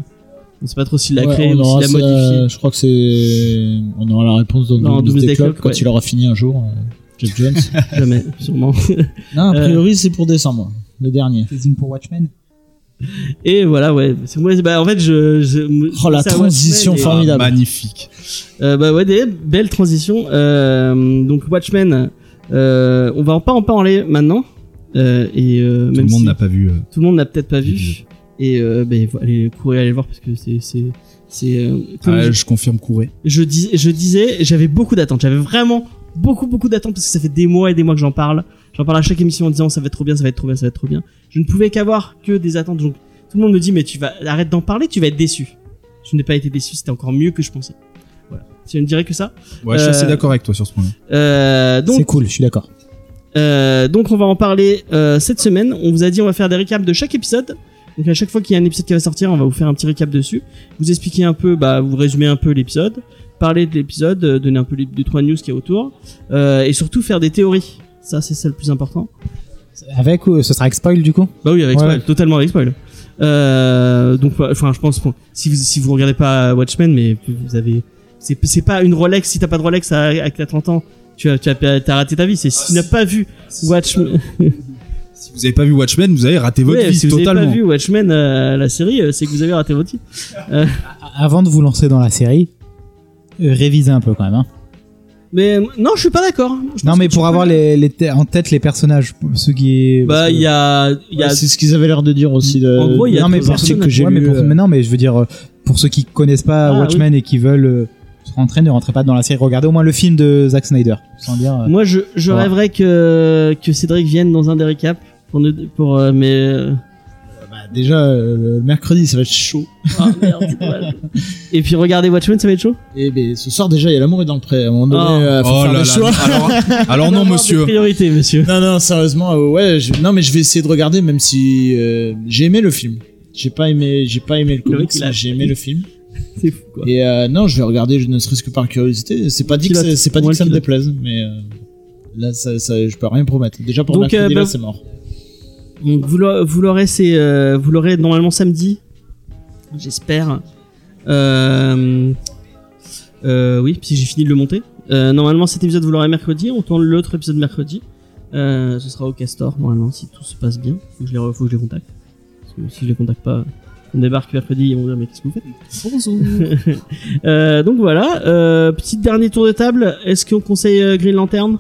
Speaker 2: on sait pas trop s'il l'a
Speaker 5: Ouais,
Speaker 2: créé
Speaker 5: on
Speaker 2: ou
Speaker 5: aura
Speaker 2: s'il l'a
Speaker 5: ça-
Speaker 2: modifié.
Speaker 5: Je crois que c'est. On aura la réponse dans,
Speaker 2: Dans
Speaker 5: Doomsday
Speaker 2: Doomsday
Speaker 5: Clock,
Speaker 2: Clock,
Speaker 5: quand
Speaker 2: ouais.
Speaker 5: il aura fini un jour. euh, Jeff Jones.
Speaker 2: Jamais, sûrement.
Speaker 5: non, a
Speaker 2: Euh,
Speaker 5: priori, c'est pour décembre, le dernier.
Speaker 3: Teasing pour Watchmen.
Speaker 2: Et voilà, ouais. C'est moi, bah, en fait, je. je
Speaker 5: Oh, la
Speaker 2: ça,
Speaker 5: transition
Speaker 2: Watchmen et-
Speaker 5: formidable.
Speaker 4: euh, Magnifique.
Speaker 2: Euh, bah ouais, des belles transitions. Euh, donc Watchmen, euh, on va en pas en parler maintenant. Euh, et euh,
Speaker 4: Tout
Speaker 2: même
Speaker 4: le monde
Speaker 2: si
Speaker 4: n'a pas vu. euh,
Speaker 2: tout le monde n'a peut-être pas vu.
Speaker 4: Épisode.
Speaker 2: Et euh, bah, faut aller courir, aller le voir parce que c'est c'est c'est. euh, comme
Speaker 4: ah,
Speaker 2: je-
Speaker 4: je confirme courir.
Speaker 2: je, dis, je disais, j'avais beaucoup d'attentes. J'avais vraiment beaucoup, beaucoup d'attentes parce que ça fait des mois et des mois que j'en parle. J'en parle à chaque émission en disant ça va être trop bien, ça va être trop bien, ça va être trop bien. Je ne pouvais qu'avoir que des attentes. Donc tout le monde me dit, mais tu vas, arrête d'en parler, tu vas être déçu. Je n'ai pas été déçu, c'était encore mieux que je pensais. Voilà. Tu me dirais que ça.
Speaker 4: Ouais, je suis assez
Speaker 2: Euh,
Speaker 4: d'accord avec toi sur ce point-là.
Speaker 2: Euh, donc,
Speaker 3: C'est cool, je suis d'accord.
Speaker 2: euh, donc on va en parler euh, cette semaine. On vous a dit on va faire des récaps de chaque épisode. Donc à chaque fois qu'il y a un épisode qui va sortir, on va vous faire un petit récap dessus. Vous expliquer un peu, bah, vous résumer un peu l'épisode, parler de l'épisode, euh, donner un peu les, des trois news qu'il y a autour, euh, et surtout faire des théories. Ça c'est ça le plus important.
Speaker 8: Avec
Speaker 6: euh,
Speaker 8: ou ce sera avec spoil du coup
Speaker 2: Bah oui, avec
Speaker 8: Ouais.
Speaker 2: spoil, totalement avec spoil. Euh, donc, bah, enfin, je pense, bon, si vous si vous regardez pas Watchmen, mais vous avez, c'est c'est pas une Rolex. Si t'as pas de Rolex à, à 30 ans, tu as tu as, t'as raté ta vie. C'est si tu n'as pas vu Watchmen.
Speaker 4: Si vous avez pas vu Watchmen, vous avez raté votre
Speaker 2: Ouais,
Speaker 4: vie
Speaker 2: si vous
Speaker 4: totalement.
Speaker 2: avez pas vu Watchmen euh, la série, euh, c'est que vous avez raté votre vie.
Speaker 8: Avant de vous lancer dans la série, euh, révisez un peu quand même. hein.
Speaker 2: Mais euh, non, je suis pas d'accord. Je
Speaker 8: Non
Speaker 2: pense
Speaker 8: mais
Speaker 2: que tu
Speaker 8: pour
Speaker 2: peux-
Speaker 8: avoir les, les te- en tête les personnages, ceux qui. parce
Speaker 2: bah
Speaker 8: que-
Speaker 2: il y a il y a
Speaker 5: Ouais, c'est ce qu'ils avaient l'air de dire aussi. de-
Speaker 2: En gros, il y a
Speaker 8: non mais
Speaker 2: trois
Speaker 8: pour ceux
Speaker 2: personnes
Speaker 8: que j'ai
Speaker 2: à
Speaker 8: mais
Speaker 2: trouver,
Speaker 8: pour-
Speaker 2: euh.
Speaker 8: mais non mais je veux dire euh, pour ceux qui connaissent pas
Speaker 2: Ah,
Speaker 8: Watchmen et qui veulent euh, se rentrer, ne rentrez pas dans la série. Regardez au moins le film de Zack Snyder. Sans dire. euh,
Speaker 2: moi je, je
Speaker 8: Voilà.
Speaker 2: rêverais que que Cédric vienne dans un des récaps pour ne- pour euh, mais euh,
Speaker 5: Bah, déjà, euh, le mercredi, ça va être chaud.
Speaker 2: ah, merde, du coup, ouais. et puis regarder Watchmen, ça va être chaud.
Speaker 5: Et ben, ce soir, déjà, il y a l'amour et dans le pré. À un moment donné,
Speaker 2: Ah.
Speaker 5: euh, faut
Speaker 4: Oh
Speaker 5: faire
Speaker 4: là
Speaker 5: le
Speaker 4: là,
Speaker 5: choix.
Speaker 4: alors- alors non,
Speaker 2: Avoir des
Speaker 4: monsieur.
Speaker 2: Priorités, monsieur.
Speaker 5: Non, non, sérieusement, euh, ouais, je- non, mais je vais essayer de regarder, même si euh, j'ai aimé le film. J'ai pas aimé, j'ai pas aimé le
Speaker 2: Le mec,
Speaker 5: comics,
Speaker 2: il a-
Speaker 5: mais j'ai aimé le film.
Speaker 2: C'est fou quoi.
Speaker 5: Et euh, non, je vais regarder, je- ne serait-ce que par curiosité. C'est pas dit que,
Speaker 2: Pilote.
Speaker 5: ça- c'est pas dit
Speaker 2: Moi,
Speaker 5: que ça
Speaker 2: le
Speaker 5: me
Speaker 2: pilote.
Speaker 5: déplaise, mais euh, là, ça, ça- je peux rien promettre. Déjà pour
Speaker 2: Donc,
Speaker 5: mercredi,
Speaker 2: euh,
Speaker 5: là,
Speaker 2: bah-
Speaker 5: c'est mort.
Speaker 2: Donc vous l'aurez- vous l'aurez c'est euh, vous l'aurez normalement samedi, j'espère. Euh, euh, oui, si j'ai fini de le monter. Euh, normalement cet épisode vous l'aurez mercredi, on tourne l'autre épisode mercredi. Euh, ce sera au Castor normalement si tout se passe bien. Faut que je les, re- faut que je les contacte. Parce que si je les contacte pas, on débarque mercredi et on vont dire mais qu'est-ce que vous faites Euh, Donc voilà, euh, petit dernier tour de table. Est-ce qu'on conseille euh, Green Lantern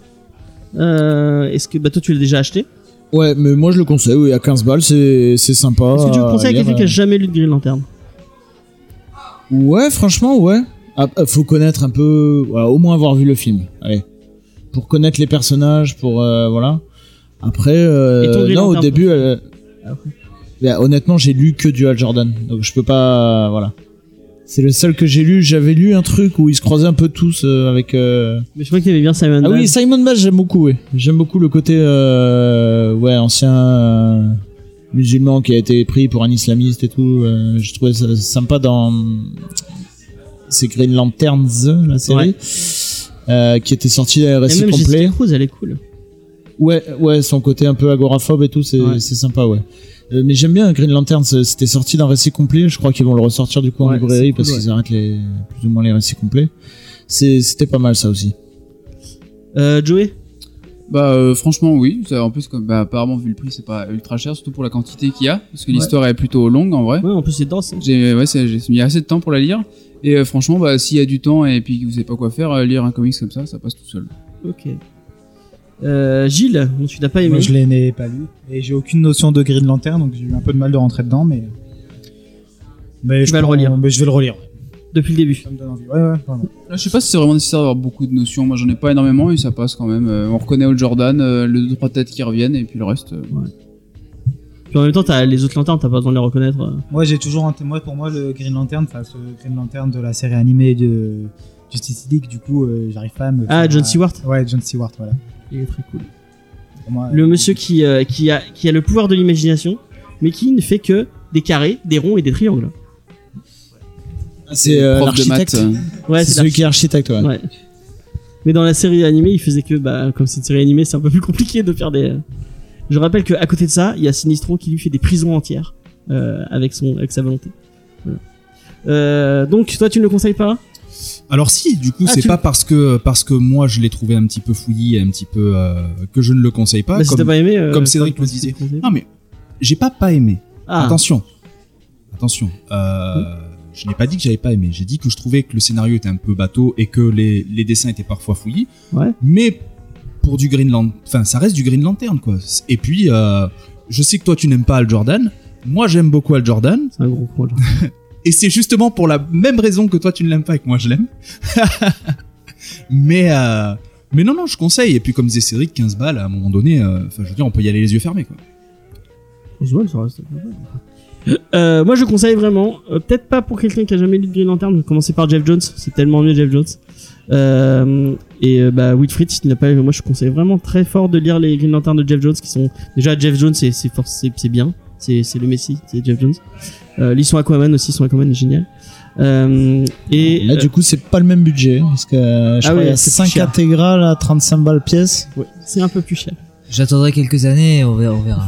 Speaker 2: Euh, Est-ce que bah toi tu l'as déjà acheté
Speaker 5: Ouais, mais moi, je le conseille, oui, à 15 balles, c'est c'est sympa.
Speaker 2: Est-ce que tu le
Speaker 5: à
Speaker 2: conseilles à
Speaker 5: lire, euh,
Speaker 2: quelqu'un qui a jamais lu de Green Lantern
Speaker 5: Ouais, franchement, ouais. Ah, ah, faut connaître un peu, voilà, au moins avoir vu le film. Allez, pour connaître les personnages, pour euh, voilà. Après, euh,
Speaker 2: Et ton Green
Speaker 5: non, au
Speaker 2: Lantern,
Speaker 5: début, euh,
Speaker 2: Ah,
Speaker 5: bah, honnêtement, j'ai lu que du Hal Jordan, donc je peux pas, voilà. C'est le seul que j'ai lu. J'avais lu un truc où ils se croisaient un peu tous euh, avec. euh,
Speaker 2: Mais je crois que t'aimais bien Simon.
Speaker 5: Ah
Speaker 2: Mann.
Speaker 5: oui, Simon Bass, j'aime beaucoup. Oui. J'aime beaucoup le côté, euh, ouais, ancien euh, musulman qui a été pris pour un islamiste et tout. euh, je trouvais ça sympa dans c'est Green Lanterns, hein, la série, euh, qui était sortie à
Speaker 2: Et
Speaker 5: récit
Speaker 2: même
Speaker 5: complet.
Speaker 2: Jessica Cruz, elle est cool.
Speaker 5: Ouais, ouais, son côté un peu agoraphobe et tout, c'est
Speaker 2: Ouais.
Speaker 5: c'est sympa, ouais. Euh, mais j'aime bien Green Lantern, ça- c'était sorti d'un récit complet. Je crois qu'ils vont le ressortir du coup en
Speaker 2: Ouais, c'est
Speaker 5: librairie
Speaker 2: cool,
Speaker 5: parce
Speaker 2: ouais.
Speaker 5: qu'ils arrêtent les, plus ou moins les récits complets. C'est- C'était pas mal ça aussi.
Speaker 2: Euh, Joey
Speaker 7: Bah euh, franchement oui, Ça, en plus comme bah, apparemment vu le prix c'est pas ultra cher, surtout pour la quantité qu'il y a, parce que
Speaker 2: Ouais.
Speaker 7: l'histoire est plutôt longue en vrai.
Speaker 2: Ouais, en plus c'est dense. hein.
Speaker 7: J'ai ouais, c'est- j'ai mis assez de temps pour la lire, et euh, franchement bah s'il y a du temps et puis que vous savez pas quoi faire, euh, lire un comics comme ça, ça passe tout seul.
Speaker 2: Ok. Euh, Gilles, bon, tu n'as pas aimé.
Speaker 8: Moi, je l'ai n'ai pas lu. Et j'ai aucune notion de Green Lantern, donc j'ai eu un peu de mal de rentrer dedans, mais. mais
Speaker 2: Tu vas le
Speaker 8: pense-
Speaker 2: relire.
Speaker 8: Mais je vais le relire.
Speaker 2: Depuis le début.
Speaker 8: Ça me donne envie. Ouais, ouais, vraiment.
Speaker 7: Là, Euh, je sais pas si c'est vraiment nécessaire d'avoir beaucoup de notions, moi j'en ai pas énormément et ça passe quand même. Euh, on reconnaît Old Jordan, euh, le deux trois têtes qui reviennent et puis le reste. euh,
Speaker 2: Puis en même temps, t'as les autres lanternes, t'as pas besoin de les reconnaître. euh.
Speaker 8: Moi, j'ai toujours un témoin pour moi le Green Lantern, enfin ce Green Lantern de la série animée de Justice League. Du coup, euh, j'arrive pas à me.
Speaker 2: Ah,
Speaker 8: faire
Speaker 2: John
Speaker 8: à-
Speaker 2: Stewart.
Speaker 8: Ouais, John Stewart, voilà.
Speaker 2: Il est très cool.
Speaker 8: Pour moi,
Speaker 2: Le monsieur qui, euh, qui, a, qui a le pouvoir de l'imagination, mais qui ne fait que des carrés, des ronds et des triangles.
Speaker 5: C'est euh,
Speaker 7: prof de maths.
Speaker 5: l'architecte.
Speaker 7: euh,
Speaker 2: Ouais,
Speaker 5: c'est
Speaker 2: c'est
Speaker 5: celui qui est architecte, ouais.
Speaker 2: Ouais. Mais dans la série animée, il faisait que, bah, comme c'est une série animée, c'est un peu plus compliqué de faire des. euh. Je rappelle qu'à côté de ça, il y a Sinistro qui lui fait des prisons entières euh, avec son, avec sa volonté. Voilà. Euh, donc toi, tu ne le conseilles pas
Speaker 4: Alors si, du coup,
Speaker 2: Ah,
Speaker 4: c'est
Speaker 2: tu-
Speaker 4: pas parce que parce que moi je l'ai trouvé un petit peu fouillis, et un petit peu euh, que je ne le conseille pas.
Speaker 2: Bah, Si
Speaker 4: comme-
Speaker 2: t'as pas aimé, euh,
Speaker 4: comme Cédric
Speaker 2: toi,
Speaker 4: le
Speaker 2: tu le
Speaker 4: disait.
Speaker 2: conseilles
Speaker 4: Non mais j'ai pas pas aimé.
Speaker 2: Ah, Hmm.
Speaker 4: Attention, attention. Euh, Je n'ai pas dit que j'avais pas aimé. J'ai dit que je trouvais que le scénario était un peu bateau et que les, les dessins étaient parfois fouillis.
Speaker 2: Ouais.
Speaker 4: Mais pour du Green Lan- enfin ça reste du Green Lantern quoi. Et puis euh, je sais que toi tu n'aimes pas Al Jordan. Moi j'aime beaucoup Al Jordan.
Speaker 2: c'est Ah, un gros con. là.
Speaker 4: Et c'est justement pour la même raison que toi tu ne l'aimes pas et que moi je l'aime. mais euh, mais non non, je conseille. Et puis comme disait Cédric, 15 balles à un moment donné, euh, enfin je veux dire, on peut y aller les yeux fermés quoi.
Speaker 2: Je vois, ça reste pas mal. Euh, moi je conseille vraiment, euh, peut-être pas pour quelqu'un qui a jamais lu de Green Lantern, commencez par Jeff Jones, c'est tellement mieux Jeff Jones. Euh, et euh, bah Whitfried, si tu n'as pas lu, moi je conseille vraiment très fort de lire les Green Lantern de Jeff Jones qui sont déjà Jeff Jones c'est c'est fort- c'est c'est bien, c'est c'est le Messi, c'est Jeff Jones. Euh, lisons Aquaman aussi, son Aquaman est génial. Euh, et
Speaker 5: Là, Ah, du coup, c'est pas le même budget. Parce que euh, je
Speaker 2: Ah
Speaker 5: crois
Speaker 2: oui,
Speaker 5: qu'il y a
Speaker 2: c'est
Speaker 5: 5
Speaker 2: cher.
Speaker 5: intégrales à 35 balles pièce.
Speaker 2: euh, ouais, c'est un peu plus cher.
Speaker 6: J'attendrai quelques années, on verra. On verra.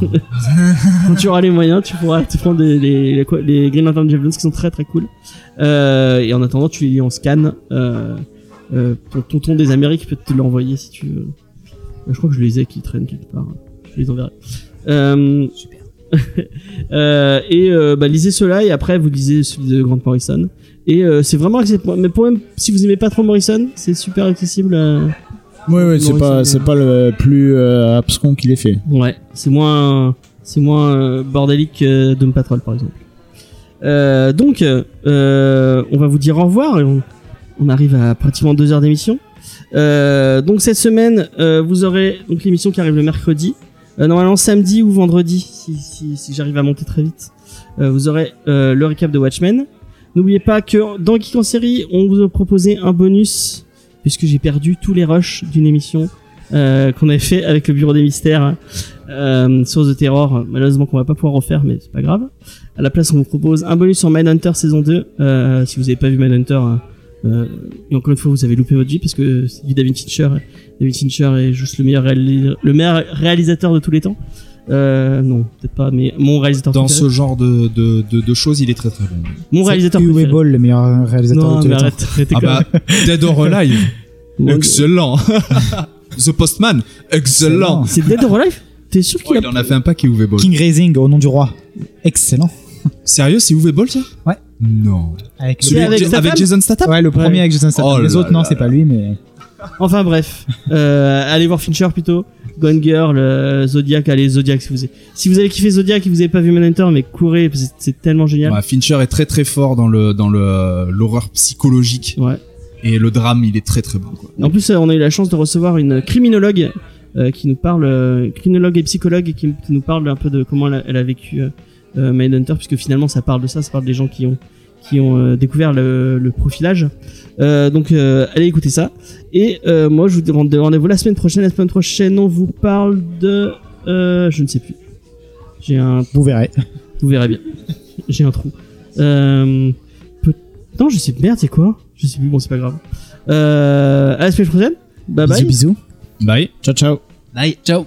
Speaker 2: quand tu auras les moyens, tu pourras te prendre les, les, les, quoi- les Green Lantern Javelins qui sont très très cool. Euh, et en attendant, tu les lis en scan. Euh, euh, ton tonton des Amériques peut te l'envoyer si tu veux. Euh, Je crois que je les ai qui traînent quelque part. Je les enverrai. Euh,
Speaker 6: Super.
Speaker 2: euh, et euh, bah, lisez ceux-là et après vous lisez celui de Grant Morrison. Et euh, c'est vraiment accessible. Mais pour même si vous aimez pas trop Morrison, c'est super accessible. euh,
Speaker 5: Oui, oui,
Speaker 2: Non,
Speaker 5: c'est
Speaker 2: oui,
Speaker 5: pas,
Speaker 2: c'est-
Speaker 5: c'est pas le plus euh, abscon qu'il ait fait.
Speaker 2: Ouais, c'est moins, c'est moins euh, bordélique que Doom Patrol par exemple. Euh, donc, euh, on va vous dire au revoir. et on, on arrive à pratiquement deux heures d'émission. Euh, donc cette semaine, euh, vous aurez donc l'émission qui arrive le mercredi. Euh, normalement samedi ou vendredi, si, si, si j'arrive à monter très vite. Euh, vous aurez euh, le récap de Watchmen. N'oubliez pas que dans Geek en série, on vous a proposé un bonus puisque j'ai perdu tous les rushs d'une émission euh, qu'on avait fait avec le bureau des mystères hein. euh, Source de Terror, euh, malheureusement qu'on va pas pouvoir refaire, mais c'est pas grave. À la place, on vous propose un bonus sur Mindhunter saison 2. Euh, si vous avez pas vu Mindhunter, euh, euh, et encore une fois, vous avez loupé votre vie parce que c'est du David Fincher. David Fincher est juste le meilleur, réalis- le meilleur réalisateur de tous les temps. Euh, non, peut-être pas, mais mon réalisateur
Speaker 4: Dans
Speaker 2: préféré.
Speaker 4: ce genre de, de, de, de choses, il est très très bon.
Speaker 2: Mon réalisateur
Speaker 8: Uwe
Speaker 2: préféré.
Speaker 8: Boll, le meilleur réalisateur
Speaker 2: Non,
Speaker 8: de tous
Speaker 2: mais
Speaker 8: les temps.
Speaker 2: arrête, arrêtez
Speaker 4: Ah
Speaker 2: quand
Speaker 4: bah,
Speaker 2: même.
Speaker 4: Dead or Alive,
Speaker 2: Mon-
Speaker 4: excellent. The Postman, excellent.
Speaker 2: C'est Dead or Alive T'es sûr
Speaker 4: Oh,
Speaker 2: qu'il
Speaker 4: il
Speaker 2: a...
Speaker 4: en a fait un paquet, Uwe Boll.
Speaker 8: King Raising, au nom du roi. Excellent.
Speaker 4: Sérieux, c'est Uwe Boll ça
Speaker 8: Ouais.
Speaker 4: Non.
Speaker 8: Avec
Speaker 4: Celui
Speaker 2: C'est avec
Speaker 4: avec, Ja-
Speaker 2: Statham
Speaker 4: avec Jason Statham
Speaker 8: Ouais, le premier avec Jason Statham.
Speaker 4: Oh
Speaker 8: les
Speaker 4: là
Speaker 8: autres, non,
Speaker 4: là
Speaker 8: c'est pas lui, mais.
Speaker 2: Enfin bref, euh, allez voir Fincher plutôt. Gone Girl, euh, Zodiac, allez Zodiac si vous avez. Si vous avez kiffé Zodiac et que vous avez pas vu Manhunter, mais courez, parce que c'est tellement génial.
Speaker 4: Ouais, Bah, Fincher est très très fort dans le dans le l'horreur psychologique
Speaker 2: Ouais.
Speaker 4: et le drame, il est très très bon. Quoi.
Speaker 2: En plus, euh, on a eu la chance de recevoir une criminologue euh, qui nous parle, euh, criminologue et psychologue, et qui, qui nous parle un peu de comment elle a, elle a vécu euh, euh, Mindhunter, puisque finalement ça parle de ça, ça parle des gens qui ont qui ont euh, découvert le, le profilage. Euh, donc euh, allez écouter ça. Et euh, moi, je vous demande rendez-vous la semaine prochaine. La semaine prochaine, on vous parle de, euh, je ne sais plus. J'ai un
Speaker 8: Vous verrez.
Speaker 2: vous verrez bien. J'ai un trou. Euh, peut- Non, je sais. Merde, c'est quoi Je sais plus. Bon, c'est pas grave. Euh, à la semaine prochaine. Bye bye.
Speaker 8: Bisous, bisous.
Speaker 4: Bye.
Speaker 5: Ciao, ciao.
Speaker 6: Bye.
Speaker 7: Ciao